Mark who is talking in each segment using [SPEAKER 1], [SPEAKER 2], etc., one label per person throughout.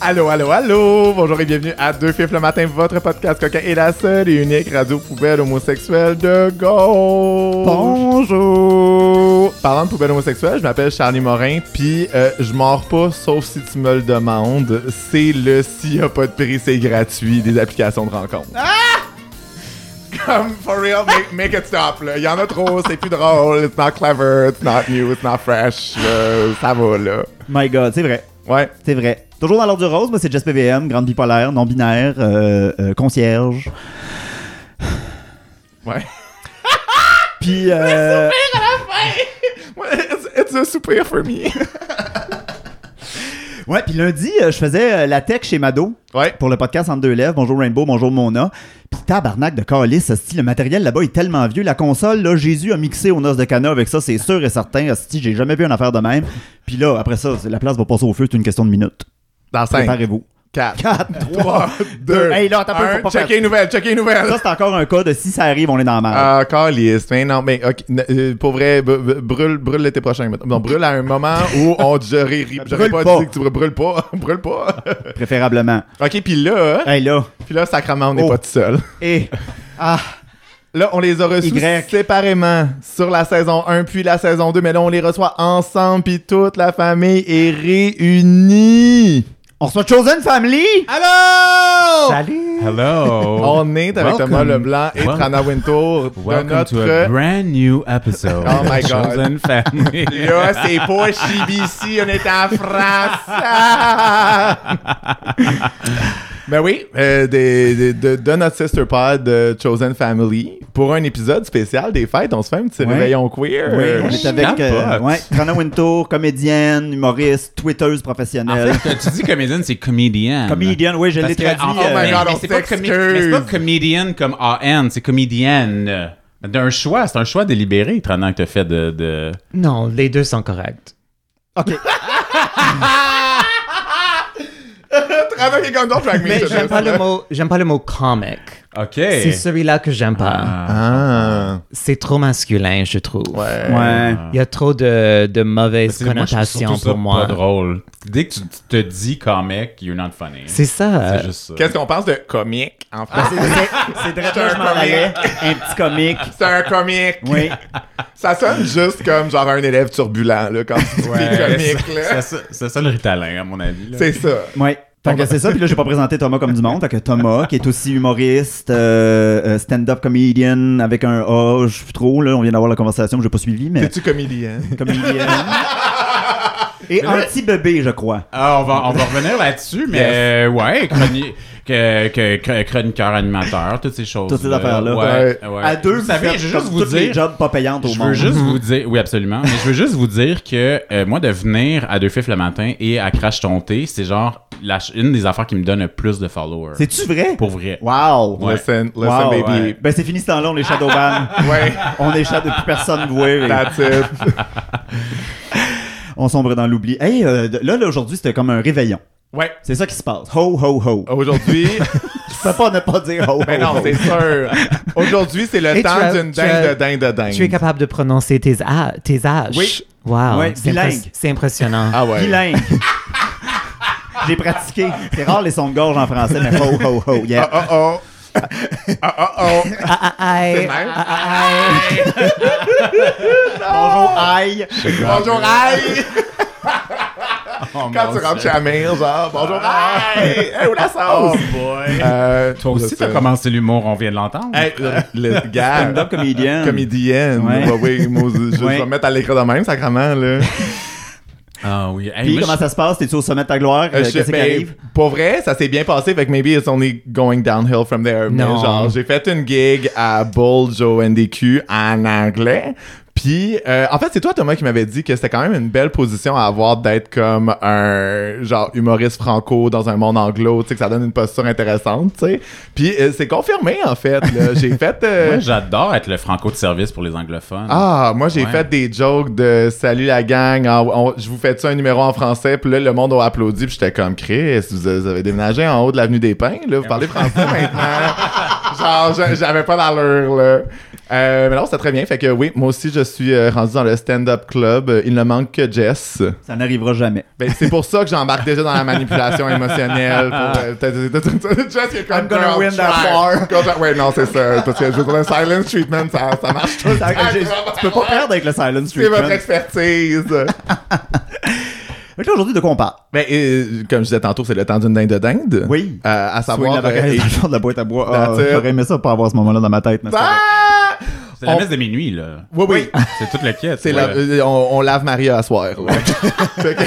[SPEAKER 1] Allô, allô, allô! Bonjour et bienvenue à Deux Fifs le matin, votre podcast coquin et la seule et unique radio poubelle homosexuelle de gauche! Bonjour! Parlant de poubelle homosexuelle, je m'appelle Charlie Morin, puis euh, je mords pas, sauf si tu me le demandes. C'est le s'il y a pas de prix, c'est gratuit des applications de rencontre. Comme, for real, make, make it stop, là. Il y en a trop, c'est plus drôle, it's not clever, it's not new, it's not fresh, là. ça va, là.
[SPEAKER 2] My God, c'est vrai.
[SPEAKER 1] Ouais.
[SPEAKER 2] C'est vrai. Toujours dans l'ordre du rose, moi c'est Jess PVM, grande bipolaire, non-binaire, euh, euh, concierge.
[SPEAKER 1] Ouais.
[SPEAKER 2] Puis, euh,
[SPEAKER 1] Ouais, It's, it's a super for me.
[SPEAKER 2] ouais, puis lundi, euh, je faisais euh, la tech chez Mado
[SPEAKER 1] Ouais.
[SPEAKER 2] pour le podcast Entre deux lèvres. Bonjour Rainbow, bonjour Mona. Puis tabarnak de calice, hostie, le matériel là-bas est tellement vieux. La console, là, Jésus a mixé au noces de cana avec ça, c'est sûr et certain. Hostie, j'ai jamais vu une affaire de même. Puis là, après ça, la place va passer au feu, c'est une question de minutes.
[SPEAKER 1] Dans 5,
[SPEAKER 2] Préparez-vous.
[SPEAKER 1] 4,
[SPEAKER 2] 4, 3,
[SPEAKER 1] 3, 2,
[SPEAKER 2] Hey, là, attends un peu, faut pas faire-
[SPEAKER 1] checker les nouvelles, checker les nouvelles.
[SPEAKER 2] Ça, c'est encore un cas de si ça arrive, on est dans la merde.
[SPEAKER 1] Ah, caliste. Mais non, mais ok, n- euh, pour vrai, b- b- brûle, brûle l'été prochain. mettons. Non, brûle à un moment où on j'aurais ri- j'aurais
[SPEAKER 2] Brûle
[SPEAKER 1] pas,
[SPEAKER 2] pas.
[SPEAKER 1] dit que tu brûles- brûles pas, brûle pas.
[SPEAKER 2] Préférablement.
[SPEAKER 1] ok, puis là,
[SPEAKER 2] Hey là.
[SPEAKER 1] puis là, sacrement, on n'est
[SPEAKER 2] Oh.
[SPEAKER 1] pas tout seul.
[SPEAKER 2] Et. Ah.
[SPEAKER 1] Là, on les a reçus
[SPEAKER 2] Y.
[SPEAKER 1] séparément sur la saison 1 puis la saison 2, mais là, on les reçoit ensemble puis toute la famille est réunie.
[SPEAKER 2] On reçoit Chosen Family!
[SPEAKER 1] Allô!
[SPEAKER 2] Salut!
[SPEAKER 3] Hello.
[SPEAKER 1] On est avec
[SPEAKER 3] Oh. Welcome.
[SPEAKER 1] Thomas Leblanc et
[SPEAKER 3] Welcome.
[SPEAKER 1] Trana Wintour de
[SPEAKER 3] Welcome to a
[SPEAKER 1] notre...
[SPEAKER 3] brand new episode.
[SPEAKER 1] Oh my
[SPEAKER 3] of
[SPEAKER 1] God.
[SPEAKER 3] Chosen family.
[SPEAKER 1] Là, c'est pas CBC, on est en France! ben oui, euh, des- des- de, de notre sister pod de Chosen Family, pour un épisode spécial des fêtes, on se fait un petit
[SPEAKER 2] Ouais.
[SPEAKER 1] réveillon queer.
[SPEAKER 2] Oui,
[SPEAKER 1] Euh,
[SPEAKER 2] on est avec
[SPEAKER 3] capote.
[SPEAKER 2] euh, ouais, Trana Wintour, comédienne, humoriste, twitteuse
[SPEAKER 3] En
[SPEAKER 2] professionnelle.
[SPEAKER 3] fait, tu dis comédienne, c'est comédienne.
[SPEAKER 2] Comédienne, oui, je l'ai traduit.
[SPEAKER 3] en-
[SPEAKER 2] euh,
[SPEAKER 1] Oh my
[SPEAKER 3] mais-
[SPEAKER 1] God,
[SPEAKER 3] mais
[SPEAKER 1] on
[SPEAKER 3] c'est pas comé-
[SPEAKER 1] s'excuse.
[SPEAKER 3] mais c'est pas comédienne comme AN, c'est comédienne. D'un choix, c'est un choix délibéré, Tranan, que t'as fait de. de...
[SPEAKER 4] Non, les deux sont corrects.
[SPEAKER 2] OK.
[SPEAKER 1] Trana qui est comme d'autres,
[SPEAKER 4] Mais Ben, j'aime pas le mot, j'aime pas le mot comic.
[SPEAKER 3] Ok.
[SPEAKER 4] C'est celui-là que j'aime pas.
[SPEAKER 3] Ah.
[SPEAKER 1] Ah,
[SPEAKER 4] C'est trop masculin, je trouve.
[SPEAKER 1] ouais.
[SPEAKER 2] Ouais.
[SPEAKER 4] Il y a trop de, de mauvaises
[SPEAKER 3] C'est- moi, je trouve
[SPEAKER 4] connotations
[SPEAKER 3] surtout ça
[SPEAKER 4] pour moi.
[SPEAKER 3] pas drôle. Dès que tu te dis comic, you're not funny.
[SPEAKER 4] C'est ça.
[SPEAKER 3] C'est juste ça.
[SPEAKER 1] Qu'est-ce qu'on pense de comique en français?
[SPEAKER 2] C'est très
[SPEAKER 1] C'est un
[SPEAKER 2] je m'en allais. Un petit comique.
[SPEAKER 1] C'est un comique.
[SPEAKER 2] Oui.
[SPEAKER 1] Ça sonne juste comme genre un élève turbulent, là, quand tu dis comique, là.
[SPEAKER 3] C'est ça, c'est ça le ritalin, à mon avis. là.
[SPEAKER 1] C'est ça.
[SPEAKER 2] Ouais. Fait que c'est ça, puis là, j'ai pas présenté Thomas comme du monde. Fait que Thomas, qui est aussi humoriste, euh, euh, stand-up comédienne avec un A, je sais plus trop, là, on vient d'avoir la conversation, mais j'ai pas suivi, mais
[SPEAKER 1] T'es-tu comédien?
[SPEAKER 2] comédienne. Et anti-bébé, je crois.
[SPEAKER 3] Ah, on va, on va revenir là-dessus, mais euh, ouais, chroni- que, que- que- chroniqueur, animateur, toutes ces choses.
[SPEAKER 2] Toutes ces affaires-là.
[SPEAKER 3] Ouais, Ah ouais.
[SPEAKER 2] À deux,
[SPEAKER 3] vous savez,
[SPEAKER 2] faites
[SPEAKER 3] je veux
[SPEAKER 2] comme
[SPEAKER 3] juste vous
[SPEAKER 2] toutes les
[SPEAKER 3] dire.
[SPEAKER 2] jobs pas payantes au
[SPEAKER 3] Je
[SPEAKER 2] monde.
[SPEAKER 3] veux juste vous dire, oui absolument, mais je veux juste vous dire que euh, moi de venir à Deux Fifs le matin et à Crash Ton Thé, c'est genre la ch- une des affaires qui me donne le plus de followers.
[SPEAKER 2] C'est-tu vrai?
[SPEAKER 3] pour vrai.
[SPEAKER 2] Wow!
[SPEAKER 3] Ouais.
[SPEAKER 1] Listen, listen,
[SPEAKER 2] Wow,
[SPEAKER 1] baby.
[SPEAKER 3] ouais.
[SPEAKER 2] Ben, c'est fini ce temps-là, on est Shadowban.
[SPEAKER 1] Ouais,
[SPEAKER 2] on est Shadow, plus personne voué.
[SPEAKER 1] that's it.
[SPEAKER 2] On sombre dans l'oubli. Hey, euh, de- là, là aujourd'hui, c'était comme un réveillon.
[SPEAKER 1] Ouais.
[SPEAKER 2] C'est ça qui se passe. Ho, ho, ho.
[SPEAKER 1] Aujourd'hui,
[SPEAKER 2] Tu peux pas ne pas dire ho,
[SPEAKER 1] Oh. ben
[SPEAKER 2] ho,
[SPEAKER 1] non,
[SPEAKER 2] ho.
[SPEAKER 1] c'est sûr. Aujourd'hui, c'est le
[SPEAKER 4] Et tu
[SPEAKER 1] temps
[SPEAKER 4] as-
[SPEAKER 1] d'une
[SPEAKER 4] tu
[SPEAKER 1] dingue
[SPEAKER 4] as-
[SPEAKER 1] de dingue de
[SPEAKER 4] Tu es
[SPEAKER 1] dingue.
[SPEAKER 4] capable de prononcer tes, a- tes âges.
[SPEAKER 2] Oui.
[SPEAKER 4] Wow.
[SPEAKER 2] Ouais,
[SPEAKER 4] c'est,
[SPEAKER 2] bilingue.
[SPEAKER 4] impres- c'est impressionnant.
[SPEAKER 1] Ah ouais.
[SPEAKER 2] Bilingue. J'ai pratiqué. C'est rare les sons de gorge en français, mais ho, ho, ho.
[SPEAKER 1] Oh
[SPEAKER 2] Yeah.
[SPEAKER 1] oh oh. Ah oh oh.
[SPEAKER 4] Ah, ah, aïe.
[SPEAKER 1] C'est même.
[SPEAKER 4] Ah, ah, aïe.
[SPEAKER 2] Bonjour, aïe.
[SPEAKER 1] Bonjour, aïe!
[SPEAKER 3] Oh,
[SPEAKER 1] Quand
[SPEAKER 3] mon
[SPEAKER 1] tu rentres
[SPEAKER 3] Dieu.
[SPEAKER 1] chez la mère, genre, bonjour, aïe! Hey, où la sauce?
[SPEAKER 3] boy.
[SPEAKER 1] Euh,
[SPEAKER 3] Toi aussi, t'as
[SPEAKER 1] listen.
[SPEAKER 3] commencé l'humour, on vient de l'entendre.
[SPEAKER 1] Hey, le gars.
[SPEAKER 2] Stand-up
[SPEAKER 1] ah,
[SPEAKER 2] comédien.
[SPEAKER 1] Comédienne.
[SPEAKER 2] Ouais.
[SPEAKER 1] Ouais, oui, moi, je, je
[SPEAKER 2] Ouais.
[SPEAKER 1] vais me mettre à l'écran de même, sacrement, là.
[SPEAKER 3] Ah oui. Hey,
[SPEAKER 2] Puis,
[SPEAKER 3] moi,
[SPEAKER 2] comment
[SPEAKER 3] je-
[SPEAKER 2] ça se passe? T'es-tu au sommet de ta gloire? Euh,
[SPEAKER 1] Je-
[SPEAKER 2] Qu'est-ce qui
[SPEAKER 1] ben,
[SPEAKER 2] arrive?
[SPEAKER 1] Pour vrai, ça s'est bien passé. Fait que maybe it's only going downhill from there. Mais
[SPEAKER 4] Non.
[SPEAKER 1] genre, j'ai fait une gig à Bull Joe NDQ en anglais. Puis, euh, en fait, c'est toi, Thomas, qui m'avais dit que c'était quand même une belle position à avoir d'être comme un genre humoriste franco dans un monde anglo, tu sais, que ça donne une posture intéressante, tu sais. Puis, euh, c'est confirmé, en fait. là. J'ai fait... euh,
[SPEAKER 3] moi, j'adore être le franco de service pour les anglophones.
[SPEAKER 1] ah, moi j'ai
[SPEAKER 3] Ouais.
[SPEAKER 1] fait des jokes de salut la gang, en- on- je vous fais ça un numéro en français, puis là le monde a applaudi, puis j'étais comme Chris, vous, vous avez déménagé en haut de l'avenue des Pins, là, vous parlez français maintenant. Genre, je- j'avais pas d'allure, là. Euh, mais non, c'était très bien. Fait que oui, moi aussi, je suis euh, rendu dans le stand-up club. Euh, Il ne manque que Jess.
[SPEAKER 2] Ça n'arrivera jamais.
[SPEAKER 1] Ben, c'est pour ça que j'embarque déjà dans la manipulation émotionnelle. Pour, euh, t'as- t'as- t'as- t'as- t'as- Jess qui est comme
[SPEAKER 2] I'm gonna
[SPEAKER 1] girl,
[SPEAKER 2] win that
[SPEAKER 1] try.
[SPEAKER 2] war.
[SPEAKER 1] Girl, try. Ouais, non, c'est ça. Parce que je veux dire, le silence treatment, ça, ça marche tout. le
[SPEAKER 2] Ça-
[SPEAKER 1] temps.
[SPEAKER 2] j'ai- tu peux pas perdre avec le silence
[SPEAKER 1] Ah, C'est
[SPEAKER 2] treatment.
[SPEAKER 1] votre expertise.
[SPEAKER 2] Fait que là, aujourd'hui, de quoi on parle?
[SPEAKER 1] Ben, euh, comme je disais tantôt, c'est le temps d'une dinde de dinde.
[SPEAKER 2] Oui.
[SPEAKER 1] Euh, à
[SPEAKER 2] Swing
[SPEAKER 1] savoir.
[SPEAKER 2] la
[SPEAKER 1] euh,
[SPEAKER 2] baguette
[SPEAKER 1] et-
[SPEAKER 2] dans le fond de la boîte à bois. Ah,
[SPEAKER 1] That's it.
[SPEAKER 2] J'aurais aimé ça pas avoir ce moment-là dans ma tête. mais c'est correct.
[SPEAKER 1] Ah!
[SPEAKER 3] C'est la
[SPEAKER 1] On-
[SPEAKER 3] messe de minuit, là.
[SPEAKER 1] Oui, oui.
[SPEAKER 3] C'est toute la quête.
[SPEAKER 1] C'est
[SPEAKER 3] ouais.
[SPEAKER 1] la- euh, on, on lave Maria à soir. là. Fait que-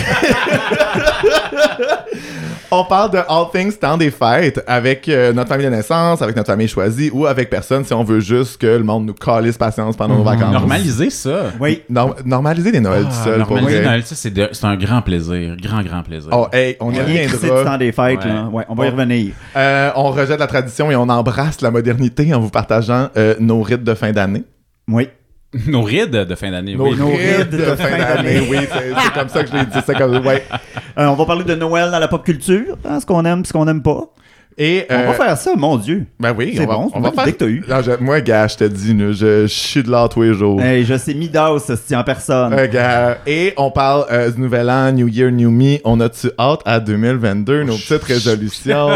[SPEAKER 1] on parle de All Things temps des fêtes avec euh, notre famille de naissance, avec notre famille choisie ou avec personne si on veut juste que le monde nous calisse patience pendant nos vacances.
[SPEAKER 3] Normaliser ça.
[SPEAKER 2] Oui.
[SPEAKER 1] Norm- normaliser les Noëls
[SPEAKER 3] Ah,
[SPEAKER 1] du sol. pour
[SPEAKER 3] normaliser
[SPEAKER 1] vrai.
[SPEAKER 3] Noël, ça, c'est de- c'est un grand plaisir. Grand, grand plaisir.
[SPEAKER 2] Ah
[SPEAKER 1] Oh, hey, on y
[SPEAKER 2] Rien que c'est du temps
[SPEAKER 1] reviendra.
[SPEAKER 2] des fêtes,
[SPEAKER 3] Ouais.
[SPEAKER 2] là. Ouais, on va y
[SPEAKER 1] Bon.
[SPEAKER 2] revenir.
[SPEAKER 1] Euh, on rejette la tradition et on embrasse la modernité en vous partageant euh, nos rites de fin d'année.
[SPEAKER 2] Oui.
[SPEAKER 3] Nos rides de fin d'année.
[SPEAKER 1] Nos,
[SPEAKER 3] oui.
[SPEAKER 2] nos
[SPEAKER 1] rites de fin d'année, oui, c'est c'est comme ça que je l'ai dit. C'est comme, ouais.
[SPEAKER 2] Euh, on va parler de Noël dans la pop culture, hein, ce qu'on aime et ce qu'on n'aime pas.
[SPEAKER 1] Et,
[SPEAKER 2] On va
[SPEAKER 1] euh,
[SPEAKER 2] faire ça, mon Dieu.
[SPEAKER 1] Ben oui,
[SPEAKER 2] C'est
[SPEAKER 1] on va,
[SPEAKER 2] bon, c'est
[SPEAKER 1] on
[SPEAKER 2] une
[SPEAKER 1] va
[SPEAKER 2] bonne
[SPEAKER 1] faire.
[SPEAKER 2] idée que t'as eue.
[SPEAKER 1] Non, je- moi, gars, je te dis, nous, je je suis de l'art tous les jours.
[SPEAKER 2] Hey, je sais Midas, c'est en personne.
[SPEAKER 1] Euh, gars, et on parle euh, du nouvel an, New Year, New Me. On a-tu hâte à 2022,
[SPEAKER 2] Oh,
[SPEAKER 1] nos petites résolutions?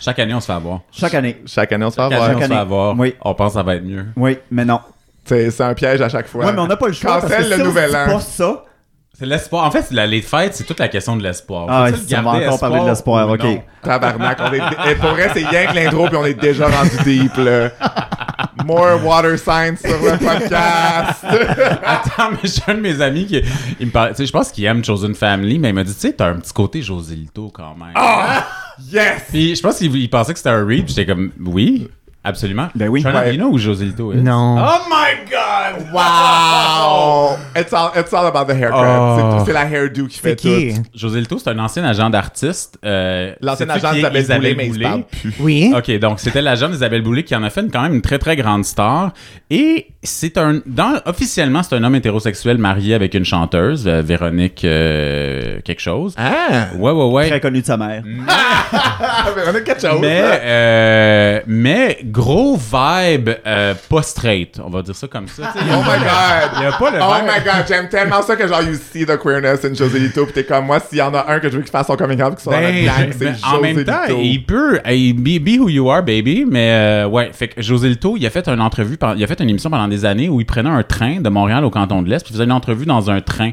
[SPEAKER 3] Chaque année, on se fait avoir.
[SPEAKER 2] Chaque année.
[SPEAKER 1] Chaque année, on se fait
[SPEAKER 3] Chaque année,
[SPEAKER 1] avoir.
[SPEAKER 3] on se fait
[SPEAKER 2] année.
[SPEAKER 3] avoir.
[SPEAKER 2] Ah Oui.
[SPEAKER 3] On pense que ça va être mieux.
[SPEAKER 2] Oui, mais non.
[SPEAKER 1] C'est c'est un piège à chaque fois.
[SPEAKER 2] Ouais, mais on n'a pas le choix.
[SPEAKER 1] Cancel
[SPEAKER 2] parce que
[SPEAKER 1] le
[SPEAKER 2] si on
[SPEAKER 1] nouvel
[SPEAKER 2] dit
[SPEAKER 1] an.
[SPEAKER 2] pas ça.
[SPEAKER 3] C'est l'espoir. En fait, la- les fêtes, c'est toute la question de l'espoir.
[SPEAKER 2] Ah,
[SPEAKER 3] Faut-il
[SPEAKER 2] si on va
[SPEAKER 3] garder
[SPEAKER 2] encore parler de l'espoir,
[SPEAKER 3] ou
[SPEAKER 2] ok.
[SPEAKER 3] non?
[SPEAKER 1] Tabarnak. On est, et pour vrai, c'est rien que l'intro, puis on est déjà rendu deep, là. More water signs sur le podcast.
[SPEAKER 3] Attends, mais j'ai un de mes amis qui il me parlait, tu sais, je pense qu'il aime Chosen Family, mais il m'a dit, tu sais, t'as un petit côté José Lito quand même.
[SPEAKER 2] Ah!
[SPEAKER 1] yes!
[SPEAKER 3] Puis je pense qu'il il pensait que c'était un read, puis j'étais comme, oui, absolument.
[SPEAKER 2] Ben oui.
[SPEAKER 3] Charlie
[SPEAKER 1] Ouais.
[SPEAKER 3] Gambino ou José Lito? Ah, est?
[SPEAKER 4] Non.
[SPEAKER 1] Oh my god! Wow! it's, all, it's all about the haircut.
[SPEAKER 3] Oh.
[SPEAKER 1] C'est- C'est la hairdo qui fait
[SPEAKER 4] C'est qui?
[SPEAKER 1] tout.
[SPEAKER 3] José Lito, c'est un ancien agent d'artiste. Euh,
[SPEAKER 1] L'ancien
[SPEAKER 3] sais-tu
[SPEAKER 1] agent
[SPEAKER 3] qui est Hein?
[SPEAKER 1] d'Isabelle Boulay, mais il se parle plus.
[SPEAKER 4] Oui.
[SPEAKER 3] OK, donc c'était l'agent d'Isabelle Boulay qui en a fait une, quand même une très très grande star et c'est un dans officiellement c'est un homme hétérosexuel marié avec une chanteuse euh, Véronique euh, quelque chose.
[SPEAKER 1] Ah!
[SPEAKER 3] Ouais ouais ouais.
[SPEAKER 2] Très connu de sa mère.
[SPEAKER 1] Mm. Ah, Véronique, quelque chose.
[SPEAKER 3] Mais,
[SPEAKER 1] là.
[SPEAKER 3] euh, mais gros vibe euh, pas straight, on va dire ça comme ça. tu sais.
[SPEAKER 1] Oh my god!
[SPEAKER 3] Il y a pas le
[SPEAKER 1] Oh
[SPEAKER 3] verre.
[SPEAKER 1] my god, j'aime tellement ça que genre, you see the queerness in José Lito, pis t'es comme moi, s'il y en a un que je veux qu'il fasse son coming out, qui soit dans la
[SPEAKER 3] Ben,
[SPEAKER 1] blague,
[SPEAKER 3] mais
[SPEAKER 1] c'est José
[SPEAKER 3] en même temps,
[SPEAKER 1] Lito.
[SPEAKER 3] il peut hey, be, be who you are, baby. Mais euh, ouais, fait que José Lito, il a fait une entrevue, pen- il a fait une émission pendant des années où il prenait un train de Montréal au canton de l'Est, puis il faisait une entrevue dans un train.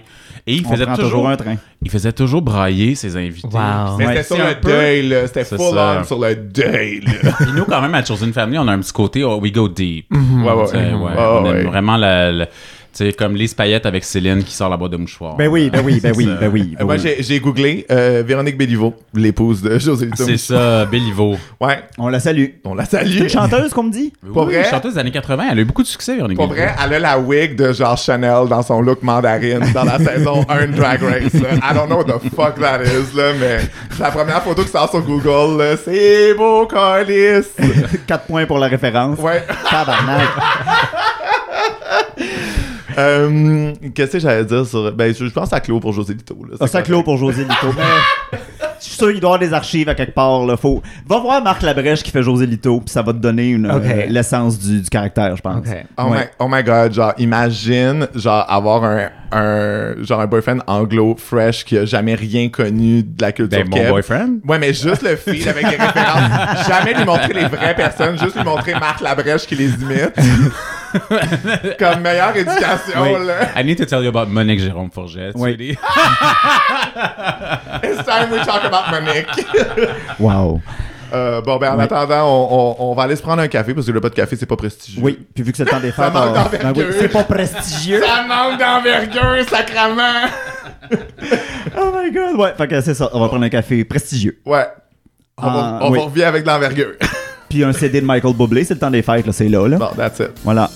[SPEAKER 3] Et il
[SPEAKER 2] On
[SPEAKER 3] faisait
[SPEAKER 2] prend
[SPEAKER 3] toujours,
[SPEAKER 2] toujours un train.
[SPEAKER 3] Il faisait toujours brailler ses invités.
[SPEAKER 4] Wow.
[SPEAKER 1] Mais
[SPEAKER 2] Ouais,
[SPEAKER 1] c'était sur
[SPEAKER 3] c'est
[SPEAKER 1] le
[SPEAKER 3] un peu-
[SPEAKER 1] deuil, là. C'était
[SPEAKER 3] C'est
[SPEAKER 1] full
[SPEAKER 3] ça.
[SPEAKER 1] on sur le deuil, là.
[SPEAKER 3] Puis nous, quand même, à Chosen Family, on a un petit côté oh, we go deep.
[SPEAKER 1] Mhm. Ouais, ouais,
[SPEAKER 3] Tu sais,
[SPEAKER 1] ouais.
[SPEAKER 3] ouais,
[SPEAKER 1] Ouais,
[SPEAKER 3] on
[SPEAKER 1] ouais.
[SPEAKER 3] aime vraiment la, la- tu sais, comme Lise Payette avec Céline qui sort la boîte de mouchoirs.
[SPEAKER 2] Ben oui, ben oui, ben oui, ben oui.
[SPEAKER 1] Euh,
[SPEAKER 2] ben
[SPEAKER 1] Moi,
[SPEAKER 2] oui.
[SPEAKER 1] j'ai j'ai googlé euh, Véronique Béliveau, l'épouse de José Lito.
[SPEAKER 3] C'est ça, Béliveau.
[SPEAKER 1] Ouais,
[SPEAKER 2] On la salue.
[SPEAKER 1] on la
[SPEAKER 2] C'est
[SPEAKER 1] salue.
[SPEAKER 2] une chanteuse qu'on me dit?
[SPEAKER 1] Pas
[SPEAKER 3] oui,
[SPEAKER 1] vrai?
[SPEAKER 3] chanteuse des années 80, elle a eu beaucoup de succès, on est
[SPEAKER 1] Pour vrai, elle a la wig de genre Chanel dans son look mandarine dans la saison 1 de Drag Race. là. I don't know what the fuck that is, là, mais c'est la première photo qui sort sur Google, là, c'est beau, Colis!
[SPEAKER 2] 4 points pour la référence.
[SPEAKER 1] Ouais.
[SPEAKER 2] Tabarnak.
[SPEAKER 1] Euh, Qu'est-ce que j'allais dire sur. Ben, je je pense à Clo pour José Lito. là.
[SPEAKER 2] Ah, ça clos pour José Lito. Mais Je suis sûr qu'il doit y avoir des archives à quelque part. Là. Faut... Va voir Marc Labrèche qui fait José Lito, puis ça va te donner une,
[SPEAKER 4] Ok.
[SPEAKER 2] euh, l'essence du, du caractère, je pense.
[SPEAKER 4] Ok.
[SPEAKER 1] Oh, my,
[SPEAKER 2] Ouais.
[SPEAKER 1] oh my god, genre, imagine, genre, avoir un, un, genre, un boyfriend anglo fresh qui a jamais rien connu de la culture
[SPEAKER 3] Ben, mon
[SPEAKER 1] keb.
[SPEAKER 3] boyfriend?
[SPEAKER 1] Ouais, mais juste le fil avec les références. jamais lui montrer les vraies personnes, juste lui montrer Marc Labrèche qui les imite. Comme meilleure éducation,
[SPEAKER 2] Oui.
[SPEAKER 1] là.
[SPEAKER 3] I need to tell you about Monique Jérôme Forget.
[SPEAKER 2] Oui.
[SPEAKER 3] sweetie.
[SPEAKER 1] It's time we talk about Monique.
[SPEAKER 2] Wow.
[SPEAKER 1] Euh, bon, ben, en attendant, on, on- on va aller se prendre un café parce que le pas de café, c'est pas prestigieux.
[SPEAKER 2] Oui, puis vu que c'est le temps des
[SPEAKER 1] Ça
[SPEAKER 2] fêtes,
[SPEAKER 1] manque
[SPEAKER 2] on- Ben
[SPEAKER 1] d'envergure.
[SPEAKER 2] oui, c'est pas prestigieux.
[SPEAKER 1] Ça manque d'envergure, sacrement!
[SPEAKER 2] oh my god. Ouais, fait que c'est ça. On va prendre un café prestigieux.
[SPEAKER 1] Ouais. On, va,
[SPEAKER 2] Ah,
[SPEAKER 1] on
[SPEAKER 2] oui.
[SPEAKER 1] va revient avec de l'envergure.
[SPEAKER 2] Puis un CD de Michael Bublé, c'est le temps des fêtes, là, c'est là, là.
[SPEAKER 1] bon, that's it.
[SPEAKER 2] Voilà.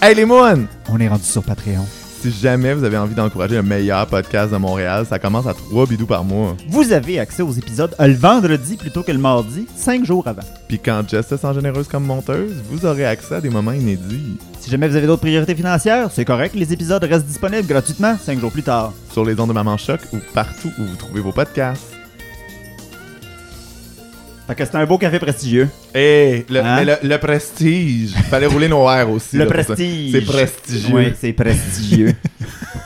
[SPEAKER 1] Hey les moines!
[SPEAKER 2] On est rendu sur Patreon.
[SPEAKER 1] Si jamais vous avez envie d'encourager le meilleur podcast de Montréal, ça commence à 3 bidous par mois.
[SPEAKER 2] Vous avez accès aux épisodes euh, le vendredi plutôt que le mardi, 5 jours avant.
[SPEAKER 1] Puis quand Jess se sent généreuse comme monteuse, vous aurez accès à des moments inédits
[SPEAKER 2] Si jamais vous avez d'autres priorités financières, c'est correct, les épisodes restent disponibles gratuitement 5 jours plus tard.
[SPEAKER 1] sur les ondes de Maman Choc ou partout où vous trouvez vos podcasts.
[SPEAKER 2] Fait que c'était un beau café prestigieux.
[SPEAKER 1] Hey, Eh, le,
[SPEAKER 2] Hein?
[SPEAKER 1] mais le, le prestige. Fallait rouler nos airs aussi.
[SPEAKER 2] Le
[SPEAKER 1] là, pour ça.
[SPEAKER 2] prestige.
[SPEAKER 1] C'est prestigieux.
[SPEAKER 2] Oui, c'est prestigieux.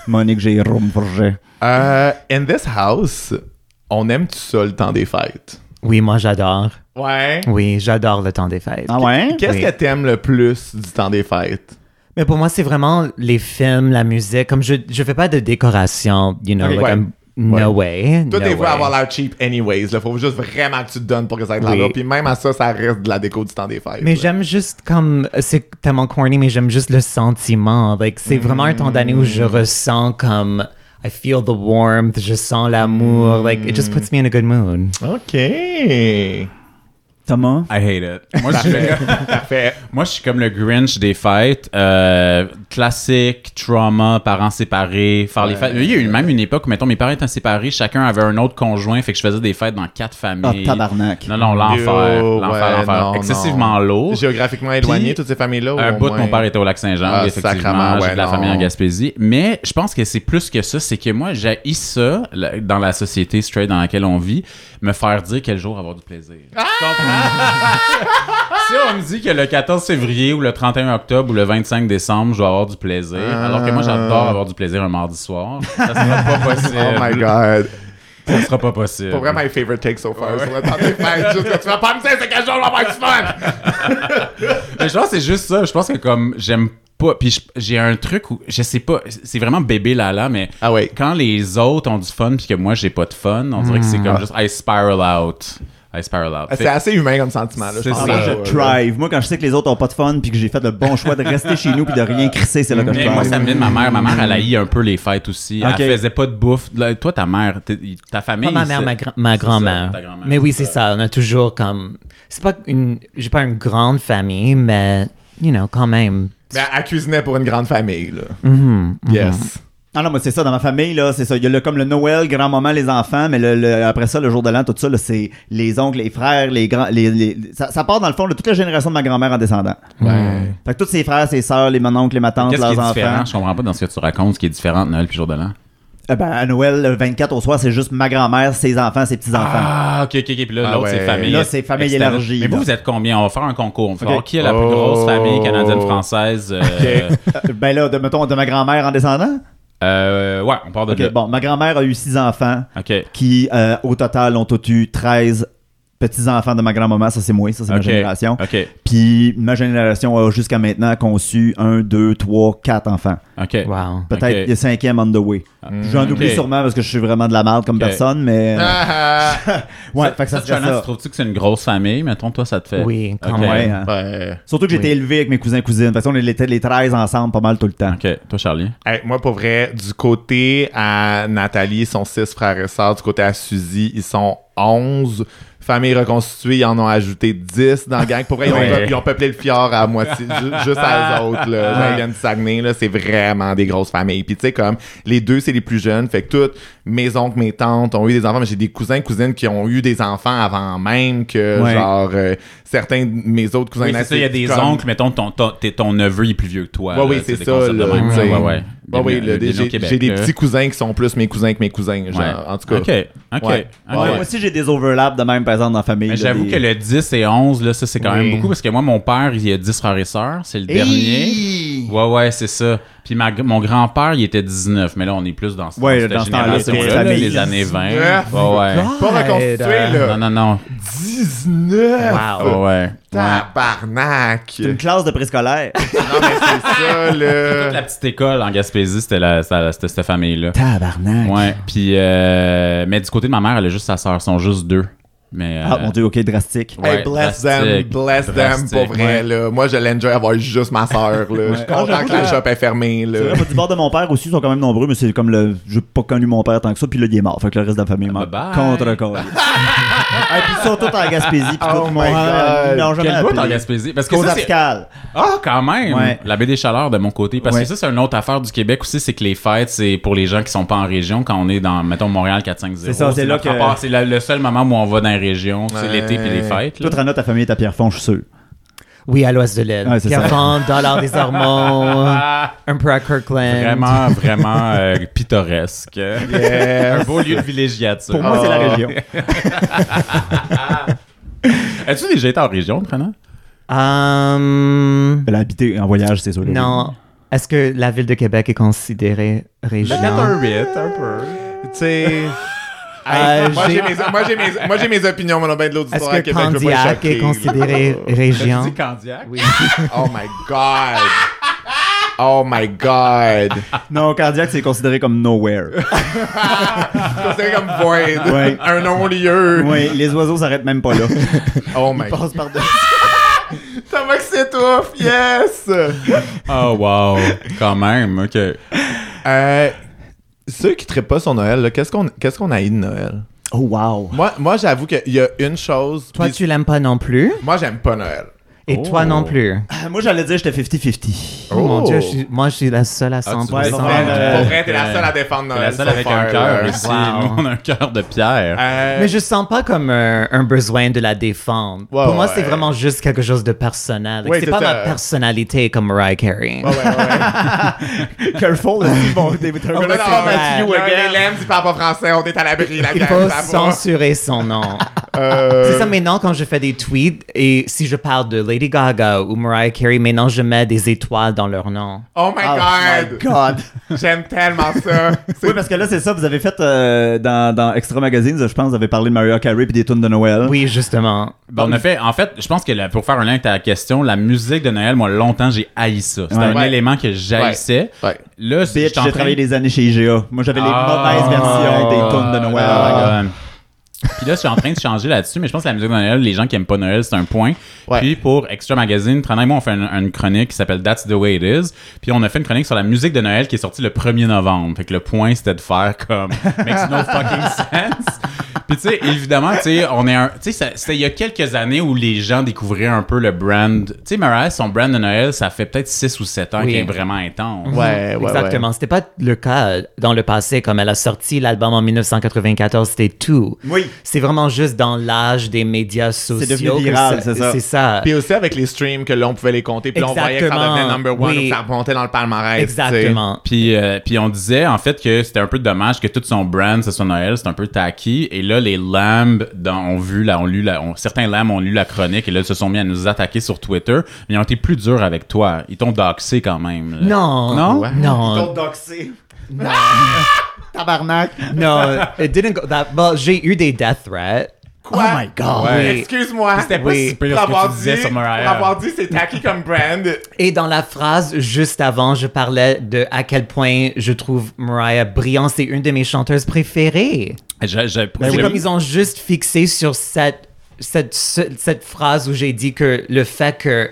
[SPEAKER 2] Monique Jérôme Forget.
[SPEAKER 1] Euh, in this house, on aime tout ça le temps des fêtes.
[SPEAKER 4] Oui, moi, j'adore.
[SPEAKER 1] Ouais.
[SPEAKER 4] Oui, j'adore le temps des fêtes.
[SPEAKER 2] Ah ouais?
[SPEAKER 1] Qu'est-ce
[SPEAKER 4] Oui.
[SPEAKER 1] que t'aimes le plus du temps des fêtes?
[SPEAKER 4] Mais pour moi, c'est vraiment les films, la musique. Comme je je fais pas de décoration, you know,
[SPEAKER 1] Ok,
[SPEAKER 4] like
[SPEAKER 1] ouais.
[SPEAKER 4] I'm- no way.
[SPEAKER 1] Toi,
[SPEAKER 4] no
[SPEAKER 1] t'es voué à
[SPEAKER 4] way.
[SPEAKER 1] avoir l'air cheap anyways. Là, faut juste vraiment que tu te donnes pour que ça ait de
[SPEAKER 4] Oui.
[SPEAKER 1] l'argent. Puis même à ça, ça reste de la déco du temps des fêtes.
[SPEAKER 4] Mais
[SPEAKER 1] là.
[SPEAKER 4] j'aime juste comme c'est tellement corny, mais j'aime juste le sentiment. Like c'est vraiment un temps d'année où je
[SPEAKER 1] Mm.
[SPEAKER 4] ressens comme I feel the warmth, je sens l'amour. Like it just puts me in a good mood.
[SPEAKER 1] OK.
[SPEAKER 2] Thomas?
[SPEAKER 3] I hate it. Moi, je suis le-
[SPEAKER 1] Parfait.
[SPEAKER 3] Moi, je suis comme le Grinch des fêtes. Euh, classique, trauma, parents séparés, faire les fêtes. Il y a eu même une époque où, mettons, mes parents étaient séparés, chacun avait un autre conjoint, fait que je faisais des fêtes dans quatre
[SPEAKER 2] Ah,
[SPEAKER 3] familles.
[SPEAKER 2] tabarnak.
[SPEAKER 3] Non, non, l'enfer.
[SPEAKER 1] Yo,
[SPEAKER 3] l'enfer,
[SPEAKER 1] ouais,
[SPEAKER 3] l'enfer.
[SPEAKER 1] non,
[SPEAKER 3] Excessivement
[SPEAKER 1] non.
[SPEAKER 3] lourd.
[SPEAKER 1] Géographiquement éloigné, toutes ces familles-là. ou
[SPEAKER 3] Un
[SPEAKER 1] au
[SPEAKER 3] bout,
[SPEAKER 1] moins-
[SPEAKER 3] mon père était au lac Saint-Jean,
[SPEAKER 1] Ah,
[SPEAKER 3] oui, effectivement.
[SPEAKER 1] sacrément,
[SPEAKER 3] J'ai
[SPEAKER 1] ouais,
[SPEAKER 3] de la famille
[SPEAKER 1] non.
[SPEAKER 3] en Gaspésie. Mais je pense que c'est plus que ça. C'est que moi, j'ai ça la- dans la société straight dans laquelle on vit, me faire dire quel jour avoir du plaisir. Tu comprends? si on me dit que le 14 février ou le 31 octobre ou le 25 décembre, je dois avoir du plaisir, alors que moi, j'adore avoir du plaisir un mardi soir, ça sera pas possible.
[SPEAKER 1] Oh my God.
[SPEAKER 3] Ça sera pas possible.
[SPEAKER 1] Pour vrai, my favorite take so far. Sur le temps des fêtes, juste que tu vas pas me dire c'est quel jour on va avoir du fun.
[SPEAKER 3] Mais je pense que c'est juste ça. Je pense que comme j'aime pas. Puis je- j'ai un truc où je sais pas. C'est vraiment bébé Lala, mais
[SPEAKER 1] Ah ouais.
[SPEAKER 3] quand les autres ont du fun puis que moi j'ai pas de fun, on dirait que c'est comme juste I spiral out. I spiral out.
[SPEAKER 1] C'est
[SPEAKER 3] Fait-
[SPEAKER 1] assez humain comme sentiment. Là,
[SPEAKER 3] C'est
[SPEAKER 1] pense.
[SPEAKER 2] Ah,
[SPEAKER 3] ça.
[SPEAKER 2] moi,
[SPEAKER 1] Ouais, ouais,
[SPEAKER 2] je thrive. Moi, quand je sais que les autres ont pas de fun puis que j'ai fait le bon choix de rester chez nous puis de rien crisser, c'est là que je
[SPEAKER 3] mais moi,
[SPEAKER 2] thrive.
[SPEAKER 3] ça me vient de ma mère. Ma mère, elle haït un peu les fêtes aussi.
[SPEAKER 2] Ok.
[SPEAKER 3] Elle faisait pas de bouffe. Là, toi, ta mère, t'es- ta famille.
[SPEAKER 4] Pas ma mère,
[SPEAKER 3] c'est-
[SPEAKER 4] ma, gra- ma
[SPEAKER 3] c'est ça,
[SPEAKER 4] grand-mère.
[SPEAKER 3] ta grand-mère.
[SPEAKER 4] mais oui, c'est ça. On a toujours comme c'est pas une j'ai pas une grande famille, mais you know quand même.
[SPEAKER 1] Mais elle cuisinait pour une grande famille. Là.
[SPEAKER 3] Mm-hmm.
[SPEAKER 1] Yes.
[SPEAKER 2] Ah non, moi, c'est ça, dans ma famille, là, c'est ça. Il y a le, comme le Noël, grand-maman, les enfants, mais le, le- après ça, le jour de l'an, tout ça, là, c'est les oncles, les frères, les grands. Les, les- ça, ça part, dans le fond, de toute la génération de ma grand-mère en descendant.
[SPEAKER 1] Ouais.
[SPEAKER 2] Fait que tous ses frères, ses sœurs, les mononcles, les matantes,
[SPEAKER 3] Qu'est-ce
[SPEAKER 2] leurs
[SPEAKER 3] qui est
[SPEAKER 2] enfants.
[SPEAKER 3] différent? Je comprends pas dans ce que tu racontes, ce qui est différent de Noël puis jour de l'an.
[SPEAKER 2] Eh ben, à Noël, le 24 au soir, c'est juste ma grand-mère, ses enfants, ses petits-enfants.
[SPEAKER 3] Ah, ok, ok, ok. Puis là,
[SPEAKER 1] Ah
[SPEAKER 3] l'autre,
[SPEAKER 1] ouais.
[SPEAKER 3] c'est famille.
[SPEAKER 2] Là, c'est famille
[SPEAKER 3] externe.
[SPEAKER 2] élargie,
[SPEAKER 3] Mais vous,
[SPEAKER 2] là.
[SPEAKER 3] vous êtes combien? On va faire un concours. On va
[SPEAKER 2] Ok.
[SPEAKER 3] voir qui a la plus
[SPEAKER 1] Oh.
[SPEAKER 3] grosse famille canadienne-française. euh,
[SPEAKER 2] Euh, ben là, de, mettons, de ma grand-mère en descendant.
[SPEAKER 3] euh, ouais, on part de
[SPEAKER 2] Ok,
[SPEAKER 3] là.
[SPEAKER 2] bon, ma grand-mère a eu six enfants
[SPEAKER 3] Ok.
[SPEAKER 2] qui, euh, au total, ont tout eu 13 petits-enfants de ma grand-maman. Ça, c'est moi, ça, c'est ma
[SPEAKER 3] Ok. Euh.
[SPEAKER 2] génération.
[SPEAKER 3] Ok.
[SPEAKER 2] Puis ma génération a jusqu'à maintenant conçu un, deux, trois, quatre enfants.
[SPEAKER 3] Ok.
[SPEAKER 4] Wow.
[SPEAKER 2] Peut-être
[SPEAKER 3] Ok. Ah.
[SPEAKER 2] le cinquième on the way. J'en
[SPEAKER 3] ok.
[SPEAKER 2] oublie sûrement parce que je suis vraiment de la merde comme
[SPEAKER 3] Ok.
[SPEAKER 2] personne, mais. euh,
[SPEAKER 3] Mm-hmm.
[SPEAKER 1] Ah, ah.
[SPEAKER 2] ouais, fait que ça
[SPEAKER 3] te
[SPEAKER 2] serait ça.
[SPEAKER 3] trouves-tu que c'est une grosse famille? Mettons, toi, ça te fait.
[SPEAKER 4] Oui, quand
[SPEAKER 3] Ok.
[SPEAKER 2] Ouais, hein.
[SPEAKER 1] Ouais.
[SPEAKER 2] Surtout que j'étais
[SPEAKER 4] Oui.
[SPEAKER 2] élevé avec mes cousins cousines. Parce qu'on était les 13 ensemble pas mal tout le temps.
[SPEAKER 3] Ok. Toi, Charlie.
[SPEAKER 1] Hey, moi, pour vrai, du côté à Nathalie, ils sont six frères et sœurs. Du côté à Suzy, ils sont 11. Famille reconstituée, ils en ont ajouté 10 dans le gang. Pour vrai, ils ont,
[SPEAKER 3] Ouais.
[SPEAKER 1] ils ont peuplé le fjord à moitié, ju- juste à eux autres. Là. Genre, Ils viennent du Saguenay, là, c'est vraiment des grosses familles. Puis tu sais, comme, les deux, c'est les plus jeunes. Fait que toutes mes oncles, mes tantes ont eu des enfants. Mais j'ai des cousins, cousines qui ont eu des enfants avant même que,
[SPEAKER 2] Ouais.
[SPEAKER 1] genre, euh, certains de mes autres cousins...
[SPEAKER 3] Oui, c'est ça. Il y a des
[SPEAKER 1] comme-
[SPEAKER 3] oncles, mettons, ton, ton, t'es- ton neveu, il est plus vieux que toi.
[SPEAKER 1] Ouais,
[SPEAKER 3] là,
[SPEAKER 1] oui,
[SPEAKER 3] des
[SPEAKER 1] c'est ça.
[SPEAKER 3] concepts de
[SPEAKER 1] là, tu
[SPEAKER 3] même, là.
[SPEAKER 1] sais.
[SPEAKER 3] Ouais, ouais.
[SPEAKER 1] Ouais, ouais, Bah le-
[SPEAKER 3] Des-
[SPEAKER 1] j'ai
[SPEAKER 3] des- des-
[SPEAKER 1] j'ai des
[SPEAKER 3] Québec,
[SPEAKER 1] petits cousins qui sont plus mes cousins que mes cousins. Genre,
[SPEAKER 3] Ouais.
[SPEAKER 1] En tout cas.
[SPEAKER 3] Ok, ok,
[SPEAKER 1] Ouais.
[SPEAKER 3] ok.
[SPEAKER 2] Ouais, Moi aussi, j'ai des overlaps de même, par exemple, dans la famille.
[SPEAKER 3] Mais
[SPEAKER 2] là,
[SPEAKER 3] j'avoue
[SPEAKER 2] des-
[SPEAKER 3] que le 10 et 11, là, ça, c'est quand
[SPEAKER 1] Oui.
[SPEAKER 3] même beaucoup parce que moi, mon père, il a 10 frères et sœurs. C'est le dernier.
[SPEAKER 2] Hey!
[SPEAKER 3] Ouais, ouais, c'est ça. Puis ma, mon grand-père, il était 19, mais là, on est plus dans, ce-
[SPEAKER 2] Ouais,
[SPEAKER 3] cette
[SPEAKER 2] dans ce temps-là,
[SPEAKER 3] génération-là,
[SPEAKER 2] c'est
[SPEAKER 3] là,
[SPEAKER 2] famille.
[SPEAKER 3] les années 20.
[SPEAKER 1] Ouais.
[SPEAKER 3] Ouais, ouais.
[SPEAKER 1] Pas reconstitué, là.
[SPEAKER 3] Non, non, non.
[SPEAKER 1] 19!
[SPEAKER 3] Ouais, ouais. Ouais.
[SPEAKER 1] Tabarnak!
[SPEAKER 2] C'est une classe de préscolaire.
[SPEAKER 1] Non, mais c'est ça,
[SPEAKER 3] Toute la
[SPEAKER 1] là.
[SPEAKER 3] petite école en Gaspésie, c'était la- c'était c'était cette famille-là.
[SPEAKER 2] Tabarnak.
[SPEAKER 3] Ouais. Puis, euh, mais du côté de ma mère, elle a juste sa sœur, sont juste deux. Mais,
[SPEAKER 2] Ah
[SPEAKER 3] euh,
[SPEAKER 2] mon dieu, ok, drastique.
[SPEAKER 3] Ouais,
[SPEAKER 1] hey, bless them,
[SPEAKER 3] drastique,
[SPEAKER 1] bless them, pour
[SPEAKER 3] drastique,
[SPEAKER 1] vrai,
[SPEAKER 3] ouais.
[SPEAKER 1] là. Moi, je l'enjoy avoir juste ma soeur, là. Je suis
[SPEAKER 2] Ah,
[SPEAKER 1] content
[SPEAKER 2] j'avoue
[SPEAKER 1] que la
[SPEAKER 2] que-
[SPEAKER 1] shop est fermée,
[SPEAKER 2] C'est
[SPEAKER 1] là.
[SPEAKER 2] vrai, moi, du bord de mon père aussi, ils sont quand même nombreux, mais c'est comme le. J'ai pas connu mon père tant que ça, puis là, il est mort. Fait que le reste de la famille est mort.
[SPEAKER 3] Bye-bye.
[SPEAKER 2] Contre corps. Et puis ils sont tous en Gaspésie, puis
[SPEAKER 1] Oh
[SPEAKER 2] tout
[SPEAKER 1] my
[SPEAKER 2] mon
[SPEAKER 1] God.
[SPEAKER 2] Non, jamais.
[SPEAKER 3] Quel bout en
[SPEAKER 2] appelé.
[SPEAKER 3] Gaspésie? Parce que
[SPEAKER 2] Cause
[SPEAKER 3] ça, c'est-
[SPEAKER 2] Abscale.
[SPEAKER 3] Ah, quand même!
[SPEAKER 2] Ouais.
[SPEAKER 3] La baie des Chaleurs de mon côté. Parce
[SPEAKER 2] Ouais.
[SPEAKER 3] que ça, c'est une autre affaire du Québec aussi, c'est que les fêtes, c'est pour les gens qui sont pas en région, quand on est dans, mettons, Montréal 450.
[SPEAKER 2] C'est ça, c'est là
[SPEAKER 3] notre
[SPEAKER 2] que-
[SPEAKER 3] rapport, C'est la- le seul moment où on va dans les régions,
[SPEAKER 1] Ouais.
[SPEAKER 3] c'est l'été puis les fêtes. là.
[SPEAKER 2] Toi, Trana, ta famille est à Pierrefonds, je suis sûr.
[SPEAKER 4] Oui, à l'ouest de l'île.
[SPEAKER 2] Ouais, c'est ça.
[SPEAKER 4] Pierrefonds, Dollar des Ormonds, un peu à Kirkland.
[SPEAKER 3] Vraiment, vraiment euh, pittoresque.
[SPEAKER 1] Yes. Euh,
[SPEAKER 2] Ah.
[SPEAKER 3] Un beau lieu de villégiature.
[SPEAKER 2] Pour moi, c'est la
[SPEAKER 1] Ah.
[SPEAKER 2] région.
[SPEAKER 3] T'as-tu déjà été en région, Trana?
[SPEAKER 4] Um,
[SPEAKER 2] Ben, là, habiter en voyage, c'est sûr. là,
[SPEAKER 4] Hum, non. Est-ce que la ville de Québec est considérée région?
[SPEAKER 3] bit, un peu.
[SPEAKER 1] Tu sais.
[SPEAKER 4] Euh,
[SPEAKER 1] moi,
[SPEAKER 4] j'ai-
[SPEAKER 1] j'ai mes, moi, j'ai mes- moi, j'ai mes opinions, mon ben de l'autre
[SPEAKER 4] Est-ce
[SPEAKER 1] histoire à
[SPEAKER 4] que
[SPEAKER 1] Québec. je veux pas
[SPEAKER 4] Candiac
[SPEAKER 1] choquer,
[SPEAKER 4] est
[SPEAKER 1] là.
[SPEAKER 4] considéré
[SPEAKER 3] J'ai
[SPEAKER 4] région?
[SPEAKER 3] dit Candiac. Oui.
[SPEAKER 1] Oh my god. Oh my god.
[SPEAKER 2] Non, cardiaque, c'est considéré comme nowhere.
[SPEAKER 1] C'est comme void.
[SPEAKER 2] Ouais.
[SPEAKER 1] Un non-lieu.
[SPEAKER 2] oui, les oiseaux s'arrêtent même pas là.
[SPEAKER 1] Oh my god.
[SPEAKER 2] Passe par
[SPEAKER 1] Ça va que c'est ouf. Yes.
[SPEAKER 3] Oh, wow. Quand même, OK.
[SPEAKER 1] Euh, ceux qui trippent pas sur Noël, là, qu'est-ce qu'on qu'est-ce qu'on haït de Noël?
[SPEAKER 2] Oh, wow.
[SPEAKER 1] Moi, moi j'avoue qu'il y a une chose.
[SPEAKER 4] Toi,
[SPEAKER 1] puis-
[SPEAKER 4] tu l'aimes pas non plus?
[SPEAKER 1] Moi, j'aime pas Noël.
[SPEAKER 4] Et
[SPEAKER 3] Oh.
[SPEAKER 4] toi non plus?
[SPEAKER 2] Ah, Moi, j'allais dire j'étais 50-50.
[SPEAKER 4] Oh, mon Dieu, je suis- moi, je suis la seule
[SPEAKER 1] Ah,
[SPEAKER 4] à 100%.
[SPEAKER 2] Ouais,
[SPEAKER 3] Sans-
[SPEAKER 2] pour vrai,
[SPEAKER 1] Pour
[SPEAKER 2] euh,
[SPEAKER 1] vrai, t'es la seule à défendre
[SPEAKER 3] T'es
[SPEAKER 1] Noël.
[SPEAKER 3] la seule
[SPEAKER 1] so
[SPEAKER 3] avec
[SPEAKER 1] far,
[SPEAKER 3] un cœur
[SPEAKER 1] là.
[SPEAKER 3] ici.
[SPEAKER 4] Wow.
[SPEAKER 3] Nous, on a un cœur de pierre.
[SPEAKER 1] Euh,
[SPEAKER 4] Mais je sens pas comme euh, un, un besoin de la défendre.
[SPEAKER 1] Ouais,
[SPEAKER 4] Pour moi,
[SPEAKER 1] ouais.
[SPEAKER 4] c'est vraiment juste quelque chose de personnel. Like,
[SPEAKER 1] Ouais,
[SPEAKER 4] c'est
[SPEAKER 1] c'est
[SPEAKER 4] pas
[SPEAKER 1] ça.
[SPEAKER 4] ma personnalité comme Mariah Carey.
[SPEAKER 1] ouais, ouais, ouais.
[SPEAKER 2] Careful, là, ils vont ils vont-
[SPEAKER 1] Oh,
[SPEAKER 4] ouais,
[SPEAKER 1] non,
[SPEAKER 4] c'est
[SPEAKER 1] non,
[SPEAKER 4] vrai.
[SPEAKER 1] Mathieu,
[SPEAKER 4] Non,
[SPEAKER 1] again. Hélène, tu parles pas français, on est à l'abri, la
[SPEAKER 4] Il
[SPEAKER 1] gang,
[SPEAKER 4] faut
[SPEAKER 1] ça va.
[SPEAKER 4] censurer son nom.
[SPEAKER 1] Euh,
[SPEAKER 4] C'est ça, maintenant, quand je fais des tweets et si je parle de Lady Gaga ou Mariah Carey, maintenant, je mets des étoiles dans leur nom.
[SPEAKER 1] Oh my
[SPEAKER 2] Oh my
[SPEAKER 1] god!
[SPEAKER 2] God.
[SPEAKER 1] J'aime tellement ça!
[SPEAKER 2] Oui, parce que là, c'est ça, vous avez fait euh, dans, dans Extra Magazines, je pense, vous avez parlé de Mariah Carey puis des tunes de Noël.
[SPEAKER 4] Oui, justement.
[SPEAKER 3] Ben, on a fait, en fait, je pense que la- pour faire un lien avec ta question, la musique de Noël, moi, longtemps, j'ai haï ça. C'était
[SPEAKER 2] Ouais.
[SPEAKER 3] un
[SPEAKER 1] Ouais.
[SPEAKER 3] élément que j'haïssais.
[SPEAKER 1] Ouais.
[SPEAKER 3] Là, c'est-
[SPEAKER 2] Bitch,
[SPEAKER 3] j'étais en
[SPEAKER 2] j'ai
[SPEAKER 3] train-
[SPEAKER 2] travaillé des années chez IGA. Moi, j'avais les
[SPEAKER 3] Ah.
[SPEAKER 2] mauvaises versions des tunes de
[SPEAKER 4] Ah.
[SPEAKER 2] Noël.
[SPEAKER 3] Oh my God. Puis là, je suis en train de changer là-dessus, mais je pense que la musique de Noël, les gens qui aiment pas Noël, c'est un point.
[SPEAKER 1] Ouais.
[SPEAKER 3] Puis pour Extra Magazine, Trana et moi, on fait une, une chronique qui s'appelle That's the way it is. Puis on a fait une chronique sur la musique de Noël qui est sortie le 1er novembre. Fait que le point, c'était de faire comme Makes no fucking sense. Puis tu sais, évidemment, tu sais, on est un. Tu sais, ça- c'était il y a quelques années où les gens découvraient un peu le brand. Tu sais, Mariah, son brand de Noël, ça fait peut-être 6 ou 7 ans
[SPEAKER 4] Oui.
[SPEAKER 3] qu'il est vraiment intense.
[SPEAKER 1] Ouais, ouais, ouais.
[SPEAKER 4] Exactement. C'était pas le cas dans le passé, comme elle a sorti l'album en 1994, c'était tout.
[SPEAKER 2] Oui.
[SPEAKER 4] C'est vraiment juste dans l'âge des médias sociaux.
[SPEAKER 2] devenu
[SPEAKER 4] que
[SPEAKER 2] viral, c'est ça.
[SPEAKER 4] C'est ça.
[SPEAKER 1] Puis aussi avec les streams que là, on pouvait les compter, puis là, on voyait que ça
[SPEAKER 4] Exactement.
[SPEAKER 1] devenait number one
[SPEAKER 4] Oui.
[SPEAKER 1] ou que ça montait dans le palmarès. tu sais.
[SPEAKER 4] Exactement.
[SPEAKER 3] Puis, euh, puis on disait en fait que c'était un peu dommage que tout son brand ce soit Noël, c'est un peu tacky. Et là, les lambs dont ont vu, là, ont lu, la- ont- certains lambs ont lu la chronique et là, ils se sont mis à nous attaquer sur Twitter. Mais ils ont été plus durs avec toi. Ils t'ont doxé quand même. là.
[SPEAKER 4] Non.
[SPEAKER 3] Non?
[SPEAKER 1] Ouais.
[SPEAKER 4] Non.
[SPEAKER 2] doxé. Tabarnak.
[SPEAKER 4] Non. It didn't go that. Well, j'ai eu des death threats.
[SPEAKER 1] Quoi?
[SPEAKER 2] Oh my God.
[SPEAKER 4] Oui.
[SPEAKER 1] Excuse-moi.
[SPEAKER 3] C'était pas
[SPEAKER 1] Oui.
[SPEAKER 3] si pire
[SPEAKER 1] Pour
[SPEAKER 3] ce que tu
[SPEAKER 1] avoir
[SPEAKER 3] disais
[SPEAKER 1] dit-
[SPEAKER 3] sur Mariah.
[SPEAKER 1] Pour avoir dit, c'est tacky comme brand.
[SPEAKER 4] Et dans la phrase juste avant, je parlais de à quel point je trouve Mariah brillante. C'est une de mes chanteuses préférées.
[SPEAKER 3] Je- je-
[SPEAKER 4] C'est
[SPEAKER 3] je-
[SPEAKER 4] comme ils ont juste fixé sur cette, cette, ce- cette phrase où j'ai dit que le fait que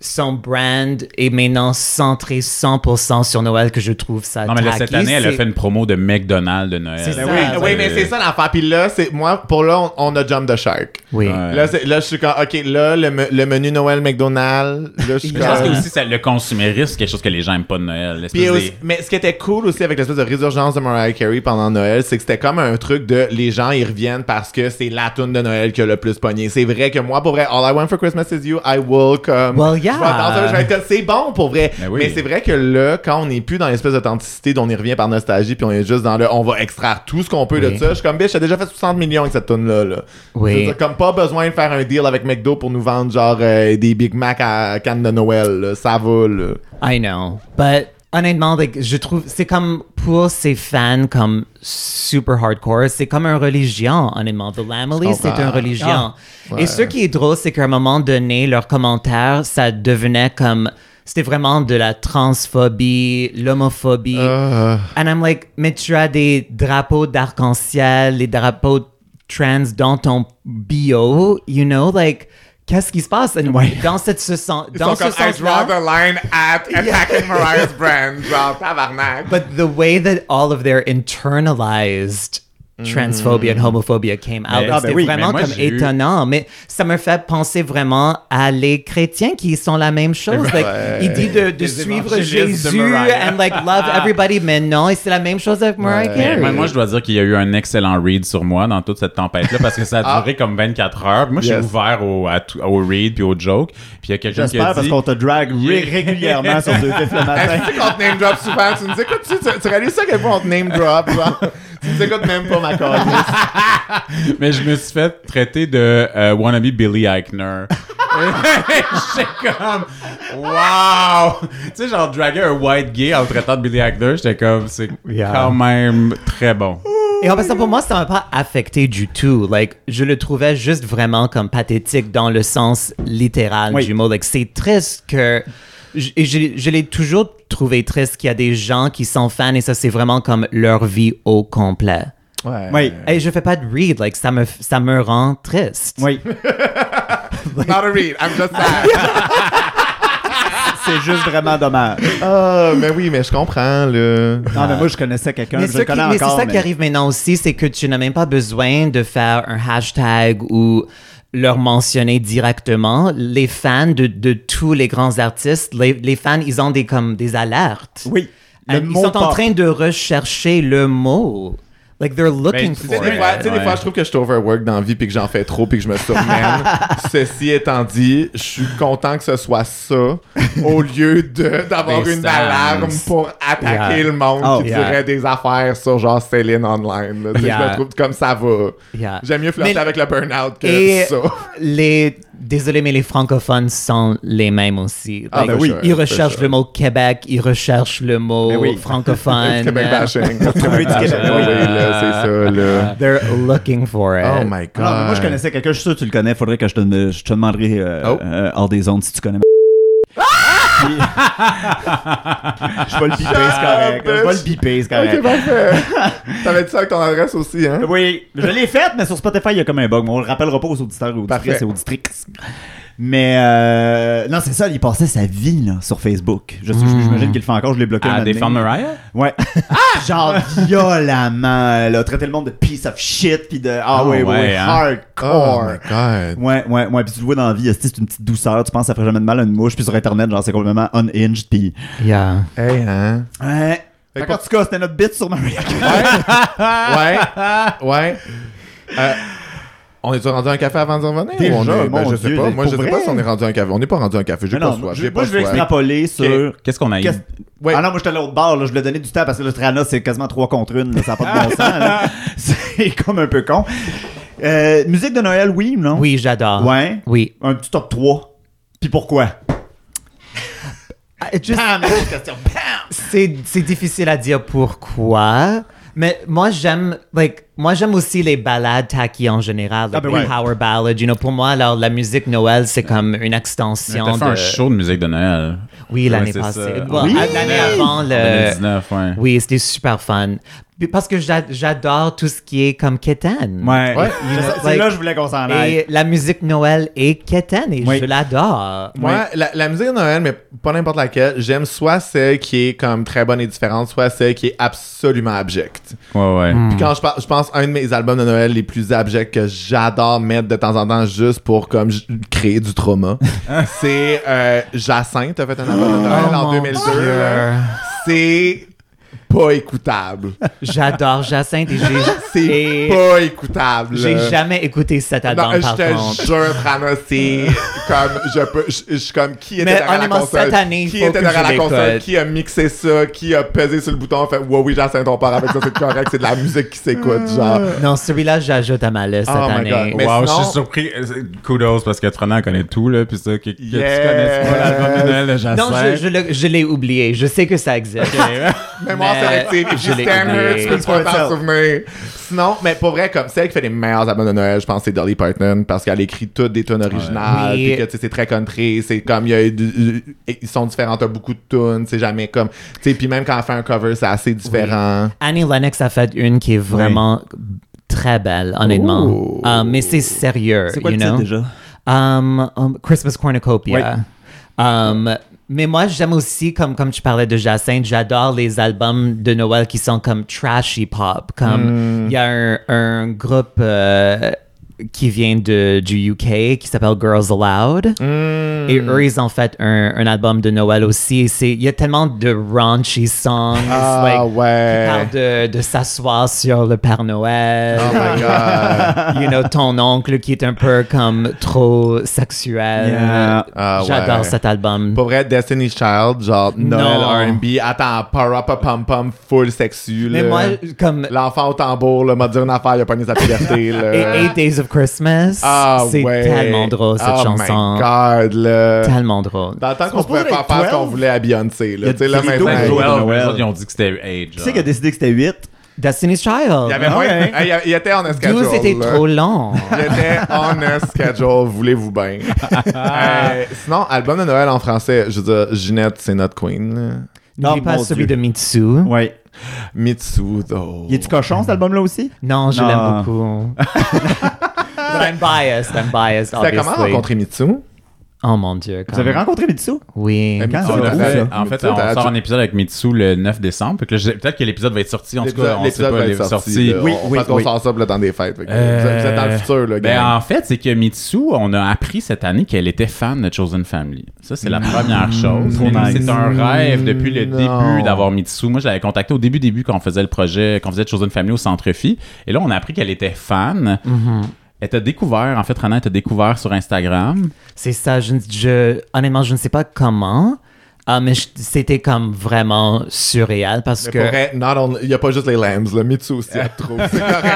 [SPEAKER 4] son brand est maintenant centré 100% sur Noël, que je trouve ça
[SPEAKER 3] Non, mais là,
[SPEAKER 4] tacky,
[SPEAKER 3] cette année, elle a
[SPEAKER 4] c'est-
[SPEAKER 3] fait une promo de McDonald's de Noël.
[SPEAKER 4] C'est
[SPEAKER 1] Ben
[SPEAKER 4] ça,
[SPEAKER 1] oui,
[SPEAKER 4] ça,
[SPEAKER 1] oui,
[SPEAKER 4] ça.
[SPEAKER 1] mais c'est ça l'affaire. Puis là, c'est moi, pour là, on, on a Jump the Shark.
[SPEAKER 4] Oui.
[SPEAKER 3] Ouais.
[SPEAKER 1] Là, c'est- là, je suis comme, OK, là, le, me- le menu Noël McDonald's. Là, je suis
[SPEAKER 3] Mais Je pense que
[SPEAKER 1] comme-
[SPEAKER 3] aussi, ça- le consumérisme, c'est quelque chose que les gens aiment pas de Noël. l'espèce
[SPEAKER 1] Puis
[SPEAKER 3] des-
[SPEAKER 1] aussi- mais ce qui était cool aussi avec l'espèce de résurgence de Mariah Carey pendant Noël, c'est que c'était comme un truc de les gens ils reviennent parce que c'est la tune de Noël qui a le plus pogné. C'est vrai que moi pour vrai, All I Want for Christmas is You, I will comme.
[SPEAKER 4] Well, yeah.
[SPEAKER 1] Je vais danser, je vais être comme, c'est bon pour vrai.
[SPEAKER 3] Ben oui.
[SPEAKER 1] Mais c'est vrai que là, quand on n'est plus dans l'espèce d'authenticité, dont on y revient par nostalgie, puis on est juste dans le, on va extraire tout ce qu'on peut de
[SPEAKER 4] Oui.
[SPEAKER 1] ça. Je suis comme bitch, j'ai déjà fait 60 millions avec cette tune là. là.
[SPEAKER 4] Oui.
[SPEAKER 1] Je veux dire, comme pas besoin de faire un deal avec McDo pour nous vendre genre euh, des Big Mac à canne de Noël. là. Ça va là.
[SPEAKER 4] I know. But honnêtement, like, je trouve, c'est comme pour ces fans comme super hardcore, c'est comme un religion, honnêtement. The Lamely, c'est un religion.
[SPEAKER 1] Ah,
[SPEAKER 4] Et ce qui est drôle, c'est qu'à un moment donné, leurs commentaires, ça devenait comme. C'était vraiment de la transphobie, l'homophobie.
[SPEAKER 1] Ah.
[SPEAKER 4] And I'm like, mais tu as des drapeaux d'arc-en-ciel, les drapeaux trans dans ton bio, you know, like, qu'est-ce qui se passe? And Dans cette ce sens,
[SPEAKER 1] Ils
[SPEAKER 4] dans
[SPEAKER 1] sont
[SPEAKER 4] ce
[SPEAKER 1] comme, I draw
[SPEAKER 4] sens-là,
[SPEAKER 1] the line at attacking Mariah's brand. Genre, tabarnak.
[SPEAKER 4] But the way that all of their internalized transphobia and homophobia came out,
[SPEAKER 3] Mm. Mais-
[SPEAKER 4] like,
[SPEAKER 3] Ah, ben
[SPEAKER 4] c'était
[SPEAKER 3] oui, mais
[SPEAKER 4] vraiment
[SPEAKER 3] moi,
[SPEAKER 4] comme
[SPEAKER 3] j'ai eu-
[SPEAKER 4] étonnant. Mais ça me fait penser vraiment à les chrétiens qui sont la même chose. Like, Il dit de, de
[SPEAKER 3] Les
[SPEAKER 4] suivre
[SPEAKER 3] évangélistes de
[SPEAKER 4] Jésus
[SPEAKER 3] Mariah.
[SPEAKER 4] and like love everybody, mais non, et c'est la même chose avec Mariah
[SPEAKER 1] Ouais.
[SPEAKER 4] Carey.
[SPEAKER 3] Eh, Mais moi, je dois dire qu'il y a eu un excellent read sur moi dans toute cette tempête-là parce que ça a duré comme 24 heures. Moi, je suis
[SPEAKER 1] Yes.
[SPEAKER 3] ouvert au, à tout- au read puis au joke. Puis il y a quelqu'un qui a
[SPEAKER 2] J'espère
[SPEAKER 3] dit...
[SPEAKER 2] parce qu'on te drag ré- régulièrement
[SPEAKER 1] Ben,
[SPEAKER 2] sur deux fifs le matin.
[SPEAKER 1] Est-ce qu'on te name drop souvent? Tu nous écoutes-tu? Tu, tu réalises ça à quel point on te name drop? genre? Tu nous écoutes même pas, ma calice.
[SPEAKER 3] Mais je me suis fait traiter de euh, wannabe Billy Eichner. j'étais comme, wow! Tu sais, genre, draguer un white gay en le traitant de Billy Eichner, j'étais comme, c'est
[SPEAKER 1] Yeah.
[SPEAKER 3] quand même très bon.
[SPEAKER 4] Et en passant, pour moi, ça m'a pas affecté du tout. Like, je le trouvais juste vraiment comme pathétique dans le sens littéral
[SPEAKER 2] Oui.
[SPEAKER 4] du mot. Like, c'est triste que. j- et Je, je l'ai toujours trouvé triste qu'il y a des gens qui sont fans et ça, c'est vraiment comme leur vie au complet.
[SPEAKER 1] Ouais.
[SPEAKER 2] Oui.
[SPEAKER 4] Et je fais pas de read, like, ça me, ça me rend triste.
[SPEAKER 2] Oui.
[SPEAKER 1] Not a read, I'm just sad.
[SPEAKER 2] C'est juste vraiment dommage.
[SPEAKER 1] Ah, mais oui, mais je comprends, là.
[SPEAKER 2] Non, mais moi, je connaissais quelqu'un,
[SPEAKER 4] Ah. Mais
[SPEAKER 2] je
[SPEAKER 4] ce
[SPEAKER 2] le
[SPEAKER 4] qui-
[SPEAKER 2] connais
[SPEAKER 4] mais c'est
[SPEAKER 2] encore.
[SPEAKER 4] ça
[SPEAKER 2] mais-
[SPEAKER 4] qui arrive maintenant aussi, c'est que tu n'as même pas besoin de faire un hashtag ou leur mentionner directement. Les fans de, de tous les grands artistes, les, les fans, ils ont des, comme, des alertes.
[SPEAKER 2] Oui.
[SPEAKER 4] Euh,
[SPEAKER 2] Le
[SPEAKER 4] ils
[SPEAKER 2] mot
[SPEAKER 4] sont en
[SPEAKER 2] pop.
[SPEAKER 4] train de rechercher le mot. Like, they're looking
[SPEAKER 3] Ben, tu
[SPEAKER 1] Tu
[SPEAKER 4] for
[SPEAKER 1] sais, des
[SPEAKER 4] it.
[SPEAKER 1] fois, tu sais, des
[SPEAKER 3] Ouais.
[SPEAKER 1] fois, je trouve que je suis overwork dans la vie puis que j'en fais trop puis que je me surmène. Ceci étant dit, je suis content que ce soit ça au lieu de d'avoir
[SPEAKER 3] Des
[SPEAKER 1] une
[SPEAKER 3] stands.
[SPEAKER 1] alarme pour attaquer
[SPEAKER 4] Yeah.
[SPEAKER 1] le monde
[SPEAKER 2] Oh,
[SPEAKER 1] qui
[SPEAKER 4] yeah.
[SPEAKER 1] dirait des affaires sur genre Céline online. là. Tu sais, Je
[SPEAKER 4] Yeah.
[SPEAKER 1] me trouve comme ça va.
[SPEAKER 4] Yeah.
[SPEAKER 1] J'aime mieux flirter
[SPEAKER 4] Mais-
[SPEAKER 1] avec le burn-out que
[SPEAKER 4] Et
[SPEAKER 1] ça.
[SPEAKER 4] les, désolé, mais les francophones sont les mêmes aussi.
[SPEAKER 1] Ah, ben oui,
[SPEAKER 4] Ils
[SPEAKER 1] for
[SPEAKER 4] recherchent
[SPEAKER 1] sure.
[SPEAKER 4] le mot Québec, ils recherchent le mot
[SPEAKER 2] Ben oui.
[SPEAKER 4] francophone.
[SPEAKER 1] C'est Québec bashing. C'est Québec
[SPEAKER 2] trouver du
[SPEAKER 1] bashing.
[SPEAKER 2] euh, Québec.
[SPEAKER 1] Oui, oui, là, c'est ça, là.
[SPEAKER 4] They're looking for it.
[SPEAKER 1] Oh my god.
[SPEAKER 2] Non, Ah, mais moi, je connaissais quelqu'un, je suis sûr que tu le connais. Faudrait que je te, dem- je te demanderai euh,
[SPEAKER 1] Oh.
[SPEAKER 2] euh, hors des ondes si tu connais. Puis- je vais le biper, c'est correct. Je vais le biper, c'est correct.
[SPEAKER 1] Ah, Ok, parfait. T'avais dit ça avec ton adresse aussi, hein?
[SPEAKER 2] Oui, je l'ai faite, mais sur Spotify, il y a comme un bug. Mais on le rappellera pas aux auditeurs et auditrices
[SPEAKER 1] Parfait.
[SPEAKER 2] et auditrices. Mais euh, non, c'est ça, il passait sa vie là, sur Facebook. Je sais- J'imagine qu'il le fait encore, je l'ai bloqué. un
[SPEAKER 3] À
[SPEAKER 2] moment donné.
[SPEAKER 3] défendre Mariah?
[SPEAKER 2] Ouais. Genre violemment, là. Traiter le monde de piece of shit, puis de. Ah
[SPEAKER 3] Ah
[SPEAKER 2] oui, oui,
[SPEAKER 3] ouais,
[SPEAKER 2] oui,
[SPEAKER 3] hein.
[SPEAKER 1] Oh
[SPEAKER 2] hardcore.
[SPEAKER 1] my god.
[SPEAKER 2] Ouais, ouais, ouais. Puis tu le vois dans la vie, esti, c'est une petite douceur. Tu penses que ça ferait jamais de mal à une mouche. Puis sur Internet, genre, c'est complètement unhinged. Puis.
[SPEAKER 4] Yeah.
[SPEAKER 1] Hey, hein?
[SPEAKER 2] Ouais.
[SPEAKER 1] Fait
[SPEAKER 2] Fait
[SPEAKER 1] que-
[SPEAKER 2] qu'en tout cas, c'était notre bit sur Maria Carey.
[SPEAKER 1] ouais.
[SPEAKER 2] Ah.
[SPEAKER 1] Ouais. Euh, on est-tu rendu à un café avant de revenir?
[SPEAKER 2] Déjà,
[SPEAKER 1] ou on est- ben,
[SPEAKER 2] mon
[SPEAKER 1] je sais
[SPEAKER 2] Dieu,
[SPEAKER 1] pas. Moi, je
[SPEAKER 2] pour
[SPEAKER 1] sais
[SPEAKER 2] vrai?
[SPEAKER 1] pas si on est rendu à un café. On n'est pas rendu à un café. J'ai
[SPEAKER 2] Mais
[SPEAKER 1] pas
[SPEAKER 2] non,
[SPEAKER 1] soif.
[SPEAKER 2] moi, je-
[SPEAKER 1] J'ai
[SPEAKER 2] moi,
[SPEAKER 1] pas
[SPEAKER 2] je vais
[SPEAKER 1] soif.
[SPEAKER 2] extrapoler sur.
[SPEAKER 3] Qu'est-ce qu'on a eu?
[SPEAKER 2] Qu'est-ce-
[SPEAKER 1] Ouais.
[SPEAKER 2] Ah non, moi j'étais à l'autre bord, là, je voulais donner du temps parce que le Trana c'est quasiment 3 contre 1, ça n'a pas de bon sens. là. C'est comme un peu con. Euh, musique de Noël, oui, non?
[SPEAKER 4] Oui, j'adore.
[SPEAKER 2] Ouais.
[SPEAKER 4] Oui.
[SPEAKER 2] Un petit top 3. Puis pourquoi? Bam! grosse question, bam!
[SPEAKER 4] Ah, C'est c'est difficile à dire pourquoi. Mais moi j'aime like moi j'aime aussi les ballades tacky en général, like
[SPEAKER 2] Ah, ben
[SPEAKER 4] les
[SPEAKER 2] ouais.
[SPEAKER 4] power ballads. You know, pour moi alors la musique Noël c'est comme une
[SPEAKER 3] T'as
[SPEAKER 4] extension
[SPEAKER 3] fait
[SPEAKER 4] de
[SPEAKER 3] un show de musique de Noël.
[SPEAKER 4] oui l'année
[SPEAKER 3] Ouais, c'est
[SPEAKER 4] passée,
[SPEAKER 3] ça.
[SPEAKER 4] Well,
[SPEAKER 2] Oui!
[SPEAKER 4] à- l'année avant
[SPEAKER 3] En
[SPEAKER 4] le
[SPEAKER 3] 2019, ouais.
[SPEAKER 4] oui c'était super fun Puis Parce que j'a- j'adore tout ce qui est comme Kétan.
[SPEAKER 2] Ouais.
[SPEAKER 1] Ouais.
[SPEAKER 2] C'est ça, c'est
[SPEAKER 4] Like-
[SPEAKER 2] là que je voulais qu'on s'en aille.
[SPEAKER 4] Et la musique Noël est Kétan et
[SPEAKER 2] Oui.
[SPEAKER 4] je l'adore.
[SPEAKER 1] Moi, la, la musique de Noël, mais pas n'importe laquelle, j'aime soit celle qui est comme très bonne et différente, soit celle qui est absolument abjecte.
[SPEAKER 3] Ouais, ouais.
[SPEAKER 4] Hmm.
[SPEAKER 1] Puis quand je, par- je pense un de mes albums de Noël les plus abjects que j'adore mettre de temps en temps juste pour comme j- créer du trauma, c'est euh, Jacinthe a fait un album de Noël
[SPEAKER 4] Hein? Oh,
[SPEAKER 1] en
[SPEAKER 4] mon
[SPEAKER 1] 2002.
[SPEAKER 4] Dieu.
[SPEAKER 1] là. C'est pas écoutable.
[SPEAKER 4] J'adore Jacinthe et j'ai
[SPEAKER 1] C'est
[SPEAKER 4] et
[SPEAKER 1] pas écoutable.
[SPEAKER 4] j'ai jamais écouté cet
[SPEAKER 1] Non,
[SPEAKER 4] album
[SPEAKER 1] Ah ben, je
[SPEAKER 4] par contre.
[SPEAKER 1] te jure, Prana, c'est comme, je peux, je, je suis comme, qui était
[SPEAKER 4] Mais
[SPEAKER 1] derrière la
[SPEAKER 4] honnêtement,
[SPEAKER 1] console?
[SPEAKER 4] cette année,
[SPEAKER 1] qui
[SPEAKER 4] faut
[SPEAKER 1] était
[SPEAKER 4] que
[SPEAKER 1] derrière
[SPEAKER 4] je
[SPEAKER 1] la console?
[SPEAKER 4] l'écoute.
[SPEAKER 1] Qui a mixé ça? Qui a pesé sur le bouton? Fait, ouais, oui, Jacinthe, on part avec ça, c'est correct, c'est de la musique qui s'écoute, genre.
[SPEAKER 4] Non, celui-là, j'ajoute à ma liste
[SPEAKER 1] Oh
[SPEAKER 4] cette
[SPEAKER 1] my God.
[SPEAKER 4] année.
[SPEAKER 1] Mais
[SPEAKER 3] wow,
[SPEAKER 1] sinon-
[SPEAKER 3] je suis surpris. Euh, Kudos parce que Trana connaît tout, là. Puis ça, que, que
[SPEAKER 1] Yes.
[SPEAKER 3] tu connais pas l'album de Noël de Jacinthe.
[SPEAKER 4] Non, je, je le- je l'ai oublié. Je sais que ça existe.
[SPEAKER 3] Ah,
[SPEAKER 1] Mémoire
[SPEAKER 4] Mais
[SPEAKER 1] sélective. If
[SPEAKER 4] je
[SPEAKER 1] you
[SPEAKER 4] l'ai
[SPEAKER 1] stand her, tu
[SPEAKER 4] oublié.
[SPEAKER 1] peux pas t'en souvenir. Sinon, mais pour vrai, comme celle qui fait les meilleurs albums de Noël, je pense, c'est Dolly Parton, parce qu'elle écrit toutes des tunes originales,
[SPEAKER 4] Oui.
[SPEAKER 1] puis que, tu sais, c'est très country, c'est comme, il y a eu du- du- ils sont différents, t'as beaucoup de tunes, c'est jamais comme, tu sais, puis même quand elle fait un cover, c'est assez différent.
[SPEAKER 4] Annie Lennox a fait une qui est vraiment très belle, honnêtement.
[SPEAKER 1] Ouh.
[SPEAKER 4] Um, mais c'est sérieux.
[SPEAKER 2] C'est quoi
[SPEAKER 4] you
[SPEAKER 2] le titre
[SPEAKER 4] know?
[SPEAKER 2] déjà?
[SPEAKER 4] Um, um, Christmas Cornucopia.
[SPEAKER 2] Oui.
[SPEAKER 4] Um, mais moi, j'aime aussi, comme, comme tu parlais de Jacinthe, j'adore les albums de
[SPEAKER 1] Hmm.
[SPEAKER 4] Noël qui sont comme trashy pop. Comme il y a un, un groupe euh, qui vient de, du UK qui s'appelle Girls Aloud.
[SPEAKER 1] Hmm.
[SPEAKER 4] Et eux, ils ont fait un, un album de Noël aussi. Et c'est- Il y a tellement de raunchy songs
[SPEAKER 1] Ah,
[SPEAKER 4] like,
[SPEAKER 1] ouais.
[SPEAKER 4] qui parlent de, de s'asseoir sur le Père Noël.
[SPEAKER 1] Oh my god.
[SPEAKER 4] Euh, you know, ton oncle qui est un peu comme trop sexuel.
[SPEAKER 2] Yeah.
[SPEAKER 1] Ah,
[SPEAKER 4] J'adore
[SPEAKER 1] ouais.
[SPEAKER 4] cet album.
[SPEAKER 1] Pour vrai, Destiny's Child, genre Noël
[SPEAKER 4] Non.
[SPEAKER 1] R&B, attends, parapa pam pam, full sexu,
[SPEAKER 4] Mais
[SPEAKER 1] là.
[SPEAKER 4] moi, comme
[SPEAKER 1] L'enfant au tambour, là, m'a dit une affaire, il a pas mis sa liberté, là.
[SPEAKER 4] Eight Days of Christmas,
[SPEAKER 1] Ah,
[SPEAKER 4] c'est
[SPEAKER 1] ouais.
[SPEAKER 4] tellement drôle cette
[SPEAKER 1] oh
[SPEAKER 4] chanson.
[SPEAKER 1] my god, là.
[SPEAKER 4] Tellement drôle.
[SPEAKER 1] Dans le temps
[SPEAKER 2] On
[SPEAKER 1] qu'on
[SPEAKER 2] se
[SPEAKER 1] pouvait
[SPEAKER 2] posait
[SPEAKER 1] faire
[SPEAKER 2] les
[SPEAKER 1] faire ce qu'on
[SPEAKER 2] 12.
[SPEAKER 1] voulait à Beyoncé,
[SPEAKER 2] Il y
[SPEAKER 1] là.
[SPEAKER 2] a
[SPEAKER 1] Tu sais, là,
[SPEAKER 2] des
[SPEAKER 1] maintenant.
[SPEAKER 2] douze
[SPEAKER 1] il-
[SPEAKER 2] joueurs.
[SPEAKER 3] Noël,
[SPEAKER 2] Noël.
[SPEAKER 3] les autres, ils ont dit que c'était age.
[SPEAKER 2] Qui c'est qui a décidé que c'était 8?
[SPEAKER 4] Destiny's Child.
[SPEAKER 1] Il y avait
[SPEAKER 2] Ah
[SPEAKER 1] moins.
[SPEAKER 2] ouais.
[SPEAKER 1] Hey, il y a- il était en escadrille.
[SPEAKER 4] 12 était
[SPEAKER 1] là.
[SPEAKER 4] trop long.
[SPEAKER 1] Il était on a schedule, voulez-vous bien. Euh, sinon, album de Noël en français, je veux dire, Ginette, c'est notre queen. là.
[SPEAKER 4] N'oublie
[SPEAKER 2] Oh,
[SPEAKER 4] pas
[SPEAKER 2] mon
[SPEAKER 4] celui
[SPEAKER 2] Dieu.
[SPEAKER 4] de Mitsu.
[SPEAKER 1] Hein?
[SPEAKER 2] Ouais.
[SPEAKER 1] Mitsu, though.
[SPEAKER 2] Il est du cochon, cet album-là aussi?
[SPEAKER 4] Non, je
[SPEAKER 2] Non.
[SPEAKER 4] l'aime beaucoup. I'm biased, I'm biased,
[SPEAKER 1] T'as comment
[SPEAKER 4] obviously.
[SPEAKER 1] rencontré Mitsu?
[SPEAKER 4] Oh mon Dieu.
[SPEAKER 2] Vous avez
[SPEAKER 4] comment-
[SPEAKER 2] rencontré Mitsu?
[SPEAKER 4] Oui.
[SPEAKER 1] Euh,
[SPEAKER 2] Quand
[SPEAKER 1] Mitsu,
[SPEAKER 2] ça,
[SPEAKER 3] On a
[SPEAKER 1] t'as
[SPEAKER 2] où,
[SPEAKER 3] fait-
[SPEAKER 2] ça?
[SPEAKER 3] en
[SPEAKER 1] Mais
[SPEAKER 3] fait,
[SPEAKER 1] toi,
[SPEAKER 3] on
[SPEAKER 1] t'as-
[SPEAKER 3] sort un épisode avec Mitsu le 9 décembre. Fait que là, je- Peut-être que l'épisode va être sorti. En tout cas, on sait
[SPEAKER 1] L'épisode
[SPEAKER 3] pas.
[SPEAKER 1] va
[SPEAKER 3] Il est
[SPEAKER 1] être
[SPEAKER 3] sorti.
[SPEAKER 1] sorti. là,
[SPEAKER 3] euh,
[SPEAKER 1] on-
[SPEAKER 2] Oui, oui,
[SPEAKER 1] Parce qu'on
[SPEAKER 2] oui.
[SPEAKER 1] sort ça le temps des fêtes. fait que
[SPEAKER 3] Euh,
[SPEAKER 1] Vous êtes vous êtes dans le futur, là,
[SPEAKER 3] Ben,
[SPEAKER 1] gang.
[SPEAKER 3] en fait, c'est que Mitsu, on a appris cette année qu'elle était fan de Chosen Family. Ça, c'est la première chose.
[SPEAKER 2] Trop
[SPEAKER 3] Mais
[SPEAKER 2] nice.
[SPEAKER 3] C'est un rêve depuis le
[SPEAKER 1] Non.
[SPEAKER 3] début d'avoir Mitsu. Moi, j'avais contacté au début, début, quand on faisait le projet, quand on faisait Chosen Family au Centre Phi. Et là, on a appris qu'elle était fan. Elle t'a découvert, en fait, Rana, elle t'a découvert sur Instagram.
[SPEAKER 4] C'est ça, je, je- honnêtement, je ne sais pas comment, ah, mais je- c'était comme vraiment surréal parce
[SPEAKER 1] Mais
[SPEAKER 4] que...
[SPEAKER 1] pour vrai, not only- il n'y a pas juste les lambs, là. Mitsu aussi, elle trouve. C'est correct.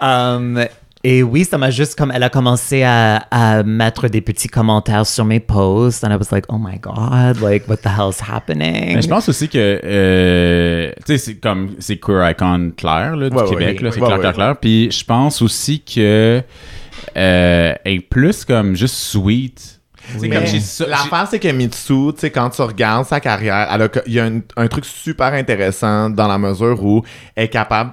[SPEAKER 4] Um, et oui, ça m'a juste comme elle a commencé à, à mettre des petits commentaires sur mes posts, and I was like, oh my god, like what the hell's happening?
[SPEAKER 3] Mais je pense aussi que, euh, tu sais, c'est comme, c'est Queer Icon Claire, là, du
[SPEAKER 1] Ouais, ouais,
[SPEAKER 3] Québec,
[SPEAKER 1] oui.
[SPEAKER 3] là, c'est
[SPEAKER 1] Ouais, ouais,
[SPEAKER 3] Claire, Claire,
[SPEAKER 1] ouais.
[SPEAKER 3] Claire. Puis je pense aussi que, euh, elle est plus comme juste sweet. Tu sais,
[SPEAKER 1] Mais
[SPEAKER 3] comme j'ai ça- j'ai-
[SPEAKER 1] L'affaire, c'est que Mitsu, tu sais, quand tu regardes sa carrière, elle a co- il y a un, un truc super intéressant dans la mesure où elle est capable.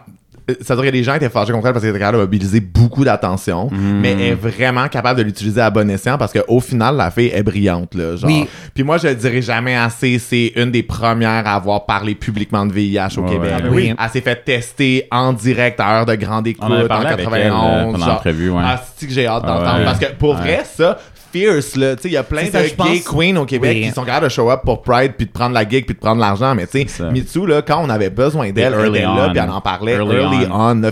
[SPEAKER 1] euh, Ça veut dire que les gens étaient fâchés contre elle parce qu'elle était capable de mobiliser beaucoup d'attention,
[SPEAKER 3] Mm.
[SPEAKER 1] mais elle est vraiment capable de l'utiliser à bon escient parce qu'au final, la fille est brillante. Là, genre.
[SPEAKER 4] Oui.
[SPEAKER 1] Puis moi, je le dirai jamais assez, c'est une des premières à avoir parlé publiquement de VIH au
[SPEAKER 3] Ouais,
[SPEAKER 1] Québec.
[SPEAKER 3] ouais.
[SPEAKER 4] Ah, oui.
[SPEAKER 1] Elle s'est fait tester en direct à heure de grande écoute
[SPEAKER 3] On en avait
[SPEAKER 1] en
[SPEAKER 3] parlé avec
[SPEAKER 1] 91.
[SPEAKER 3] elle, euh, pendant
[SPEAKER 1] genre.
[SPEAKER 3] l'entrevue, ouais.
[SPEAKER 1] Ah, c'est que j'ai hâte d'entendre
[SPEAKER 3] Ah ouais.
[SPEAKER 1] parce que pour
[SPEAKER 3] Ouais.
[SPEAKER 1] vrai, ça, fierce, là. Tu sais, il y a plein
[SPEAKER 4] C'est ça,
[SPEAKER 1] de
[SPEAKER 4] je
[SPEAKER 1] gay
[SPEAKER 4] pense.
[SPEAKER 1] queens au Québec
[SPEAKER 4] Oui.
[SPEAKER 1] qui sont capables de show up pour Pride, puis de prendre la gig, puis de prendre l'argent. Mais tu
[SPEAKER 3] C'est
[SPEAKER 1] sais,
[SPEAKER 3] ça.
[SPEAKER 1] Mitsu, là, quand on avait besoin d'elle, elle était là, puis elle en parlait early, on. là.
[SPEAKER 3] il,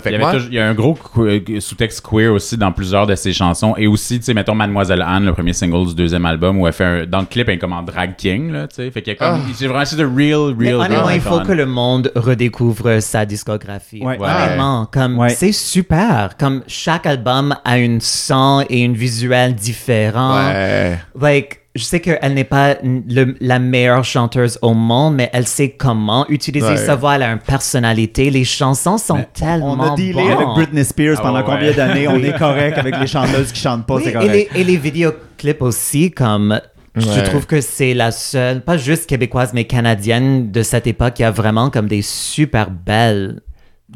[SPEAKER 1] fait
[SPEAKER 3] y
[SPEAKER 1] que
[SPEAKER 3] avait
[SPEAKER 1] moi,
[SPEAKER 3] toujours- il y a un gros que- sous-texte queer aussi dans plusieurs de ses chansons. Et aussi, tu sais, mettons Mademoiselle Anne, le premier single du deuxième album, où elle fait un- dans le clip, elle est comme en drag king, là, tu sais. Fait qu'il y a
[SPEAKER 1] Ah.
[SPEAKER 3] comme, c'est vraiment c'est de real,
[SPEAKER 4] Mais
[SPEAKER 3] real.
[SPEAKER 4] honnêtement,
[SPEAKER 3] drag
[SPEAKER 4] il faut
[SPEAKER 3] icon.
[SPEAKER 4] que le monde redécouvre sa discographie.
[SPEAKER 2] Ouais. Ouais.
[SPEAKER 4] Honnêtement, comme
[SPEAKER 2] Ouais.
[SPEAKER 4] c'est super. Comme chaque album a une son et une visuelle différent.
[SPEAKER 1] ouais.
[SPEAKER 4] Like, je sais qu'elle n'est pas le- la meilleure chanteuse au monde, mais elle sait comment utiliser
[SPEAKER 1] Ouais.
[SPEAKER 4] sa voix. Elle a une personnalité. Les chansons sont tellement
[SPEAKER 2] On a dealé
[SPEAKER 4] bonnes.
[SPEAKER 2] avec Britney Spears
[SPEAKER 3] Ah,
[SPEAKER 2] pendant
[SPEAKER 3] ouais.
[SPEAKER 2] combien d'années? On est correct avec les chanteuses qui chantent pas,
[SPEAKER 4] Oui,
[SPEAKER 2] c'est
[SPEAKER 4] et, les,
[SPEAKER 2] correct.
[SPEAKER 4] et les vidéoclips aussi, comme je
[SPEAKER 1] Ouais.
[SPEAKER 4] trouve que c'est la seule, pas juste québécoise, mais canadienne de cette époque qui a vraiment comme des super belles.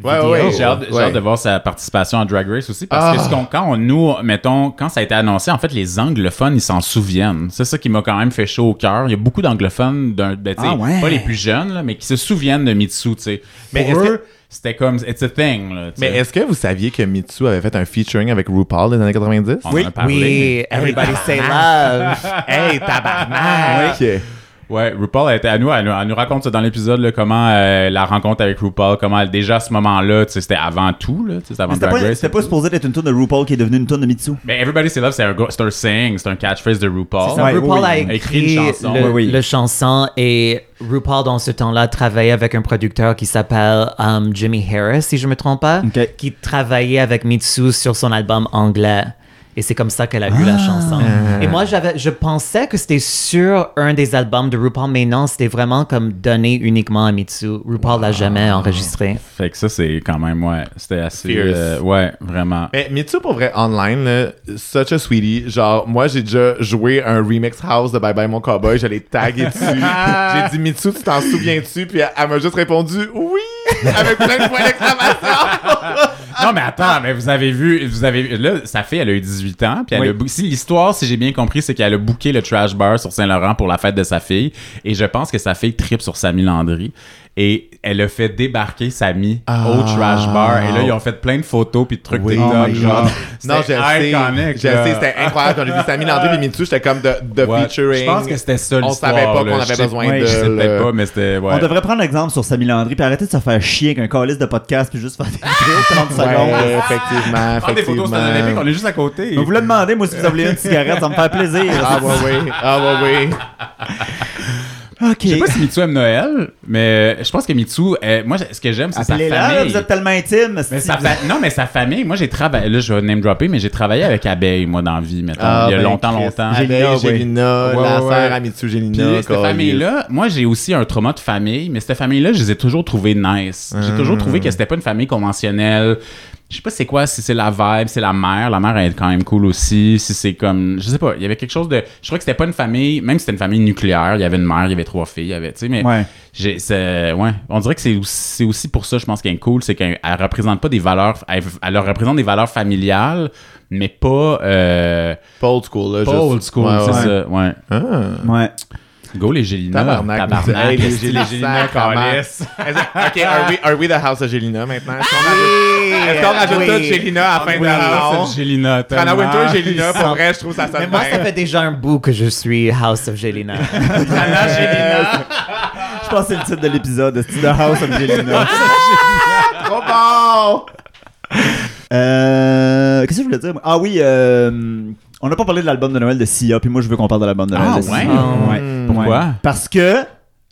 [SPEAKER 1] Ouais,
[SPEAKER 4] vidéos.
[SPEAKER 1] ouais,
[SPEAKER 3] J'ai hâte, j'ai
[SPEAKER 1] Ouais.
[SPEAKER 3] hâte de voir sa participation à Drag Race aussi parce que
[SPEAKER 1] Ah.
[SPEAKER 3] ce qu'on- quand on nous mettons quand ça a été annoncé en fait les anglophones ils s'en souviennent c'est ça qui m'a quand même fait chaud au cœur il y a beaucoup d'anglophones d'un- ben, tu sais,
[SPEAKER 2] Ah ouais.
[SPEAKER 3] pas les plus jeunes là, mais qui se souviennent de Mitsu tu sais
[SPEAKER 1] Mais
[SPEAKER 3] pour
[SPEAKER 1] est-ce
[SPEAKER 3] eux c'était comme it's a thing là, tu
[SPEAKER 1] Mais
[SPEAKER 3] sais.
[SPEAKER 1] est-ce que vous saviez que Mitsu avait fait un featuring avec RuPaul dans les années 90?
[SPEAKER 3] On en a parlé.
[SPEAKER 4] Oui, Everybody Say Love.
[SPEAKER 1] Hey, tabarnak!
[SPEAKER 3] Ouais, RuPaul a été à nous, elle, nous- elle nous raconte ça dans l'épisode, là, comment euh, la rencontre avec RuPaul, comment elle, déjà à ce moment-là, tu sais, c'était avant tout, là, tu sais, c'était avant
[SPEAKER 2] Mais C'était
[SPEAKER 3] Drag
[SPEAKER 2] pas,
[SPEAKER 3] Race.
[SPEAKER 2] c'était pas supposé d'être une tune de RuPaul qui est devenue une tune de Mitsu.
[SPEAKER 3] Mais Everybody Say Love, c'est un, gros- c'est un sing, c'est un catchphrase de RuPaul.
[SPEAKER 4] C'est ça,
[SPEAKER 2] Ah. Ouais,
[SPEAKER 4] RuPaul
[SPEAKER 2] oui,
[SPEAKER 4] a
[SPEAKER 2] oui.
[SPEAKER 4] écrit,
[SPEAKER 3] Écrit une chanson.
[SPEAKER 4] Le,
[SPEAKER 2] Oui, oui.
[SPEAKER 4] le chanson et RuPaul, dans ce temps-là, travaillait avec un producteur qui s'appelle um, Jimmy Harris, si je me trompe pas,
[SPEAKER 2] Ok.
[SPEAKER 4] qui travaillait avec Mitsu sur son album anglais. Et c'est comme ça qu'elle a eu
[SPEAKER 2] Ah.
[SPEAKER 4] la chanson. Et moi, j'avais, je pensais que c'était sur un des albums de RuPaul, mais non, c'était vraiment comme donné uniquement à Mitsu. RuPaul l'a jamais enregistré.
[SPEAKER 3] Fait que ça, c'est quand même, ouais, c'était assez.
[SPEAKER 1] Fierce.
[SPEAKER 3] euh, ouais, vraiment.
[SPEAKER 1] Mais Mitsu, pour vrai, online, là, such a sweetie. Genre, moi, j'ai déjà joué un remix house de Bye Bye Mon Cowboy. Je l'ai tagué dessus. j'ai dit, Mitsu, tu t'en souviens-tu? Puis elle, elle m'a juste répondu, oui! Avec plein de points d'exclamation!
[SPEAKER 3] non, mais
[SPEAKER 1] Ah!
[SPEAKER 3] attends, mais vous avez vu, vous avez là, sa fille, elle a eu 18 ans, puis elle
[SPEAKER 2] Oui.
[SPEAKER 3] a bou- si l'histoire, si j'ai bien compris, c'est qu'elle a booké le Trash Bar sur Saint-Laurent pour la fête de sa fille, et je pense que sa fille tripe sur Samy Landry. et elle a fait débarquer Samy
[SPEAKER 1] Ah!
[SPEAKER 3] au Trash Bar. Et là, ils ont fait plein de photos puis de trucs
[SPEAKER 2] Oui. Oh
[SPEAKER 3] TikTok.
[SPEAKER 2] my
[SPEAKER 3] genre,
[SPEAKER 2] God.
[SPEAKER 1] Non, je
[SPEAKER 3] c'était
[SPEAKER 1] sais.
[SPEAKER 3] iconic,
[SPEAKER 1] Je
[SPEAKER 3] là.
[SPEAKER 1] sais, c'était incroyable. Quand j'ai vu Samy Landry et Mitsu, j'étais comme de, de
[SPEAKER 3] Ouais.
[SPEAKER 1] featuring.
[SPEAKER 3] Je pense que c'était ça
[SPEAKER 1] On
[SPEAKER 3] l'histoire.
[SPEAKER 1] savait pas
[SPEAKER 3] là.
[SPEAKER 1] qu'on
[SPEAKER 3] Je
[SPEAKER 1] avait
[SPEAKER 3] sais-
[SPEAKER 1] besoin
[SPEAKER 3] ouais,
[SPEAKER 1] de.
[SPEAKER 3] Je sais peut-être
[SPEAKER 1] le-
[SPEAKER 3] pas, mais c'était... Ouais.
[SPEAKER 2] On devrait prendre l'exemple sur Samy Landry puis arrêter de se faire chier qu'un calice de podcast puis juste faire des vidéos 30 secondes.
[SPEAKER 1] Ouais, effectivement,
[SPEAKER 3] Prendre des photos,
[SPEAKER 1] effectivement.
[SPEAKER 3] c'est un olympique, on est juste à côté.
[SPEAKER 2] Mais vous le demandez, moi, si vous en voulez une cigarette, ça me fait plaisir.
[SPEAKER 1] Ah ouais, oui. Ah ouais, oui.
[SPEAKER 2] OK.
[SPEAKER 3] Je sais pas si Mitsu aime Noël, mais je pense que Mitsu, euh, moi, ce que j'aime, c'est sa famille.
[SPEAKER 2] Appelez-la, là, vous êtes tellement intime.
[SPEAKER 3] Mais sa
[SPEAKER 2] si vous-
[SPEAKER 3] fa- Non, mais sa famille, moi j'ai travaillé, là je vais name dropper, mais j'ai travaillé avec Abeille, moi, dans la vie, mettons,
[SPEAKER 1] Ah,
[SPEAKER 3] il y a
[SPEAKER 1] ben,
[SPEAKER 3] longtemps,
[SPEAKER 1] Chris,
[SPEAKER 3] longtemps.
[SPEAKER 1] Adèle,
[SPEAKER 2] Gélina, oui.
[SPEAKER 1] Gélina,
[SPEAKER 3] Ouais,
[SPEAKER 1] la
[SPEAKER 3] ouais,
[SPEAKER 1] sœur
[SPEAKER 3] ouais.
[SPEAKER 1] à Mitsu, Gélina.
[SPEAKER 3] Puis cette
[SPEAKER 1] Collier.
[SPEAKER 3] famille-là, moi j'ai aussi un trauma de famille, mais cette famille-là, je les ai toujours trouvés nice. J'ai toujours trouvé
[SPEAKER 1] Ah.
[SPEAKER 3] que c'était pas une famille conventionnelle. Je sais pas c'est quoi, si c'est la vibe, c'est la mère. La mère elle est quand même cool aussi. Si c'est comme, je sais pas, il y avait quelque chose de. Je crois que c'était pas une famille, même si c'était une famille nucléaire, il y avait une mère, il y avait trois filles, il y avait, tu sais, mais.
[SPEAKER 2] Ouais.
[SPEAKER 3] j'ai- c'est- ouais. On dirait que c'est aussi, c'est aussi pour ça, je pense qu'elle est cool, c'est qu'elle elle représente pas des valeurs. Elle, elle leur représente des valeurs familiales, mais pas. Euh,
[SPEAKER 1] Pas old school, là.
[SPEAKER 3] pas
[SPEAKER 1] juste.
[SPEAKER 3] old school,
[SPEAKER 1] Ouais,
[SPEAKER 3] c'est
[SPEAKER 1] ouais.
[SPEAKER 3] ça, ouais.
[SPEAKER 1] Ah.
[SPEAKER 2] Ouais.
[SPEAKER 3] Go les Gélina.
[SPEAKER 1] Tabarnak.
[SPEAKER 3] Tabarnak.
[SPEAKER 1] Hey, les
[SPEAKER 3] Esti, les
[SPEAKER 1] Gélina,
[SPEAKER 3] Gélina,
[SPEAKER 1] comment?
[SPEAKER 3] calisse.
[SPEAKER 1] OK, are we, are we the house of Gélina maintenant? Est-ce qu'on
[SPEAKER 3] Ah,
[SPEAKER 1] rajoute- Est-ce qu'on rajoute tout Gélina à la fin de
[SPEAKER 3] Oui,
[SPEAKER 1] la
[SPEAKER 3] House of Gélina,
[SPEAKER 1] Anna
[SPEAKER 3] tellement.
[SPEAKER 1] Winter et Gélina,
[SPEAKER 4] Ils sont-
[SPEAKER 1] pour vrai, je trouve ça sonne
[SPEAKER 4] Mais moi,
[SPEAKER 1] bien.
[SPEAKER 4] ça fait déjà un bout que je suis House of Jelena.
[SPEAKER 1] Anna Gélina,
[SPEAKER 2] Je pense que c'est le titre de l'épisode, c'est The House of Jelena.
[SPEAKER 1] trop bon!
[SPEAKER 2] Euh, Qu'est-ce que je voulais dire? moi? Ah oui, euh, on n'a pas parlé de l'album de Noël de Sia, puis moi, je veux qu'on parle de l'album de Noël
[SPEAKER 3] Ah,
[SPEAKER 2] de Sia.
[SPEAKER 3] ouais?
[SPEAKER 2] Ouais.
[SPEAKER 3] Pourquoi?
[SPEAKER 2] Ouais. Parce que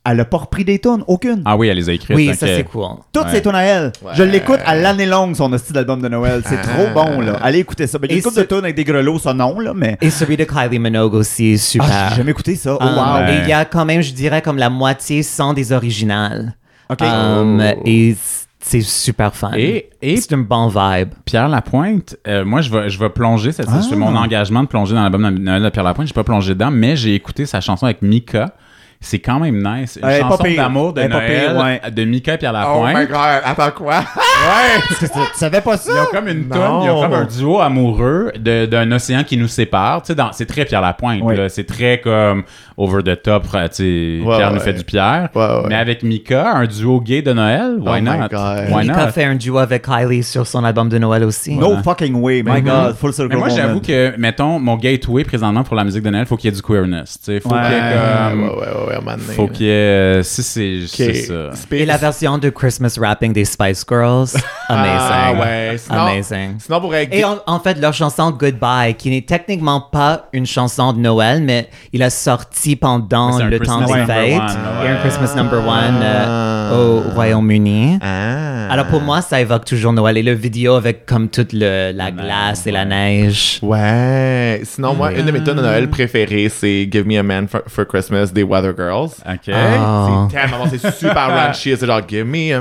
[SPEAKER 2] elle a pas repris des tonnes, aucune.
[SPEAKER 3] Ah oui, elle les a écrites. euh,
[SPEAKER 4] oui,
[SPEAKER 3] ok.
[SPEAKER 4] ça c'est cool.
[SPEAKER 2] Toutes
[SPEAKER 3] Ouais.
[SPEAKER 2] ses tunes à elle. Je l'écoute à l'année longue, son style d'album de Noël. C'est trop bon, là. Allez écouter ça. Ben, Il y a
[SPEAKER 4] Et
[SPEAKER 2] une couple
[SPEAKER 4] ce-
[SPEAKER 2] de tunes avec des grelots, ça non, là, mais...
[SPEAKER 4] Et celui de Kylie Minogue aussi, super.
[SPEAKER 2] Ah, j'ai jamais écouté ça. Oh,
[SPEAKER 4] Um,
[SPEAKER 2] wow.
[SPEAKER 3] Ouais.
[SPEAKER 4] Et il y a quand même, je dirais, comme la moitié sans des originales.
[SPEAKER 2] OK.
[SPEAKER 4] Um,
[SPEAKER 3] Oh.
[SPEAKER 4] Et c- c'est super fun.
[SPEAKER 3] Et- et-
[SPEAKER 4] c'est une bonne vibe.
[SPEAKER 3] Pierre Lapointe, euh, moi, je vais, je vais plonger. C'est c'est mon engagement de plonger dans l'album de Noël de Pierre Lapointe. J'ai pas plongé dedans, mais j'ai écouté sa chanson avec Mika. C'est quand même nice. Une
[SPEAKER 2] Elle est pas
[SPEAKER 3] chanson
[SPEAKER 2] pire.
[SPEAKER 3] d'amour de
[SPEAKER 2] Elle est pas
[SPEAKER 3] Noël
[SPEAKER 2] pire, ouais.
[SPEAKER 3] de Mika et Pierre
[SPEAKER 1] Oh my
[SPEAKER 3] Lapointe.
[SPEAKER 1] god, attends quoi? ouais!
[SPEAKER 2] Parce que tu savais pas ça?
[SPEAKER 3] Ils ont comme une
[SPEAKER 1] Non.
[SPEAKER 3] tonne, ils ont comme un duo amoureux de- d'un océan qui nous sépare. Tu sais, dans- c'est très Pierre Lapointe,
[SPEAKER 2] Oui.
[SPEAKER 3] là. c'est très comme over the top. Tu sais, Pierre nous
[SPEAKER 1] ouais.
[SPEAKER 3] fait du Pierre.
[SPEAKER 1] Ouais, ouais. Oh
[SPEAKER 3] Mais avec Mika, un duo gay de Noël, why
[SPEAKER 1] my
[SPEAKER 3] not?
[SPEAKER 1] God.
[SPEAKER 3] Why
[SPEAKER 4] Mika
[SPEAKER 3] not?
[SPEAKER 4] fait un duo avec Kylie sur son album de Noël aussi.
[SPEAKER 2] No fucking way, my God. Full circle
[SPEAKER 3] Mais moi, j'avoue
[SPEAKER 2] moment.
[SPEAKER 3] que, mettons, mon gateway présentement pour la musique de Noël, faut qu'il y ait du queerness. Tu sais, faut
[SPEAKER 2] Ouais.
[SPEAKER 3] qu'il y ait comme.
[SPEAKER 1] ouais, ouais, ouais, ouais, à un moment donné,
[SPEAKER 3] Euh, Faut
[SPEAKER 1] là.
[SPEAKER 3] qu'il y ait. Si c'est. c'est ça.
[SPEAKER 1] Ok.
[SPEAKER 4] Et la version de Christmas Rapping des Spice Girls,
[SPEAKER 1] Ah
[SPEAKER 4] amazing.
[SPEAKER 1] ouais, sinon,
[SPEAKER 4] Amazing.
[SPEAKER 1] Sinon, pour
[SPEAKER 4] Et en, en fait, leur chanson Goodbye, qui n'est techniquement pas une chanson de Noël, mais il a sorti
[SPEAKER 3] Mais
[SPEAKER 4] pendant
[SPEAKER 3] c'est un
[SPEAKER 4] le temps
[SPEAKER 3] Christmas
[SPEAKER 4] des
[SPEAKER 3] number
[SPEAKER 4] fêtes.
[SPEAKER 3] one, là,
[SPEAKER 4] Et un
[SPEAKER 3] ouais.
[SPEAKER 4] Christmas number one
[SPEAKER 2] Ah.
[SPEAKER 4] euh, au Royaume-Uni.
[SPEAKER 1] Ah.
[SPEAKER 4] Alors pour moi, ça évoque toujours Noël. Et le vidéo avec comme toute le- la glace et la neige.
[SPEAKER 1] Ouais. Sinon, moi, une de mes tonnes de
[SPEAKER 4] Mm.
[SPEAKER 1] Noël préférées, c'est Give Me a Man for, for Christmas des Weather Girls.
[SPEAKER 3] Ok.
[SPEAKER 4] Ah.
[SPEAKER 1] C'est tellement bon, c'est super raunchy. C'est genre, Give me a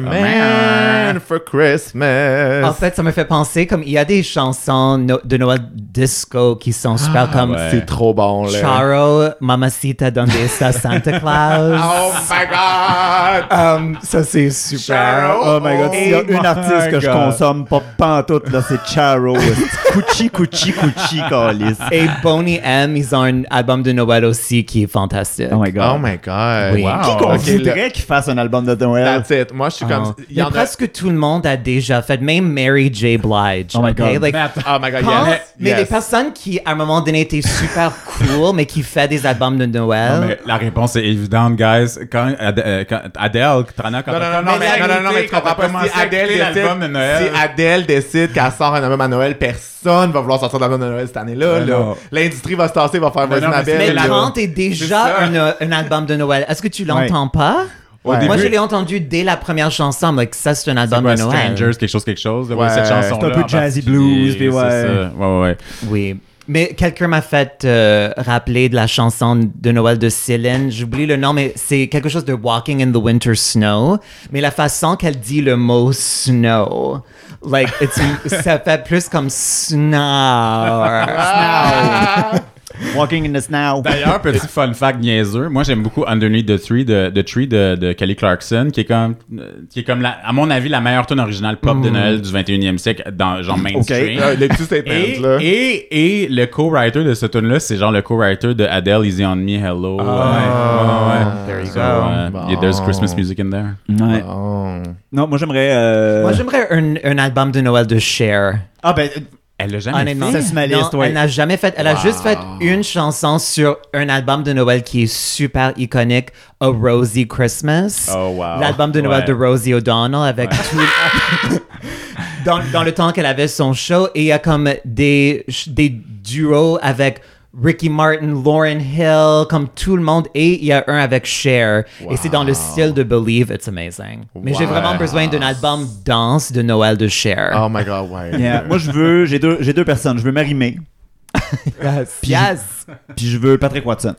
[SPEAKER 1] man for Christmas.
[SPEAKER 4] Oh, En fait, ça me fait penser comme il y a des chansons no- de Noël disco qui
[SPEAKER 1] Ah,
[SPEAKER 4] sont super comme
[SPEAKER 3] ouais.
[SPEAKER 1] c'est trop bon, là.
[SPEAKER 4] Charo, Mamacita, Donde está Santa Claus.
[SPEAKER 1] Oh my
[SPEAKER 2] Ah.
[SPEAKER 1] god!
[SPEAKER 4] Um, ça c'est super.
[SPEAKER 1] Charo!
[SPEAKER 2] Oh my god, s'il y a
[SPEAKER 3] Oh
[SPEAKER 2] une
[SPEAKER 3] my
[SPEAKER 2] artiste que je
[SPEAKER 3] God.
[SPEAKER 2] consomme pas pantoute, là, c'est Charo. Cuchi, cuchi, cuchi, calice.
[SPEAKER 4] Et Boney M, ils ont un album de Noël aussi qui est fantastique.
[SPEAKER 2] Oh my
[SPEAKER 1] Oh
[SPEAKER 2] god.
[SPEAKER 1] my god.
[SPEAKER 4] Oui.
[SPEAKER 1] Wow.
[SPEAKER 2] Qui qu'on
[SPEAKER 1] Ok, là,
[SPEAKER 2] voudrait qu'il fasse un album de Noël?
[SPEAKER 1] That's it. Moi, je suis comme.
[SPEAKER 4] Ah.
[SPEAKER 1] Il y en
[SPEAKER 4] Mais
[SPEAKER 1] a.
[SPEAKER 4] presque tout le monde a déjà fait, même Mary J. Blige.
[SPEAKER 2] Oh my
[SPEAKER 4] ok?
[SPEAKER 2] God.
[SPEAKER 4] Like,
[SPEAKER 3] Mais attends,
[SPEAKER 1] Oh my god,
[SPEAKER 4] pense-
[SPEAKER 1] yes.
[SPEAKER 4] mais les
[SPEAKER 1] yes.
[SPEAKER 4] personnes qui, à un moment donné, étaient super cool, mais qui fait des albums de Noël.
[SPEAKER 3] mais la réponse est évidente, guys. Quand, Ad- euh, quand Adele, Trana, quand
[SPEAKER 1] Non, non, non, non, mais, non, non, non, mais tu comprends pas. Si Adèle,
[SPEAKER 3] l'album de
[SPEAKER 1] décide,
[SPEAKER 3] Noël.
[SPEAKER 1] si Adèle décide qu'elle sort un album à Noël, personne va vouloir sortir un album de Noël cette année-là.
[SPEAKER 3] Ben
[SPEAKER 1] là.
[SPEAKER 3] non.
[SPEAKER 1] L'industrie va se tasser, va faire
[SPEAKER 3] Ben
[SPEAKER 1] voisine
[SPEAKER 3] non, mais c'est-
[SPEAKER 1] Adèle.
[SPEAKER 4] Mais
[SPEAKER 3] là-
[SPEAKER 4] quand t'es
[SPEAKER 1] C'est ça.
[SPEAKER 4] déjà une- un album de Noël, est-ce que tu l'entends pas?
[SPEAKER 3] Au
[SPEAKER 4] Moi,
[SPEAKER 3] début-
[SPEAKER 4] je l'ai entendu dès la première chanson, mais que ça, c'est un album
[SPEAKER 3] Ouais,
[SPEAKER 4] de Noël.
[SPEAKER 3] Strangers, quelque chose, quelque chose. là, ouais,
[SPEAKER 1] Ouais.
[SPEAKER 3] cette chanson
[SPEAKER 2] C'est un peu jazzy blues, puis ouais.
[SPEAKER 3] ouais, ouais.
[SPEAKER 4] Oui. Mais quelqu'un m'a fait euh, rappeler de la chanson de Noël de Céline. J'oublie le nom, mais c'est quelque chose de Walking in the Winter Snow. Mais la façon qu'elle dit le mot snow, like, it's- ça fait plus comme snow.
[SPEAKER 2] Walking in the snow.
[SPEAKER 3] D'ailleurs, petit fun fact niaiseux, moi j'aime beaucoup Underneath the Tree de, the tree de, de Kelly Clarkson, qui est comme, euh, qui est comme la- à mon avis, la meilleure tune originale pop
[SPEAKER 2] Hmm.
[SPEAKER 3] de Noël du 21e siècle, dans genre mainstream.
[SPEAKER 1] Euh, les petits statements,
[SPEAKER 3] Et,
[SPEAKER 1] là.
[SPEAKER 3] et, et le co-writer de ce tune là c'est genre le co-writer de Adele, Easy on Me, Hello.
[SPEAKER 1] Ah.
[SPEAKER 3] Ouais, ouais, ouais.
[SPEAKER 1] There you
[SPEAKER 3] So,
[SPEAKER 1] go.
[SPEAKER 3] euh, yeah, there's
[SPEAKER 1] Bon.
[SPEAKER 3] Christmas music in there.
[SPEAKER 2] Ouais.
[SPEAKER 1] Oh.
[SPEAKER 2] Non, moi j'aimerais. euh,
[SPEAKER 4] Moi, j'aimerais un, un album de Noël de Cher.
[SPEAKER 2] Ah ben, euh,
[SPEAKER 3] Elle l'a jamais
[SPEAKER 4] Honnêtement,
[SPEAKER 2] fait. Ça, c'est ma liste,
[SPEAKER 4] Non,
[SPEAKER 2] ouais.
[SPEAKER 4] elle n'a jamais fait. Elle a juste fait une chanson sur un album de Noël qui est super iconique, A Rosy Christmas.
[SPEAKER 3] Oh, wow.
[SPEAKER 4] L'album de Noël
[SPEAKER 3] Ouais.
[SPEAKER 4] de Rosie O'Donnell avec tout- dans, dans le temps qu'elle avait son show et il y a comme des des duos avec Ricky Martin, Lauren Hill, comme tout le monde, et il y a un avec Cher. Et c'est dans le style de Believe, it's amazing. Mais j'ai
[SPEAKER 1] Wow.
[SPEAKER 4] vraiment besoin d'un album danse de Noël de Cher.
[SPEAKER 1] Oh my god, ouais.
[SPEAKER 2] yeah. moi je veux, j'ai deux, j'ai deux personnes. Je veux Marie-Mé,
[SPEAKER 4] Yes.
[SPEAKER 2] puis je veux Patrick Watson.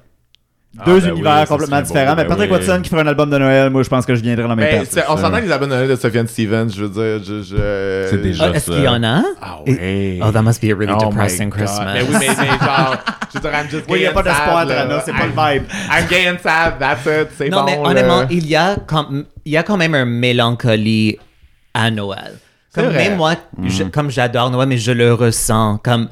[SPEAKER 3] Ah,
[SPEAKER 2] Deux
[SPEAKER 3] ben
[SPEAKER 2] univers
[SPEAKER 3] oui, ça
[SPEAKER 2] complètement
[SPEAKER 3] serait beau,
[SPEAKER 2] différents.
[SPEAKER 3] ben
[SPEAKER 2] mais Patrick
[SPEAKER 3] oui. Ben,
[SPEAKER 2] Watson qui fera un album de Noël, moi je pense que je viendrai dans mes
[SPEAKER 1] Mais
[SPEAKER 2] temps.
[SPEAKER 1] Ben, c'est- on s'entend que les albums de Noël de Sofiane Stevens, je veux dire, je. je...
[SPEAKER 3] C'est déjà-
[SPEAKER 4] Oh, Est-ce qu'il y en a?
[SPEAKER 1] Ah
[SPEAKER 4] Et-
[SPEAKER 1] ouais.
[SPEAKER 4] Oh, that must be a really
[SPEAKER 1] Oh my
[SPEAKER 4] depressing
[SPEAKER 1] God.
[SPEAKER 4] Christmas.
[SPEAKER 1] Mais oui, mais, mais genre, je veux dire, I'm just
[SPEAKER 2] Oui, il n'y
[SPEAKER 1] gay
[SPEAKER 2] a pas
[SPEAKER 1] and sad,
[SPEAKER 2] d'espoir,
[SPEAKER 1] là.
[SPEAKER 2] Drana, c'est pas
[SPEAKER 1] I'm-
[SPEAKER 2] le vibe.
[SPEAKER 1] I'm gay and sad, that's it, c'est
[SPEAKER 4] non,
[SPEAKER 1] bon.
[SPEAKER 4] mais
[SPEAKER 1] là.
[SPEAKER 4] honnêtement, il y, a quand, il y a quand même un mélancolie à Noël.
[SPEAKER 1] C'est
[SPEAKER 4] Comme
[SPEAKER 1] vrai.
[SPEAKER 4] même moi, je- comme j'adore Noël, mais je le ressens. Comme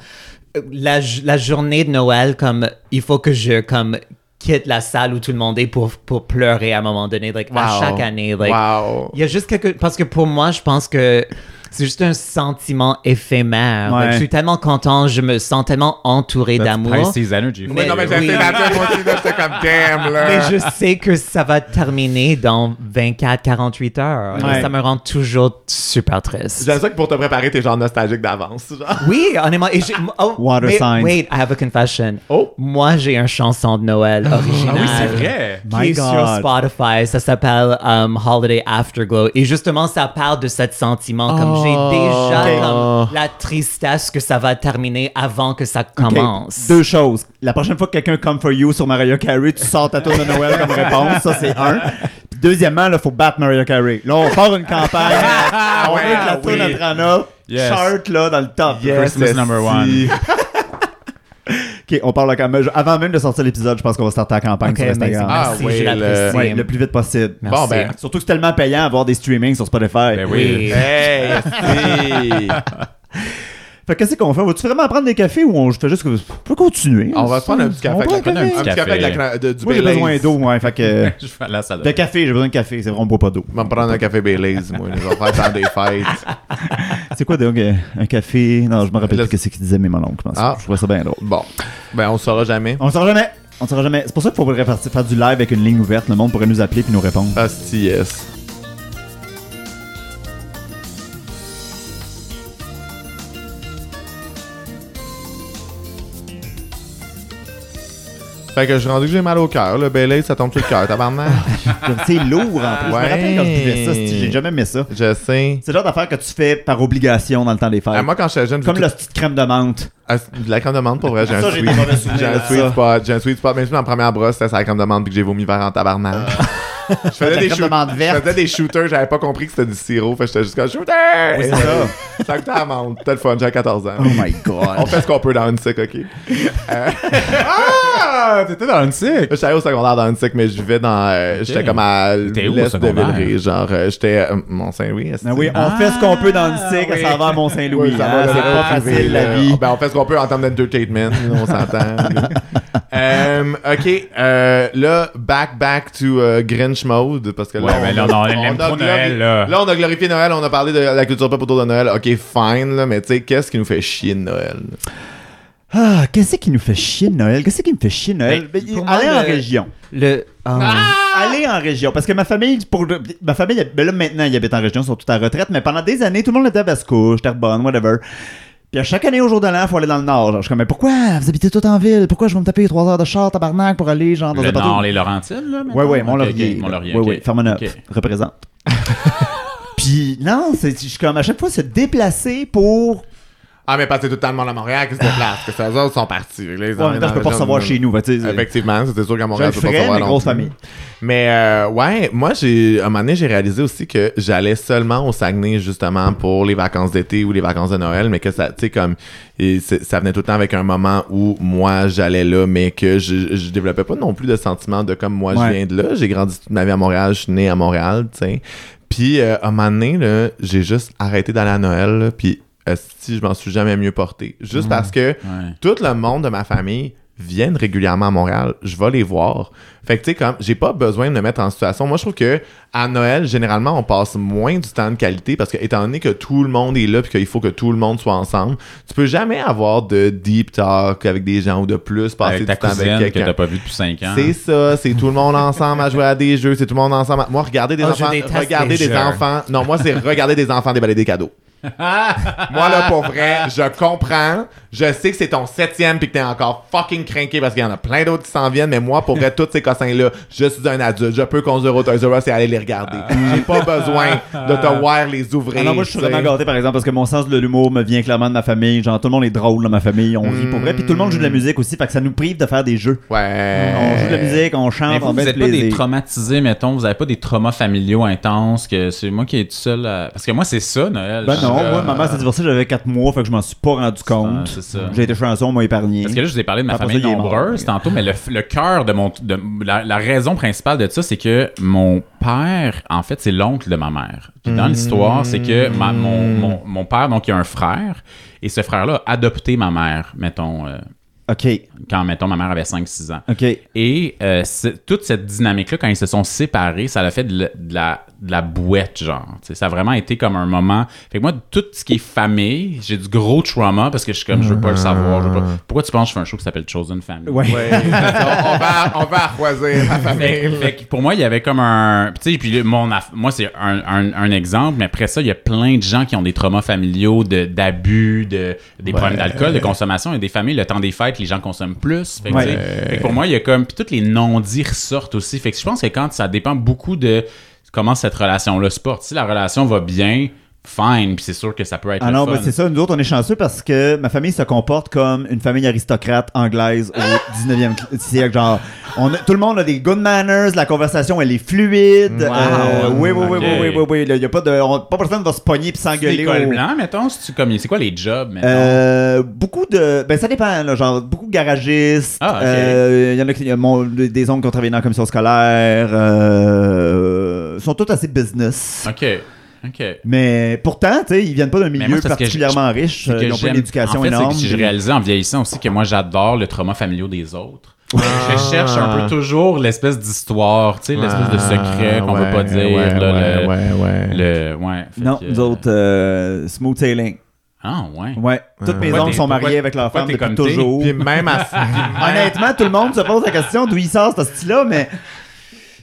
[SPEAKER 4] euh, la, j- la journée de Noël, comme il faut que je comme quitte la salle où tout le monde est pour, pour pleurer à un moment donné, like, à
[SPEAKER 1] Wow.
[SPEAKER 4] chaque année. Like,
[SPEAKER 1] Wow.
[SPEAKER 4] Il y a juste quelque... Parce que pour moi, je pense que c'est juste un sentiment éphémère.
[SPEAKER 2] Ouais.
[SPEAKER 4] Like, je suis tellement content, je me sens tellement entouré
[SPEAKER 3] That's
[SPEAKER 4] d'amour.
[SPEAKER 3] Pisces energy.
[SPEAKER 1] Mais non, mais j'ai
[SPEAKER 4] oui.
[SPEAKER 1] fait la tête, moi aussi, là, j'étais comme damn, là.
[SPEAKER 2] Euh.
[SPEAKER 4] Mais je sais que ça va terminer dans 24-48 heures.
[SPEAKER 2] Ouais.
[SPEAKER 4] Ça me rend toujours super triste.
[SPEAKER 1] J'aime ça que pour te préparer, t'es genre nostalgique d'avance. genre.
[SPEAKER 4] Oui, honnêtement. Et j'ai- oh,
[SPEAKER 2] Water
[SPEAKER 4] mais
[SPEAKER 2] signs.
[SPEAKER 4] Wait, I have a confession.
[SPEAKER 1] Oh.
[SPEAKER 4] Moi, j'ai un chanson de Noël
[SPEAKER 3] Ah
[SPEAKER 4] original.
[SPEAKER 3] oui, c'est vrai.
[SPEAKER 4] Qui
[SPEAKER 2] My
[SPEAKER 4] est sur
[SPEAKER 2] God.
[SPEAKER 4] Spotify, ça s'appelle um, Holiday Afterglow. Et justement, ça parle de ce sentiment. Comme
[SPEAKER 1] Oh.
[SPEAKER 4] j'ai déjà
[SPEAKER 2] Ok.
[SPEAKER 4] comme, la tristesse que ça va terminer avant que ça
[SPEAKER 2] Ok,
[SPEAKER 4] commence.
[SPEAKER 2] Deux choses. La prochaine fois que quelqu'un come for you sur Mariah Carey, tu sors ta tour de Noël comme réponse. Ça, c'est un. Puis deuxièmement, il faut battre Mariah Carey. Là, on part une campagne. euh,
[SPEAKER 1] Ah,
[SPEAKER 2] on
[SPEAKER 1] ouais,
[SPEAKER 2] veut que la
[SPEAKER 1] ah,
[SPEAKER 2] tour
[SPEAKER 1] oui.
[SPEAKER 2] de Trana
[SPEAKER 3] Yes.
[SPEAKER 2] charte là, dans le top.
[SPEAKER 1] Yes,
[SPEAKER 3] Christmas number
[SPEAKER 1] si.
[SPEAKER 3] one.
[SPEAKER 2] OK, on parle de campagne. Avant même de sortir l'épisode, je pense qu'on va starter la campagne
[SPEAKER 4] Ok,
[SPEAKER 2] sur Instagram.
[SPEAKER 4] amazing.
[SPEAKER 1] Ah,
[SPEAKER 4] Merci,
[SPEAKER 1] oui,
[SPEAKER 4] je l'apprécie.
[SPEAKER 1] le-
[SPEAKER 2] Euh, Ouais, le plus vite possible.
[SPEAKER 4] Merci.
[SPEAKER 1] Bon, ben.
[SPEAKER 2] Surtout que c'est tellement payant avoir des streamings sur Spotify.
[SPEAKER 3] Ben
[SPEAKER 4] Oui.
[SPEAKER 3] oui.
[SPEAKER 1] Hey, si.
[SPEAKER 2] Fait que qu'est-ce qu'on fait? Vas-tu vraiment prendre des cafés ou on fait juste que. On peut continuer?
[SPEAKER 1] On va se prendre un petit café.
[SPEAKER 2] On prend un
[SPEAKER 1] avec la-
[SPEAKER 2] café.
[SPEAKER 1] Un petit café avec la cra- de- du
[SPEAKER 2] Moi, j'ai
[SPEAKER 1] Baileys.
[SPEAKER 2] besoin d'eau, ouais. Fait que.
[SPEAKER 3] Je vais à la salle.
[SPEAKER 2] De café, j'ai besoin de café. C'est vrai, on boit pas d'eau.
[SPEAKER 1] Je vais me prendre un café Baileys, moi. Je vais faire tant des fêtes.
[SPEAKER 2] C'est quoi donc euh, un café Non, je me rappelle
[SPEAKER 1] Le-
[SPEAKER 2] plus que c'est qu'il disait, mais mon oncle. je pense.
[SPEAKER 1] Ah.
[SPEAKER 2] Je trouvais ça bien drôle.
[SPEAKER 1] Bon. Ben, on le saura jamais.
[SPEAKER 2] On ne saura jamais. On ne saura jamais. C'est pour ça qu'il faudrait faire, faire du live avec une ligne ouverte. Le monde pourrait nous appeler puis nous répondre.
[SPEAKER 1] Ah, si, yes. Fait que je suis rendu que j'ai mal au cœur. Le Baileys, ça tombe sur le cœur, tabarnak.
[SPEAKER 2] C'est lourd en plus. Je me
[SPEAKER 1] Ouais.
[SPEAKER 2] rappelle quand je buvais ça. c'est- J'ai jamais aimé ça.
[SPEAKER 1] je sais.
[SPEAKER 2] C'est le genre d'affaire que tu fais par obligation dans le temps des
[SPEAKER 1] Ah,
[SPEAKER 2] fêtes.
[SPEAKER 1] moi, quand j'étais jeune,
[SPEAKER 2] Comme
[SPEAKER 1] j'ai
[SPEAKER 2] la petite crème de menthe.
[SPEAKER 1] Ah, c'est de la crème de menthe, pour vrai, j'ai un,
[SPEAKER 2] Ça, j'ai
[SPEAKER 1] sweet-
[SPEAKER 2] des mauvais souvenirs
[SPEAKER 1] j'ai un
[SPEAKER 2] de ça.
[SPEAKER 1] sweet spot. J'ai un sweet spot. Même si ma première brosse, c'était sur la crème de menthe puis que j'ai vomi vers en tabarnak.
[SPEAKER 2] Ah.
[SPEAKER 1] je,
[SPEAKER 2] de la
[SPEAKER 1] faisais des
[SPEAKER 2] crème de
[SPEAKER 1] shoot-
[SPEAKER 2] menthe
[SPEAKER 1] je
[SPEAKER 2] verte.
[SPEAKER 1] faisais des shooters, j'avais pas compris que c'était du sirop. Fait que j'étais juste comme shooter!
[SPEAKER 2] Oui, c'est ça.
[SPEAKER 1] ça coûtait la menthe. C'était le fun, j'avais 14 ans.
[SPEAKER 2] Oh my
[SPEAKER 1] On
[SPEAKER 2] god.
[SPEAKER 1] fait ce qu'on peut dans une sick, ok? Euh,
[SPEAKER 3] Ah, t'étais dans le cycle.
[SPEAKER 1] J'étais allé au secondaire dans une sick, mais je vivais dans. euh, J'étais
[SPEAKER 3] Ok.
[SPEAKER 1] comme à l'est
[SPEAKER 3] T'étais où au
[SPEAKER 1] de
[SPEAKER 3] secondaire?
[SPEAKER 1] Villeray. Genre, euh, j'étais euh, Mont-Saint-Louis. est-ce que-
[SPEAKER 2] Ah oui, on fait ce qu'on peut dans le cycle,
[SPEAKER 3] oui.
[SPEAKER 2] ça s'en va à Mont-Saint-Louis.
[SPEAKER 1] Oui, ça
[SPEAKER 2] hein,
[SPEAKER 1] va,
[SPEAKER 2] c'est
[SPEAKER 1] là,
[SPEAKER 2] pas
[SPEAKER 1] arrivé,
[SPEAKER 2] facile la
[SPEAKER 1] là.
[SPEAKER 2] vie.
[SPEAKER 1] Ben, on fait ce qu'on peut en termes d'entertainment, on s'entend. Euh, ok, euh, là, back, back to euh, Grinch mode, parce que là,
[SPEAKER 3] Ouais, ben là, on en- on aime
[SPEAKER 1] a
[SPEAKER 3] trop
[SPEAKER 1] glori-
[SPEAKER 3] Noël, là.
[SPEAKER 1] on a glorifié Noël, on a parlé de la culture pop autour de Noël. Ok, fine, là, mais tu sais, qu'est-ce qui nous fait chier de Noël?
[SPEAKER 2] Ah, qu'est-ce qui nous fait chier de Noël? Qu'est-ce qui me fait chier de Noël?
[SPEAKER 4] Mais
[SPEAKER 2] Ben,
[SPEAKER 4] pour moi,
[SPEAKER 2] Aller en
[SPEAKER 4] le-
[SPEAKER 2] région.
[SPEAKER 4] Le... oh.
[SPEAKER 2] Ah! Aller en région. Parce que ma famille, pour, ma famille, ben là maintenant, ils habitent en région, ils sont tous à retraite, mais pendant des années, tout le monde était à Basse-Couche, Terrebonne, whatever. Puis à chaque année, au jour de l'an, faut aller dans le nord. Genre, je suis comme, mais pourquoi vous habitez tout en ville? Pourquoi je vais me taper 3 heures de char, tabarnak, pour aller, genre, dans
[SPEAKER 3] Le
[SPEAKER 2] un bateau?
[SPEAKER 3] Nord, les Laurentides, là.
[SPEAKER 2] Ouais, ouais, mon
[SPEAKER 3] Ok, ok,
[SPEAKER 2] laurier.
[SPEAKER 3] Mon laurier.
[SPEAKER 2] Ouais,
[SPEAKER 3] ok.
[SPEAKER 2] ouais, ferme up.
[SPEAKER 3] Ok.
[SPEAKER 2] Représente. Puis, non, c'est, je suis comme, à chaque fois, se déplacer pour
[SPEAKER 1] Ah, mais parce que c'est tout le monde à Montréal qui se déplace, que ces autres sont partis. Là, ils
[SPEAKER 2] Ouais,
[SPEAKER 1] ont-
[SPEAKER 2] en même temps, je peux pas recevoir chez nous. tu sais.
[SPEAKER 1] Effectivement, c'était sûr qu'à
[SPEAKER 2] J'ai
[SPEAKER 1] Montréal,
[SPEAKER 2] un
[SPEAKER 1] tu peux pas
[SPEAKER 2] frère,
[SPEAKER 1] recevoir
[SPEAKER 2] mais
[SPEAKER 1] non
[SPEAKER 2] grosse
[SPEAKER 1] plus.
[SPEAKER 2] famille.
[SPEAKER 1] Mais euh, ouais, moi j'ai à un moment donné j'ai réalisé aussi que j'allais seulement au Saguenay justement pour les vacances d'été ou les vacances de Noël, mais que ça, tu sais comme et c'est- ça venait tout le temps avec un moment où moi j'allais là, mais que je, je développais pas non plus de sentiment de comme moi
[SPEAKER 2] Ouais.
[SPEAKER 1] je viens de là. J'ai grandi toute ma vie à Montréal, je suis né à Montréal, tu sais. Puis euh, à un moment donné là, j'ai juste arrêté d'aller à Noël, là, puis si je m'en suis jamais mieux porté, juste parce que
[SPEAKER 3] Ouais.
[SPEAKER 1] tout le monde de ma famille viennent régulièrement à Montréal, je vais les voir. Fait que tu sais comme j'ai pas besoin de me mettre en situation. Moi je trouve que à Noël, généralement on passe moins du temps de qualité parce que étant donné que tout le monde est là puis qu'il faut que tout le monde soit ensemble, tu peux jamais avoir de deep talk avec des gens ou de plus passer
[SPEAKER 3] Avec
[SPEAKER 1] du
[SPEAKER 3] ta
[SPEAKER 1] temps
[SPEAKER 3] cousine
[SPEAKER 1] avec
[SPEAKER 3] que t'as
[SPEAKER 1] quelqu'un.
[SPEAKER 3] pas vue depuis 5 ans.
[SPEAKER 1] C'est ça, c'est tout le monde ensemble à jouer à des jeux, c'est tout le monde ensemble. à- Moi regarder des
[SPEAKER 4] Oh, je
[SPEAKER 1] enfants,
[SPEAKER 4] déteste
[SPEAKER 1] regarder
[SPEAKER 4] les
[SPEAKER 1] des
[SPEAKER 4] jeux.
[SPEAKER 1] enfants. Non, moi c'est regarder des enfants déballer des cadeaux. Moi, là, pour vrai, je comprends. Je sais que c'est ton septième puis que t'es encore fucking craqué parce qu'il y en a plein d'autres qui s'en viennent, mais moi, pour vrai, tous ces cossins-là, je suis un adulte. Je peux conduire au Toys R Us et aller les regarder. J'ai pas besoin de te voir les ouvrir.
[SPEAKER 2] Alors Ah moi je suis
[SPEAKER 1] tu sais.
[SPEAKER 2] vraiment gâté par exemple parce que mon sens de l'humour me vient clairement de ma famille, genre tout le monde est drôle dans ma famille, on rit pour vrai, puis tout le monde joue de la musique aussi, fait que ça nous prive de faire des jeux.
[SPEAKER 1] Ouais.
[SPEAKER 2] On joue de la musique, on chante,
[SPEAKER 3] Mais vous,
[SPEAKER 2] on
[SPEAKER 3] vous
[SPEAKER 2] met
[SPEAKER 3] êtes pas des traumatisés, mettons, vous avez pas des traumas familiaux intenses, que c'est moi qui est tout seul à- Parce que moi, c'est ça, Noël.
[SPEAKER 2] Ben
[SPEAKER 3] Je-
[SPEAKER 2] non,
[SPEAKER 3] euh,
[SPEAKER 2] moi ma mère s'est divorcée, j'avais 4 mois, fait que je m'en suis pas rendu compte.
[SPEAKER 3] c'est ça.
[SPEAKER 2] J'ai été chanceux, on m'a épargné.
[SPEAKER 3] Parce que là, je vous ai parlé de ma
[SPEAKER 2] Après
[SPEAKER 3] famille
[SPEAKER 2] ça, il est mort.
[SPEAKER 3] nombreuse tantôt, mais le, le cœur de mon. de- la, la raison principale de ça, c'est que mon père, en fait, c'est l'oncle de ma mère. Puis
[SPEAKER 2] Hmm.
[SPEAKER 3] dans l'histoire, c'est que ma- mon, mon, mon père, donc, il a un frère, et ce frère-là a adopté ma mère, mettons, euh,
[SPEAKER 2] OK,
[SPEAKER 3] quand, mettons, ma mère avait 5-6 ans.
[SPEAKER 2] OK.
[SPEAKER 3] Et euh, c'est- toute cette dynamique-là, quand ils se sont séparés, ça l'a fait de, la- de la, de la bouette, genre. Tu sais, ça a vraiment été comme un moment. Fait que moi, tout ce qui est famille, j'ai du gros trauma parce que je suis comme, je veux pas le savoir. je veux pas- Pourquoi tu penses que je fais un show qui s'appelle Chosen Family?
[SPEAKER 2] Ouais.
[SPEAKER 1] Ouais, on, on va, on va arroiser ma
[SPEAKER 3] Fait,
[SPEAKER 1] famille.
[SPEAKER 3] fait que pour moi, il y avait comme un. Tu sais, puis le- mon aff- moi, c'est un, un- un exemple, mais après ça, il y a plein de gens qui ont des traumas familiaux, de- d'abus, de, des problèmes d'alcool, de consommation. Il y a des familles, le temps des fêtes, les gens consomment plus. Fait que,
[SPEAKER 2] Ouais.
[SPEAKER 3] tu sais, fait que pour moi, il y a comme. Puis tous les non-dits ressortent aussi. Fait que je pense que quand ça dépend beaucoup de comment cette relation-là se porte. Si la relation va bien, fine, puis c'est sûr que ça peut être.
[SPEAKER 2] Ah
[SPEAKER 3] le
[SPEAKER 2] non,
[SPEAKER 3] fun.
[SPEAKER 2] ben c'est ça, nous autres on est chanceux parce que ma famille se comporte comme une famille aristocrate anglaise au 19e cl- siècle. Genre, on a- tout le monde a des good manners, la conversation elle est fluide.
[SPEAKER 3] Wow.
[SPEAKER 2] Euh, oui, oui, oui,
[SPEAKER 3] Ok.
[SPEAKER 2] oui, oui, oui, oui, là, y a pas de. on- pas personne va se pogner puis
[SPEAKER 3] C'est des
[SPEAKER 2] s'engueuler.
[SPEAKER 3] cols
[SPEAKER 2] au-
[SPEAKER 3] blancs, mettons. C'est-tu comme- C'est quoi les jobs, mettons?
[SPEAKER 2] Euh, beaucoup de. Ben, ça dépend, là, genre, beaucoup de garagistes.
[SPEAKER 3] Ah, ok.
[SPEAKER 2] euh, Il y en a qui. il y a mon- des oncles qui ont travaillé dans la commission scolaire. Euh, sont tous assez business.
[SPEAKER 3] OK. OK.
[SPEAKER 2] Mais pourtant, tu sais, ils viennent pas d'un
[SPEAKER 3] moi,
[SPEAKER 2] milieu
[SPEAKER 3] c'est parce que
[SPEAKER 2] particulièrement riche.
[SPEAKER 3] C'est que
[SPEAKER 2] euh, Ils ont pas
[SPEAKER 3] j'aime-
[SPEAKER 2] une éducation
[SPEAKER 3] en fait, c'est que
[SPEAKER 2] énorme.
[SPEAKER 3] j'ai réalisé en vieillissant aussi que moi, j'adore le trauma familial des autres. Je cherche un
[SPEAKER 1] Ah.
[SPEAKER 3] peu toujours l'espèce d'histoire, tu sais, l'espèce de secret qu'on
[SPEAKER 1] Ouais,
[SPEAKER 3] veut pas dire.
[SPEAKER 1] ouais,
[SPEAKER 3] là,
[SPEAKER 1] ouais,
[SPEAKER 3] le,
[SPEAKER 1] ouais, ouais.
[SPEAKER 3] le- ouais, fait
[SPEAKER 2] Non,
[SPEAKER 3] que-
[SPEAKER 2] nous autres, euh, smooth sailing.
[SPEAKER 3] Ah, ouais.
[SPEAKER 2] Ouais. Toutes mes
[SPEAKER 3] Pourquoi
[SPEAKER 2] oncles
[SPEAKER 3] t'es-
[SPEAKER 2] sont
[SPEAKER 3] pourquoi-
[SPEAKER 2] mariés avec leur
[SPEAKER 3] pourquoi
[SPEAKER 2] femme
[SPEAKER 3] t'es
[SPEAKER 2] depuis
[SPEAKER 3] comme t'es?
[SPEAKER 2] toujours.
[SPEAKER 1] Puis même à ça,
[SPEAKER 2] Honnêtement, tout le monde se pose la question d'où il sort ce style-là, mais.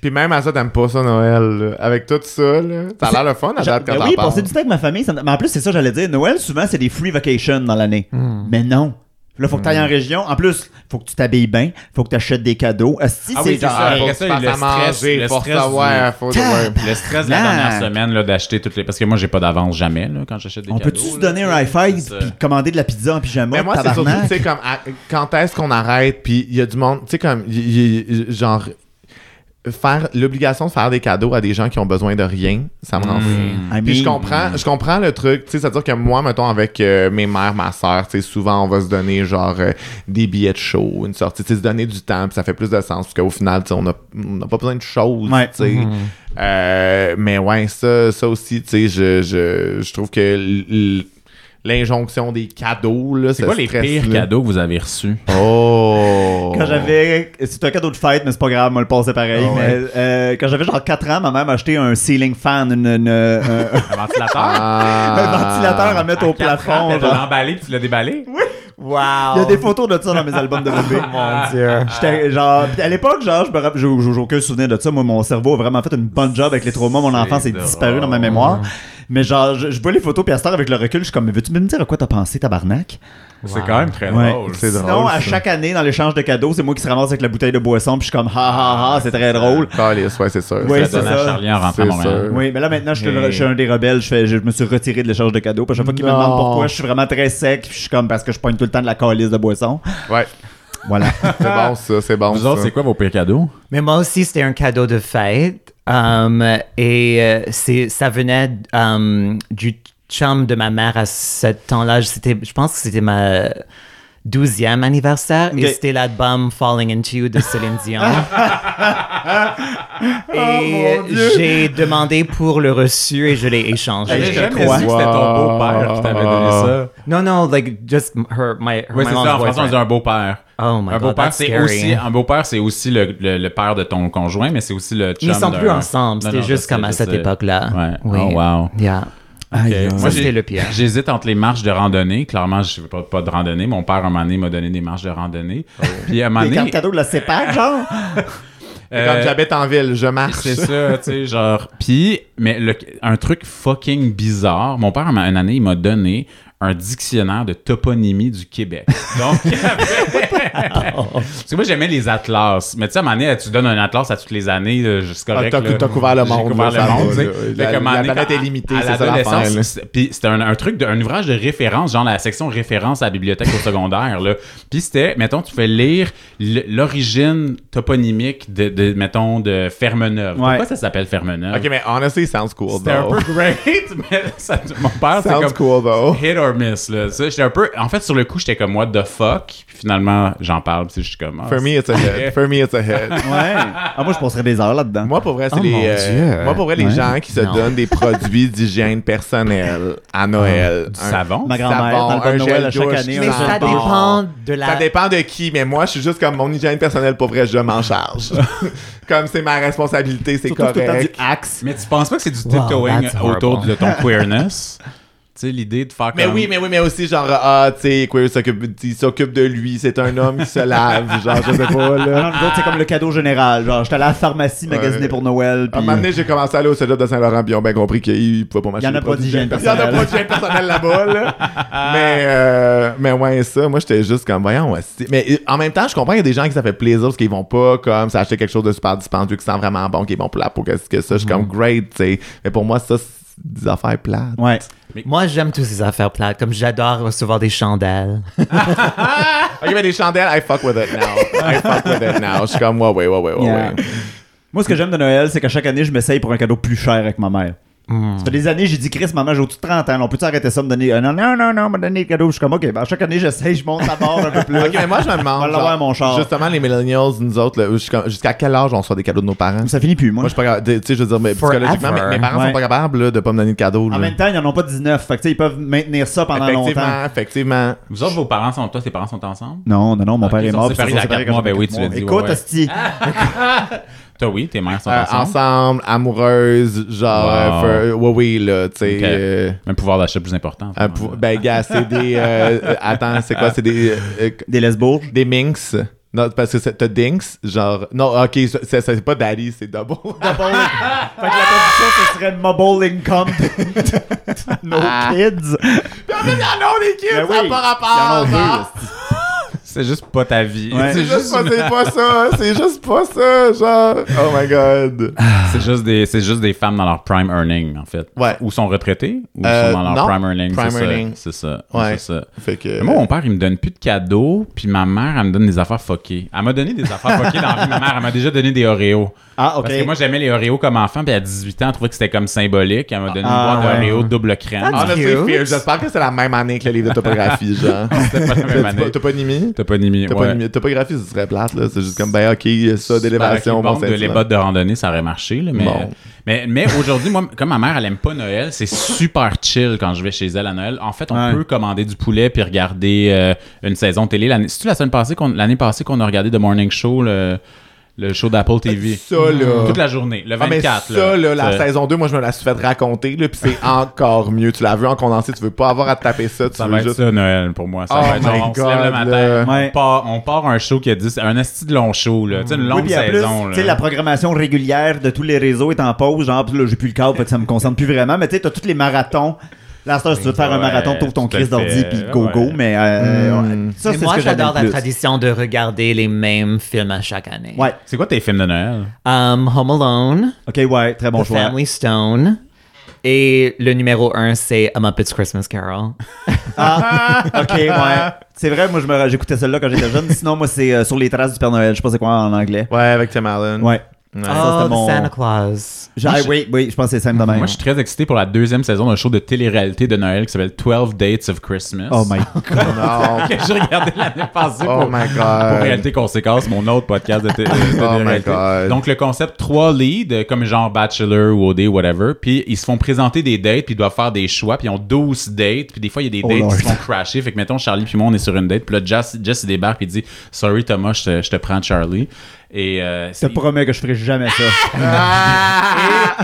[SPEAKER 1] puis même à ça, t'aimes pas ça Noël. là. Avec tout ça, là, ça a l'air le fun à date quand
[SPEAKER 2] Ben
[SPEAKER 1] t'en
[SPEAKER 2] oui,
[SPEAKER 1] parles.
[SPEAKER 2] passer du temps avec ma famille. ça me- Mais en plus, c'est ça que j'allais dire. Noël, souvent, c'est des free vacations dans l'année. Mais non. Là, faut que tu ailles en région. En plus, faut que tu t'habilles bien. Faut que tu achètes des cadeaux. Asti,
[SPEAKER 3] Ah
[SPEAKER 2] c'est
[SPEAKER 3] oui, c'est
[SPEAKER 2] genre-
[SPEAKER 3] ça.
[SPEAKER 1] Faut
[SPEAKER 3] Après
[SPEAKER 1] que
[SPEAKER 3] ça,
[SPEAKER 1] tu fasses
[SPEAKER 3] le
[SPEAKER 1] à manger,
[SPEAKER 3] stress- le
[SPEAKER 1] faut
[SPEAKER 3] stress
[SPEAKER 1] savoir,
[SPEAKER 3] du-
[SPEAKER 1] faut- ouais.
[SPEAKER 3] Le stress de la
[SPEAKER 2] Tabarnak.
[SPEAKER 3] dernière semaine là, d'acheter toutes les. Parce que moi, j'ai pas d'avance jamais là, quand j'achète des
[SPEAKER 2] On
[SPEAKER 3] cadeaux.
[SPEAKER 2] peut-tu se
[SPEAKER 3] là,
[SPEAKER 2] donner un high five
[SPEAKER 3] c'est ça.
[SPEAKER 2] puis commander de la pizza en pyjama?
[SPEAKER 1] Mais Ben, moi, c'est surtout,
[SPEAKER 2] tabarnak?
[SPEAKER 1] tu sais, comme, à- quand est-ce qu'on arrête, puis il y a du monde, tu sais, comme, il- il- il- genre, faire l'obligation de faire des cadeaux à des gens qui ont besoin de rien, ça me rend fou.
[SPEAKER 2] I
[SPEAKER 1] Puis je
[SPEAKER 2] mean, mm.
[SPEAKER 1] comprends, je comprends le truc, tu sais, c'est-à-dire que moi, mettons, avec euh, mes mères, ma soeur, tu sais, souvent, on va se donner, genre, euh, des billets de show, une sortie, tu sais, se donner du temps, puis ça fait plus de sens, parce qu'au final, tu sais, on n'a on n'a pas besoin de choses,
[SPEAKER 2] Ouais.
[SPEAKER 1] tu sais. Euh, mais ouais, ça, ça aussi, tu sais, je, je, je trouve que l- l- l'injonction des cadeaux, là,
[SPEAKER 3] C'est quoi les pires cadeaux que vous avez reçus?
[SPEAKER 1] Oh!
[SPEAKER 2] Quand j'avais. C'est un cadeau de fête, mais c'est pas grave, moi le passais pareil.
[SPEAKER 1] Ah ouais.
[SPEAKER 2] mais, euh, quand j'avais genre 4 ans, ma mère m'a acheté un ceiling fan, une- une- un,
[SPEAKER 3] Un ventilateur?
[SPEAKER 1] Ah.
[SPEAKER 2] un ventilateur à mettre au plafond.
[SPEAKER 3] Tu
[SPEAKER 2] genre.
[SPEAKER 3] l'as emballé puis tu l'as déballé? Oui.
[SPEAKER 2] Il y a des photos de ça dans mes albums de bébé.
[SPEAKER 1] Oh Mon Dieu.
[SPEAKER 2] J'étais genre puis à l'époque genre je me rappelle j'ai j'ai aucun souvenir de ça moi mon cerveau a vraiment fait une bonne job avec les traumas mon enfance est
[SPEAKER 3] drôle.
[SPEAKER 2] disparu dans ma mémoire Mais genre, je, je vois les photos, puis à cette heure, avec le recul, je suis comme, mais veux-tu me dire à quoi t'as pensé, tabarnak?
[SPEAKER 3] C'est quand même très
[SPEAKER 2] Ouais.
[SPEAKER 3] drôle.
[SPEAKER 1] C'est drôle.
[SPEAKER 2] Sinon, à
[SPEAKER 1] ça.
[SPEAKER 2] chaque année, dans l'échange de cadeaux, c'est moi qui se ramasse avec la bouteille de boisson, puis je suis comme, ha ha ha, c'est très drôle.
[SPEAKER 1] Calice, ouais, c'est sûr.
[SPEAKER 2] Ouais,
[SPEAKER 3] Ça
[SPEAKER 1] c'est
[SPEAKER 3] donne
[SPEAKER 2] c'est
[SPEAKER 3] à
[SPEAKER 2] ça.
[SPEAKER 3] Charlie en rentrant à
[SPEAKER 1] C'est
[SPEAKER 3] Montréal.
[SPEAKER 1] sûr.
[SPEAKER 2] Oui, mais là maintenant, je suis,
[SPEAKER 3] Mais-
[SPEAKER 2] je suis un des rebelles. Je, fais, je me suis retiré de l'échange de cadeaux. Parce que chaque fois qu'ils me
[SPEAKER 1] Non.
[SPEAKER 2] demandent pourquoi, je suis vraiment très sec. Puis je suis comme parce que je pogne tout le temps de la calice de boisson.
[SPEAKER 1] Ouais.
[SPEAKER 2] Voilà.
[SPEAKER 1] C'est bon, ça. C'est bon.
[SPEAKER 3] Vous Ah. autres,
[SPEAKER 1] ça.
[SPEAKER 3] c'est quoi vos pires cadeaux?
[SPEAKER 4] Mais moi aussi, c'était un cadeau de fête. Um, et euh, c'est, ça venait um, du chum de ma mère à ce temps-là. C'était, je pense que c'était ma 12e anniversaire.
[SPEAKER 2] Ok.
[SPEAKER 4] Et c'était l'album Falling Into You de Céline
[SPEAKER 3] Oh,
[SPEAKER 4] Dion. et euh,
[SPEAKER 1] mon Dieu.
[SPEAKER 4] j'ai demandé pour le reçu et je l'ai échangé.
[SPEAKER 2] J'avais
[SPEAKER 3] J'ai jamais
[SPEAKER 2] crois.
[SPEAKER 3] su que c'était ton beau-père qui t'avait donné ça.
[SPEAKER 4] Non, non, like, just her, my, her
[SPEAKER 3] Oui,
[SPEAKER 4] my
[SPEAKER 3] c'est
[SPEAKER 4] mom's
[SPEAKER 3] ça. En français, on
[SPEAKER 4] boyfriend.
[SPEAKER 3] dit un beau-père.
[SPEAKER 4] Oh my
[SPEAKER 3] un
[SPEAKER 4] God,
[SPEAKER 3] beau-père,
[SPEAKER 4] that's
[SPEAKER 3] c'est
[SPEAKER 4] scary.
[SPEAKER 3] aussi, un beau-père, c'est aussi le, le- le père de ton conjoint, mais c'est aussi le chum.
[SPEAKER 4] Ils ne sont
[SPEAKER 3] d'un-
[SPEAKER 4] plus ensemble.
[SPEAKER 3] Non,
[SPEAKER 4] C'était
[SPEAKER 3] non,
[SPEAKER 4] juste
[SPEAKER 3] je sais,
[SPEAKER 4] comme à
[SPEAKER 3] je
[SPEAKER 4] cette
[SPEAKER 3] sais.
[SPEAKER 4] époque-là.
[SPEAKER 3] Ouais.
[SPEAKER 4] Oui.
[SPEAKER 3] Oh, wow.
[SPEAKER 4] Yeah.
[SPEAKER 2] Aïe,
[SPEAKER 3] Ok.
[SPEAKER 2] aïe.
[SPEAKER 3] Moi,
[SPEAKER 4] Ça,
[SPEAKER 3] j'ai-
[SPEAKER 4] c'était le pire.
[SPEAKER 3] J'hésite entre les marches de randonnée. Clairement, je ne fais pas, pas de randonnée. Mon père, à un moment donné, m'a donné des marches de randonnée.
[SPEAKER 4] Oh.
[SPEAKER 3] Puis à un moment
[SPEAKER 2] Des cartes
[SPEAKER 3] donné.
[SPEAKER 2] cadeaux de la CEPAC, genre.
[SPEAKER 1] C'est
[SPEAKER 3] euh,
[SPEAKER 1] Comme j'habite en ville, je marche.
[SPEAKER 3] c'est ça, tu sais, genre. Puis, mais le- un truc fucking bizarre. Mon père, à une année, il m'a donné un dictionnaire de toponymie du Québec. Donc, parce que moi, j'aimais les atlas. Mais tu sais, à un moment donné, tu donnes un atlas à toutes les années, euh, c'est
[SPEAKER 1] Ah,
[SPEAKER 3] correct.
[SPEAKER 1] t'as-
[SPEAKER 3] là.
[SPEAKER 1] t'as couvert le
[SPEAKER 3] J'ai
[SPEAKER 1] monde,
[SPEAKER 3] couvert
[SPEAKER 1] là, ça
[SPEAKER 3] le monde,
[SPEAKER 1] va,
[SPEAKER 3] tu sais.
[SPEAKER 1] là.
[SPEAKER 3] Fait
[SPEAKER 1] La-
[SPEAKER 3] qu'à un moment
[SPEAKER 1] la
[SPEAKER 3] donné,
[SPEAKER 1] planète
[SPEAKER 3] quand-
[SPEAKER 1] est limitée,
[SPEAKER 3] à
[SPEAKER 1] c'est ça
[SPEAKER 3] l'adolescence,
[SPEAKER 1] l'affaire, là.
[SPEAKER 3] c'est- Puis c'était un, un truc, de, un ouvrage de référence, genre la section référence à la bibliothèque au secondaire, là. Puis c'était, mettons, tu fais lire l- l'origine toponymique de, de, mettons, de Fermeneuve.
[SPEAKER 2] Ouais.
[SPEAKER 3] Pourquoi ça s'appelle Fermeneuve?
[SPEAKER 1] Ok, mais honestly, it sounds cool,
[SPEAKER 3] C'était un
[SPEAKER 1] though.
[SPEAKER 3] peu great, mais ça- mon père, c'est
[SPEAKER 1] Sounds
[SPEAKER 3] comme
[SPEAKER 1] cool, though.
[SPEAKER 3] hit or miss. Là. Ça, J'étais un peu, en fait, sur le coup, j'étais comme what the fuck. Puis finalement, j'en parle, puis je suis comme. ah,
[SPEAKER 1] For me, it's a hit. For me, it's a hit.
[SPEAKER 2] Ouais. Ah, moi, je passerais des heures là-dedans.
[SPEAKER 1] Moi, pour vrai, c'est
[SPEAKER 4] Oh,
[SPEAKER 1] les,
[SPEAKER 4] mon
[SPEAKER 1] euh,
[SPEAKER 4] Dieu.
[SPEAKER 1] moi, pour vrai, les
[SPEAKER 2] Ouais.
[SPEAKER 1] gens qui se
[SPEAKER 4] Non.
[SPEAKER 1] donnent des produits d'hygiène personnelle à Noël.
[SPEAKER 3] Ah, du savon?
[SPEAKER 2] Ma grand-mère,
[SPEAKER 1] savon,
[SPEAKER 2] dans le Bon
[SPEAKER 1] un
[SPEAKER 2] Noël,
[SPEAKER 1] gel
[SPEAKER 2] à chaque
[SPEAKER 1] douche,
[SPEAKER 2] année,
[SPEAKER 1] du
[SPEAKER 4] Mais ça
[SPEAKER 1] savon.
[SPEAKER 4] dépend de la.
[SPEAKER 1] Ça dépend de qui, mais moi, je suis juste comme mon hygiène personnelle, pour vrai, je m'en charge. comme c'est ma responsabilité, c'est
[SPEAKER 2] Surtout tout le temps du
[SPEAKER 1] correct.
[SPEAKER 2] axe.
[SPEAKER 3] Mais tu penses pas que c'est du
[SPEAKER 4] Wow,
[SPEAKER 3] tiptoeing
[SPEAKER 4] that's
[SPEAKER 3] autour
[SPEAKER 4] horrible.
[SPEAKER 3] de ton queerness? tu sais, l'idée de faire
[SPEAKER 1] Mais
[SPEAKER 3] comme-
[SPEAKER 1] oui, mais oui, mais aussi, genre, ah, tu sais, queer s'occupe il s'occupe de lui, c'est un homme qui se lave, genre, je sais pas,
[SPEAKER 2] Ah
[SPEAKER 1] là.
[SPEAKER 2] Non, nous autres, c'est comme le cadeau général. Genre, j'étais allé à la pharmacie magasiner
[SPEAKER 1] Ouais.
[SPEAKER 2] pour Noël.
[SPEAKER 1] À un
[SPEAKER 2] Puis...
[SPEAKER 1] moment donné, j'ai commencé à aller au cégep de Saint-Laurent, puis ils ont bien compris qu'ils pouvaient pas m'acheter.
[SPEAKER 2] Il y en a
[SPEAKER 1] des
[SPEAKER 2] pas
[SPEAKER 1] produits
[SPEAKER 2] d'hygiène
[SPEAKER 1] Il y en a pas
[SPEAKER 2] personnelle.
[SPEAKER 1] d'hygiène personnelle là-bas, là. mais, euh, mais ouais, ça, moi, j'étais juste comme, voyons, esti. Mais euh, en même temps, je comprends qu'il y a des gens qui ça fait plaisir parce qu'ils vont pas, comme, s'acheter quelque chose de super dispendieux qui sent vraiment bon, qui est bon pour la peau, qu'est-ce que ça. Je suis comme,
[SPEAKER 2] Mm-hmm.
[SPEAKER 1] great, tu sais. Mais pour moi, ça, c'est des affaires plates.
[SPEAKER 2] euh, Ouais.
[SPEAKER 4] Moi, j'aime toutes ces affaires plates. Comme j'adore recevoir des chandelles.
[SPEAKER 1] Ok, mais des chandelles, I fuck with it now. I fuck with it now. Je suis comme, ouais, ouais, ouais, ouais, ouais.
[SPEAKER 2] Yeah.
[SPEAKER 1] ouais.
[SPEAKER 2] Moi, ce que j'aime de Noël, c'est qu'à chaque année, je m'essaye pour un cadeau plus cher avec ma mère.
[SPEAKER 1] Hmm.
[SPEAKER 2] Ça fait des années, j'ai dit, Chris, maman, j'ai au-dessus de 30 ans. là, On peut-tu arrêter ça, me donner. euh, non, non, non, non, me donner le cadeau. Je suis comme, OK, ben, à chaque année, j'essaye, je monte la barre un peu plus.
[SPEAKER 1] Ok, mais moi, je me demande.
[SPEAKER 2] On va l'avoir
[SPEAKER 1] genre,
[SPEAKER 2] à mon char.
[SPEAKER 1] Justement, les millennials, nous autres, là, je suis comme- jusqu'à quel âge on reçoit des cadeaux de nos parents?
[SPEAKER 2] Ça finit plus, moi.
[SPEAKER 1] Moi, je suis pas capable. de- Tu sais, je veux dire, mais
[SPEAKER 4] Forever.
[SPEAKER 1] psychologiquement, mes, mes parents
[SPEAKER 2] Ouais.
[SPEAKER 1] sont pas capables là, de pas me donner de cadeaux. là.
[SPEAKER 2] En même temps, ils n'en ont pas 19. Fait que, tu sais, ils peuvent maintenir ça pendant longtemps.
[SPEAKER 1] effectivement, effectivement.
[SPEAKER 3] Vous autres, vos parents sont. Toi, tes parents sont ensemble?
[SPEAKER 2] Non, non, non, mon
[SPEAKER 3] Ok,
[SPEAKER 2] père
[SPEAKER 3] ils
[SPEAKER 2] est
[SPEAKER 3] sont
[SPEAKER 2] mort. puis
[SPEAKER 3] séparés
[SPEAKER 2] ils sont
[SPEAKER 3] il y a
[SPEAKER 2] séparés
[SPEAKER 3] quatre mois,
[SPEAKER 2] quand
[SPEAKER 3] ben oui, tu
[SPEAKER 2] j'avais
[SPEAKER 3] l'as
[SPEAKER 2] quatre
[SPEAKER 3] dit,
[SPEAKER 2] mois.
[SPEAKER 3] ouais, ouais.
[SPEAKER 2] Écoute, hostie.
[SPEAKER 3] Toi, oui, tes mères sont
[SPEAKER 1] Euh,
[SPEAKER 3] ensemble.
[SPEAKER 1] ensemble, amoureuse, genre,
[SPEAKER 3] Wow.
[SPEAKER 1] euh, for- ouais, oui, là, tu sais.
[SPEAKER 3] Ok.
[SPEAKER 1] euh,
[SPEAKER 3] Un pouvoir d'achat plus important.
[SPEAKER 1] un pou- ben, gars, c'est des. euh, euh, attends, c'est quoi? C'est des. euh,
[SPEAKER 2] Des lesbourges.
[SPEAKER 1] des minx. Non, parce que c'est- t'as dinks, genre. Non, ok, c'est- c'est c'est pas daddy, c'est double.
[SPEAKER 2] Mobile-
[SPEAKER 3] Ah.
[SPEAKER 2] fait que la traduction, ce serait Mobile Income. no kids.
[SPEAKER 1] Ah non, les kids, ça
[SPEAKER 2] Ben oui,
[SPEAKER 1] a pas
[SPEAKER 2] ils en
[SPEAKER 1] rapport,
[SPEAKER 2] ont deux,
[SPEAKER 1] genre.
[SPEAKER 2] hostie.
[SPEAKER 3] C'est juste pas ta vie.
[SPEAKER 2] Ouais.
[SPEAKER 3] C'est
[SPEAKER 1] C'est juste
[SPEAKER 3] juste,
[SPEAKER 1] pas, c'est pas ça, c'est juste pas ça, genre. Oh my god.
[SPEAKER 3] c'est juste des, c'est juste des femmes dans leur prime earning, en fait.
[SPEAKER 1] Ouais.
[SPEAKER 3] Ou sont retraitées, ou
[SPEAKER 1] Euh,
[SPEAKER 3] sont dans leur
[SPEAKER 1] non.
[SPEAKER 3] prime earning.
[SPEAKER 1] Prime
[SPEAKER 3] c'est
[SPEAKER 1] earning.
[SPEAKER 3] ça. C'est ça.
[SPEAKER 1] Ouais. Euh,
[SPEAKER 3] C'est ça.
[SPEAKER 1] Fait que. ben.
[SPEAKER 3] Mais Moi, mon père, il me donne plus de cadeaux, puis ma mère, elle me donne des affaires fuckées. Elle m'a donné des affaires fuckées dans la vie. Ma mère, elle m'a déjà donné des Oreos.
[SPEAKER 2] Ah, OK.
[SPEAKER 3] Parce que moi, j'aimais les Oreos comme enfant, puis à 18 ans, elle trouvait que c'était comme symbolique. Elle m'a donné
[SPEAKER 2] Ah,
[SPEAKER 3] une boîte
[SPEAKER 2] ouais.
[SPEAKER 3] d'Oreos double crème.
[SPEAKER 1] Ah, là,
[SPEAKER 4] Cute.
[SPEAKER 1] c'est Fear. J'espère que c'est la même année que le livre de topographie, genre.
[SPEAKER 3] c'était pas la même
[SPEAKER 1] T'as
[SPEAKER 3] année.
[SPEAKER 1] pas- t'as pas nimi?
[SPEAKER 3] T'as pas nimi,
[SPEAKER 1] T'as
[SPEAKER 3] ouais.
[SPEAKER 1] pas nimi. Topographie, ce serait plate, là. C'est juste comme, ben, ok, ça, d'élévation,
[SPEAKER 3] Par
[SPEAKER 1] bon,
[SPEAKER 3] exemple, de
[SPEAKER 1] c'est
[SPEAKER 3] les
[SPEAKER 1] ça.
[SPEAKER 3] bottes de randonnée, ça aurait marché. là, mais
[SPEAKER 1] Bon.
[SPEAKER 3] mais, mais aujourd'hui, moi, comme ma mère, elle aime pas Noël, c'est super chill quand je vais chez elle à Noël. En fait, on
[SPEAKER 2] Ouais.
[SPEAKER 3] peut commander du poulet puis regarder euh, une saison de télé. L'année- C'est-tu la semaine passée qu'on l'année passée qu'on a regardé The Morning Show le, le- le show d'Apple TV.
[SPEAKER 1] Ah, Ça, là.
[SPEAKER 3] Toute la journée, le
[SPEAKER 1] Ah, mais
[SPEAKER 3] 24.
[SPEAKER 1] ça, là, la
[SPEAKER 3] Ça-
[SPEAKER 1] saison 2, moi, je me la suis fait raconter, là, puis c'est encore mieux. Tu l'as vu en condensé, tu veux pas avoir à te taper ça, tu
[SPEAKER 3] Ça
[SPEAKER 1] veux
[SPEAKER 3] va être
[SPEAKER 1] juste...
[SPEAKER 3] ça, Noël, pour moi. Ça
[SPEAKER 1] Oh
[SPEAKER 3] va être
[SPEAKER 1] my
[SPEAKER 3] genre, on se lève
[SPEAKER 1] God,
[SPEAKER 3] le
[SPEAKER 1] là.
[SPEAKER 3] matin,
[SPEAKER 2] Ouais.
[SPEAKER 3] on, part, on part un show qui a 10... Un esti de long show, là. Tu
[SPEAKER 1] Mmh.
[SPEAKER 3] sais, une
[SPEAKER 2] Oui,
[SPEAKER 3] longue
[SPEAKER 2] puis en plus,
[SPEAKER 3] saison,
[SPEAKER 2] tu sais,
[SPEAKER 3] là.
[SPEAKER 2] la programmation régulière de tous les réseaux est en pause. Genre, puis là, j'ai plus le câble, fait que ça me concentre plus vraiment. Mais tu sais, t'as tous les marathons. Là, à cette heure, si tu veux te faire un
[SPEAKER 3] Ouais,
[SPEAKER 2] marathon, t'ouvres ton
[SPEAKER 3] tout à
[SPEAKER 2] crise d'ordi,
[SPEAKER 3] fait,
[SPEAKER 2] puis go,
[SPEAKER 3] ouais.
[SPEAKER 2] go. Mais euh,
[SPEAKER 1] Mm.
[SPEAKER 2] ouais, ça,
[SPEAKER 4] Mais
[SPEAKER 2] c'est ce
[SPEAKER 4] moi,
[SPEAKER 2] que j'aime
[SPEAKER 4] j'adore
[SPEAKER 2] le
[SPEAKER 4] la
[SPEAKER 2] plus.
[SPEAKER 4] tradition de regarder les mêmes films à chaque année.
[SPEAKER 2] Ouais,
[SPEAKER 3] C'est quoi tes films de Noël?
[SPEAKER 4] Um, Home Alone,
[SPEAKER 2] ok, ouais, très bon
[SPEAKER 4] The
[SPEAKER 2] choix.
[SPEAKER 4] Family Stone, et le numéro un, c'est A Muppet's Christmas Carol.
[SPEAKER 2] Ah, ok, ouais. C'est vrai, moi, je me- j'écoutais celle-là quand j'étais jeune. Sinon, moi, c'est euh, Sur les traces du Père Noël. Je sais pas c'est quoi en anglais.
[SPEAKER 1] Ouais, avec Tim Allen.
[SPEAKER 2] Ouais. Ah, ça,
[SPEAKER 4] oh,
[SPEAKER 2] c'était mon-
[SPEAKER 4] the Santa Claus.
[SPEAKER 2] Genre,
[SPEAKER 3] Moi, je-
[SPEAKER 2] oui, oui, je pense que c'est Sam de même.
[SPEAKER 3] Moi, je suis très excité pour la deuxième saison d'un show de télé-réalité de Noël qui s'appelle 12 Dates of Christmas.
[SPEAKER 2] Oh my
[SPEAKER 1] Non.
[SPEAKER 3] Que j'ai regardé l'année passée
[SPEAKER 1] Oh
[SPEAKER 3] pour,
[SPEAKER 1] my
[SPEAKER 3] pour
[SPEAKER 1] God.
[SPEAKER 3] Réalité Conséquence, mon autre podcast de, té- de
[SPEAKER 2] Oh
[SPEAKER 3] télé-réalité.
[SPEAKER 1] my God.
[SPEAKER 3] Donc, le concept, trois leads, euh, comme genre Bachelor, OD, whatever, puis ils se font présenter des dates, puis ils doivent faire des choix, puis ils ont 12 dates, puis des fois, il y a des
[SPEAKER 2] Oh
[SPEAKER 3] dates
[SPEAKER 2] Lord.
[SPEAKER 3] qui se font crasher. Fait que, mettons, Charlie puis moi, on est sur une date, puis là, Jess, Jess il débarque, puis il dit « Sorry, Thomas, je te, je te prends Charlie. » Et euh,
[SPEAKER 2] Je
[SPEAKER 3] c'est-
[SPEAKER 2] te promets que je ferai jamais ça.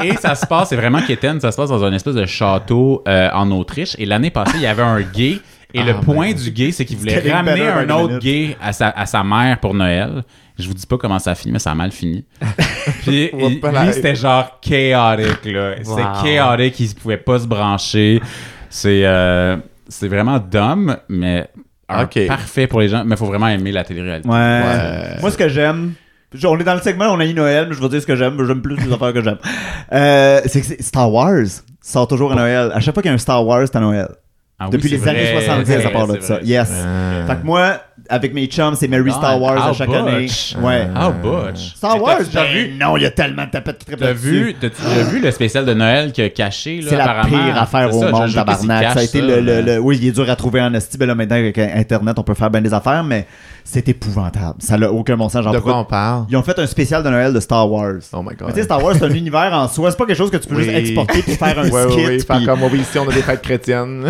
[SPEAKER 3] et, et ça se passe, c'est vraiment quétaine, ça se passe dans un espèce de château euh, en Autriche. Et l'année passée, il y avait un gay. Et
[SPEAKER 2] Ah,
[SPEAKER 3] le
[SPEAKER 2] ben,
[SPEAKER 3] point du gay, c'est qu'il voulait
[SPEAKER 2] Getting
[SPEAKER 3] ramener
[SPEAKER 2] better
[SPEAKER 3] un
[SPEAKER 2] by the
[SPEAKER 3] autre gay à sa, à sa mère pour Noël. Je vous dis pas comment ça a fini, mais ça a mal fini. Puis il-
[SPEAKER 1] Whoopala.
[SPEAKER 3] lui, c'était genre chaotique, là.
[SPEAKER 4] Wow.
[SPEAKER 3] C'est chaotique, il pouvait pas se brancher. C'est euh, c'est vraiment dumb, mais un
[SPEAKER 1] Ok.
[SPEAKER 3] parfait pour les gens. Mais faut vraiment aimer la télé-réalité.
[SPEAKER 2] Ouais. Moi, ce que j'aime. je- On est dans le segment, on a eu Noël, mais je vais dire ce que j'aime, mais j'aime plus les affaires que j'aime. Euh, c'est que c'est- Star Wars sort toujours à Noël. À chaque fois qu'il y a un Star Wars, c'est à Noël.
[SPEAKER 3] Ah oui,
[SPEAKER 2] Depuis
[SPEAKER 3] c'est
[SPEAKER 2] les années
[SPEAKER 3] vrai,
[SPEAKER 2] 70,
[SPEAKER 3] c'est
[SPEAKER 2] à part
[SPEAKER 3] vrai,
[SPEAKER 2] de ça.
[SPEAKER 3] c'est vrai.
[SPEAKER 2] Yes.
[SPEAKER 1] Euh,
[SPEAKER 2] Fait que moi, avec mes chums, c'est Merry Star
[SPEAKER 3] God,
[SPEAKER 2] Wars à
[SPEAKER 3] how
[SPEAKER 2] chaque
[SPEAKER 3] Ah, butch.
[SPEAKER 2] année. Ouais.
[SPEAKER 3] Ah, butch.
[SPEAKER 2] Star Wars,
[SPEAKER 3] T'as- t'as
[SPEAKER 2] ben
[SPEAKER 3] vu-
[SPEAKER 2] Non, il y a tellement de tapettes qui trippent
[SPEAKER 3] T'as
[SPEAKER 2] là-dessus.
[SPEAKER 3] vu, t'as-tu déjà vu le spécial de Noël qui a caché, là,
[SPEAKER 2] C'est la
[SPEAKER 3] apparemment?
[SPEAKER 2] pire affaire
[SPEAKER 3] C'est
[SPEAKER 2] au
[SPEAKER 3] ça,
[SPEAKER 2] monde,
[SPEAKER 3] je- je sais pas s'il
[SPEAKER 2] tabarnak.
[SPEAKER 3] cache
[SPEAKER 2] Ça a été le,
[SPEAKER 3] ça,
[SPEAKER 2] le-
[SPEAKER 3] mais-
[SPEAKER 2] le- Oui, il est dur à trouver en esti. Ben là, maintenant, avec euh, Internet, on peut faire bien des affaires, mais c'est épouvantable. Ça n'a aucun bon sens. J'en
[SPEAKER 1] De quoi
[SPEAKER 2] profite.
[SPEAKER 1] on parle?
[SPEAKER 2] Ils ont fait un spécial de Noël de Star Wars.
[SPEAKER 1] Oh my
[SPEAKER 2] Mais tu sais,
[SPEAKER 1] God.
[SPEAKER 2] Star Wars, c'est un univers en soi. C'est pas quelque chose que tu peux
[SPEAKER 1] Oui.
[SPEAKER 2] juste exporter puis faire un
[SPEAKER 1] Ouais,
[SPEAKER 2] skit.
[SPEAKER 1] oui, oui, faire
[SPEAKER 2] puis-
[SPEAKER 1] comme, oh oui, ici, on a des fêtes chrétiennes.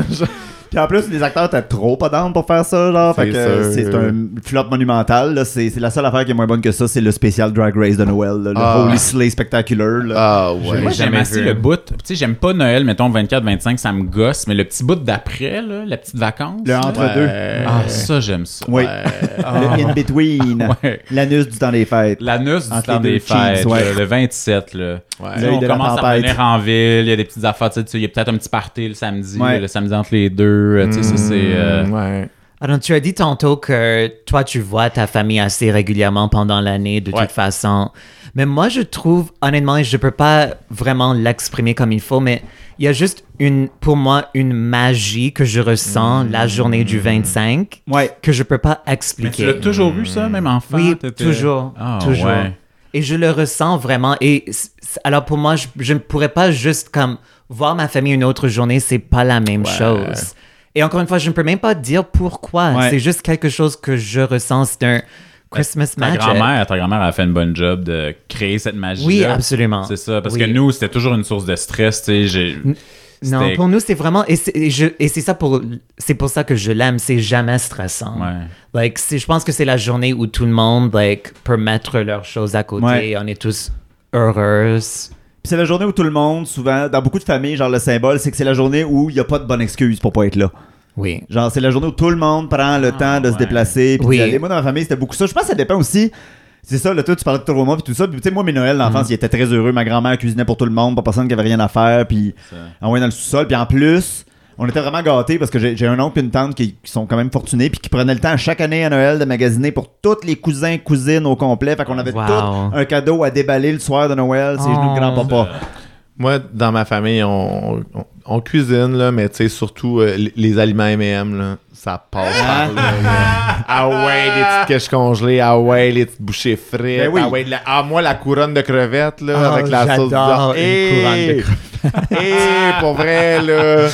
[SPEAKER 2] puis en plus, les acteurs étaient trop pas d'âme pour faire ça. Genre, fait
[SPEAKER 1] C'est
[SPEAKER 2] que euh,
[SPEAKER 1] sûr.
[SPEAKER 2] c'est un flop monumental. là. C'est c'est la seule affaire qui est moins bonne que ça. C'est le spécial Drag Race de Noël. là. Le
[SPEAKER 1] Ah.
[SPEAKER 2] Holy Slay spectaculaire. là.
[SPEAKER 1] Ah,
[SPEAKER 3] Moi,
[SPEAKER 1] ouais.
[SPEAKER 3] j'aime
[SPEAKER 4] jamais
[SPEAKER 3] assez
[SPEAKER 4] vu.
[SPEAKER 3] le bout. Tu sais, j'aime pas Noël, mettons 24-25, ça me gosse, mais le petit bout d'après, là, la petite vacance.
[SPEAKER 2] Le
[SPEAKER 3] là.
[SPEAKER 2] entre-deux.
[SPEAKER 3] Ah, ça, j'aime ça.
[SPEAKER 2] Oui. Le in-between.
[SPEAKER 3] Euh, Ouais.
[SPEAKER 2] L'anus du temps des fêtes.
[SPEAKER 3] L'anus oh. du
[SPEAKER 2] Entre
[SPEAKER 3] temps
[SPEAKER 2] les deux
[SPEAKER 3] des fêtes,
[SPEAKER 2] cheeks, ouais.
[SPEAKER 3] là, le 27, là. Tu sais,
[SPEAKER 2] L'œil
[SPEAKER 3] on
[SPEAKER 2] de la
[SPEAKER 3] commence à
[SPEAKER 2] tempête.
[SPEAKER 3] venir en ville, il y a des petites affaires, tu sais, il y a peut-être un petit party le samedi,
[SPEAKER 2] Ouais.
[SPEAKER 3] le samedi entre les deux, tu sais, ça, c'est... euh,
[SPEAKER 1] Ouais.
[SPEAKER 4] Alors, tu as dit tantôt que toi, tu vois ta famille assez régulièrement pendant l'année, de
[SPEAKER 3] Ouais.
[SPEAKER 4] toute façon. Mais moi, je trouve, honnêtement, je peux pas vraiment l'exprimer comme il faut, mais il y a juste une, pour moi, une magie que je ressens la journée du 25
[SPEAKER 2] Ouais.
[SPEAKER 4] que je peux pas
[SPEAKER 3] Hmm. Mais
[SPEAKER 4] expliquer.
[SPEAKER 3] tu l'as toujours eu, ça, même enfant?
[SPEAKER 4] Oui,
[SPEAKER 3] t'étais-
[SPEAKER 4] toujours,
[SPEAKER 3] Ah,
[SPEAKER 4] toujours.
[SPEAKER 3] ouais.
[SPEAKER 4] Et je le ressens vraiment. Et c- c- alors pour moi, je- je ne pourrais pas juste comme voir ma famille une autre journée, c'est pas la même chose. Et encore une fois, je ne peux même pas dire pourquoi.
[SPEAKER 2] Ouais.
[SPEAKER 4] C'est juste quelque chose que je ressens. C'est un Christmas
[SPEAKER 3] Ta
[SPEAKER 4] magic.
[SPEAKER 3] grand-mère, ta grand-mère a fait une bonne job de créer cette magie.
[SPEAKER 4] Oui, absolument.
[SPEAKER 3] C'est ça, parce
[SPEAKER 4] Oui.
[SPEAKER 3] que nous, c'était toujours une source de stress, tu sais. j'ai-
[SPEAKER 4] Non,
[SPEAKER 3] c'était-
[SPEAKER 4] pour nous, c'est vraiment. Et c'est et je- et c'est ça pour. C'est pour ça que je l'aime. C'est jamais stressant.
[SPEAKER 3] Ouais.
[SPEAKER 4] Like, c'est- je pense que c'est la journée où tout le monde like, peut mettre leurs choses à côté.
[SPEAKER 2] Ouais.
[SPEAKER 4] On est tous heureuses.
[SPEAKER 2] Puis c'est la journée où tout le monde, souvent, dans beaucoup de familles, genre le symbole, c'est que c'est la journée où il n'y a pas de bonne excuse pour pas être là.
[SPEAKER 4] Oui.
[SPEAKER 2] Genre, c'est la journée où tout le monde prend le temps de se
[SPEAKER 3] ouais.
[SPEAKER 2] déplacer. Puis
[SPEAKER 4] Oui.
[SPEAKER 2] d'y aller. Moi, dans ma famille, c'était beaucoup ça. Je pense que ça dépend aussi. C'est ça, là, toi, tu parlais de tournoi puis tout ça. Puis, tu sais, moi, mes Noëls,
[SPEAKER 1] Mm.
[SPEAKER 2] l'enfance, ils étaient très heureux. Ma grand-mère cuisinait pour tout le monde, pas personne qui avait rien à faire. Puis, envoyé dans le sous-sol. Puis, en plus, on était vraiment gâtés parce que j'ai j'ai un oncle et une tante qui, qui sont quand même fortunés. Puis, qui prenaient le temps chaque année à Noël de magasiner pour tous les cousins, cousines au complet. Fait qu'on avait
[SPEAKER 4] Wow.
[SPEAKER 2] tout un cadeau à déballer le soir de Noël. C'est
[SPEAKER 1] Ah,
[SPEAKER 4] Oh.
[SPEAKER 2] nous, grand-papa.
[SPEAKER 1] Moi, dans ma famille, on, on, on cuisine, là, mais tu sais, surtout euh, les- les aliments M&M, là, ça passe par là, là. Ah ouais, les petites quiches congelées, ah ouais, les petites bouchées frites,
[SPEAKER 2] Ben oui.
[SPEAKER 1] ah ouais, la- ah moi, la couronne de crevettes, là,
[SPEAKER 4] Ah,
[SPEAKER 1] avec la sauce
[SPEAKER 4] j'adore une couronne de
[SPEAKER 1] crevettes. Et pour vrai, là...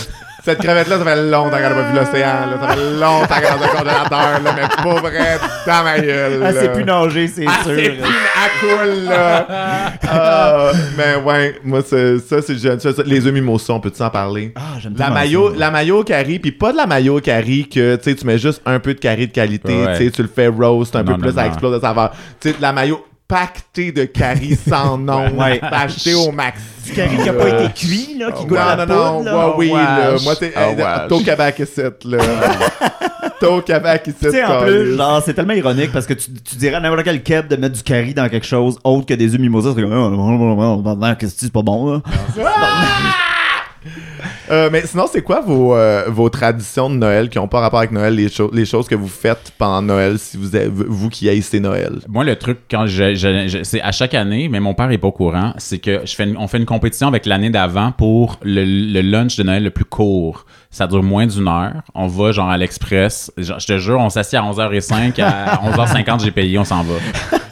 [SPEAKER 1] Cette crevette-là, ça fait longtemps qu'elle n'a pas vu l'océan. là. Ça fait longtemps qu'elle est dans un congélateur, là, mais pour vrai, dans ma gueule.
[SPEAKER 2] Ah, c'est
[SPEAKER 1] là.
[SPEAKER 2] plus nager, c'est
[SPEAKER 1] Ah, c'est
[SPEAKER 2] sûr.
[SPEAKER 1] plus à cool, là. Ah, mais ouais, moi, c'est- ça, c'est jeune. Ça, ça- les œufs mimosa, on peut-tu en parler?
[SPEAKER 2] Ah, j'aime
[SPEAKER 1] La
[SPEAKER 2] tellement
[SPEAKER 1] maillot,
[SPEAKER 2] ça.
[SPEAKER 1] la maillot au curry, puis pas de la maillot au curry que tu sais, tu mets juste un peu de curry de qualité,
[SPEAKER 3] Ouais.
[SPEAKER 1] tu sais, tu le fais roast un
[SPEAKER 3] Non,
[SPEAKER 1] peu plus,
[SPEAKER 3] non,
[SPEAKER 1] ça
[SPEAKER 3] non.
[SPEAKER 1] explose de saveur. Tu sais, de la maillot pacté de caries sans nom,
[SPEAKER 2] Ouais.
[SPEAKER 1] acheté au maxi.
[SPEAKER 5] Du curry qui a pas été cuit, là,
[SPEAKER 3] Euh,
[SPEAKER 5] qui goûte à la
[SPEAKER 1] Non, non, non,
[SPEAKER 5] poudre, là.
[SPEAKER 1] ouais, oui,
[SPEAKER 5] Oh,
[SPEAKER 1] là,
[SPEAKER 5] wesh.
[SPEAKER 1] moi, t'es,
[SPEAKER 3] Ah,
[SPEAKER 1] hey,
[SPEAKER 3] wesh.
[SPEAKER 1] ton cabac ici, là. ton cabac ici,
[SPEAKER 2] Tu sais, en
[SPEAKER 1] câlisse.
[SPEAKER 2] plus, genre, c'est tellement ironique parce que tu, tu dirais à n'importe quel keb de mettre du curry dans quelque chose autre que des œufs mimosas. C'est comme, oh, maintenant, qu'est-ce que c'est pas bon, là?
[SPEAKER 1] Ah! Euh, mais sinon, c'est quoi vos, euh, vos traditions de Noël qui n'ont pas rapport avec Noël, les, cho- les choses que vous faites pendant Noël, si vous, avez- vous qui haïssez Noël?
[SPEAKER 3] Moi, le truc, quand je, je- je- c'est à chaque année, mais mon père est pas au courant, c'est que je fais une- on fait une compétition avec l'année d'avant pour le, le lunch de Noël le plus court. Ça dure moins d'une heure. On va genre à l'express. Genre, Je te jure, on s'assied à 11h05. À 11h50, j'ai payé, on s'en va.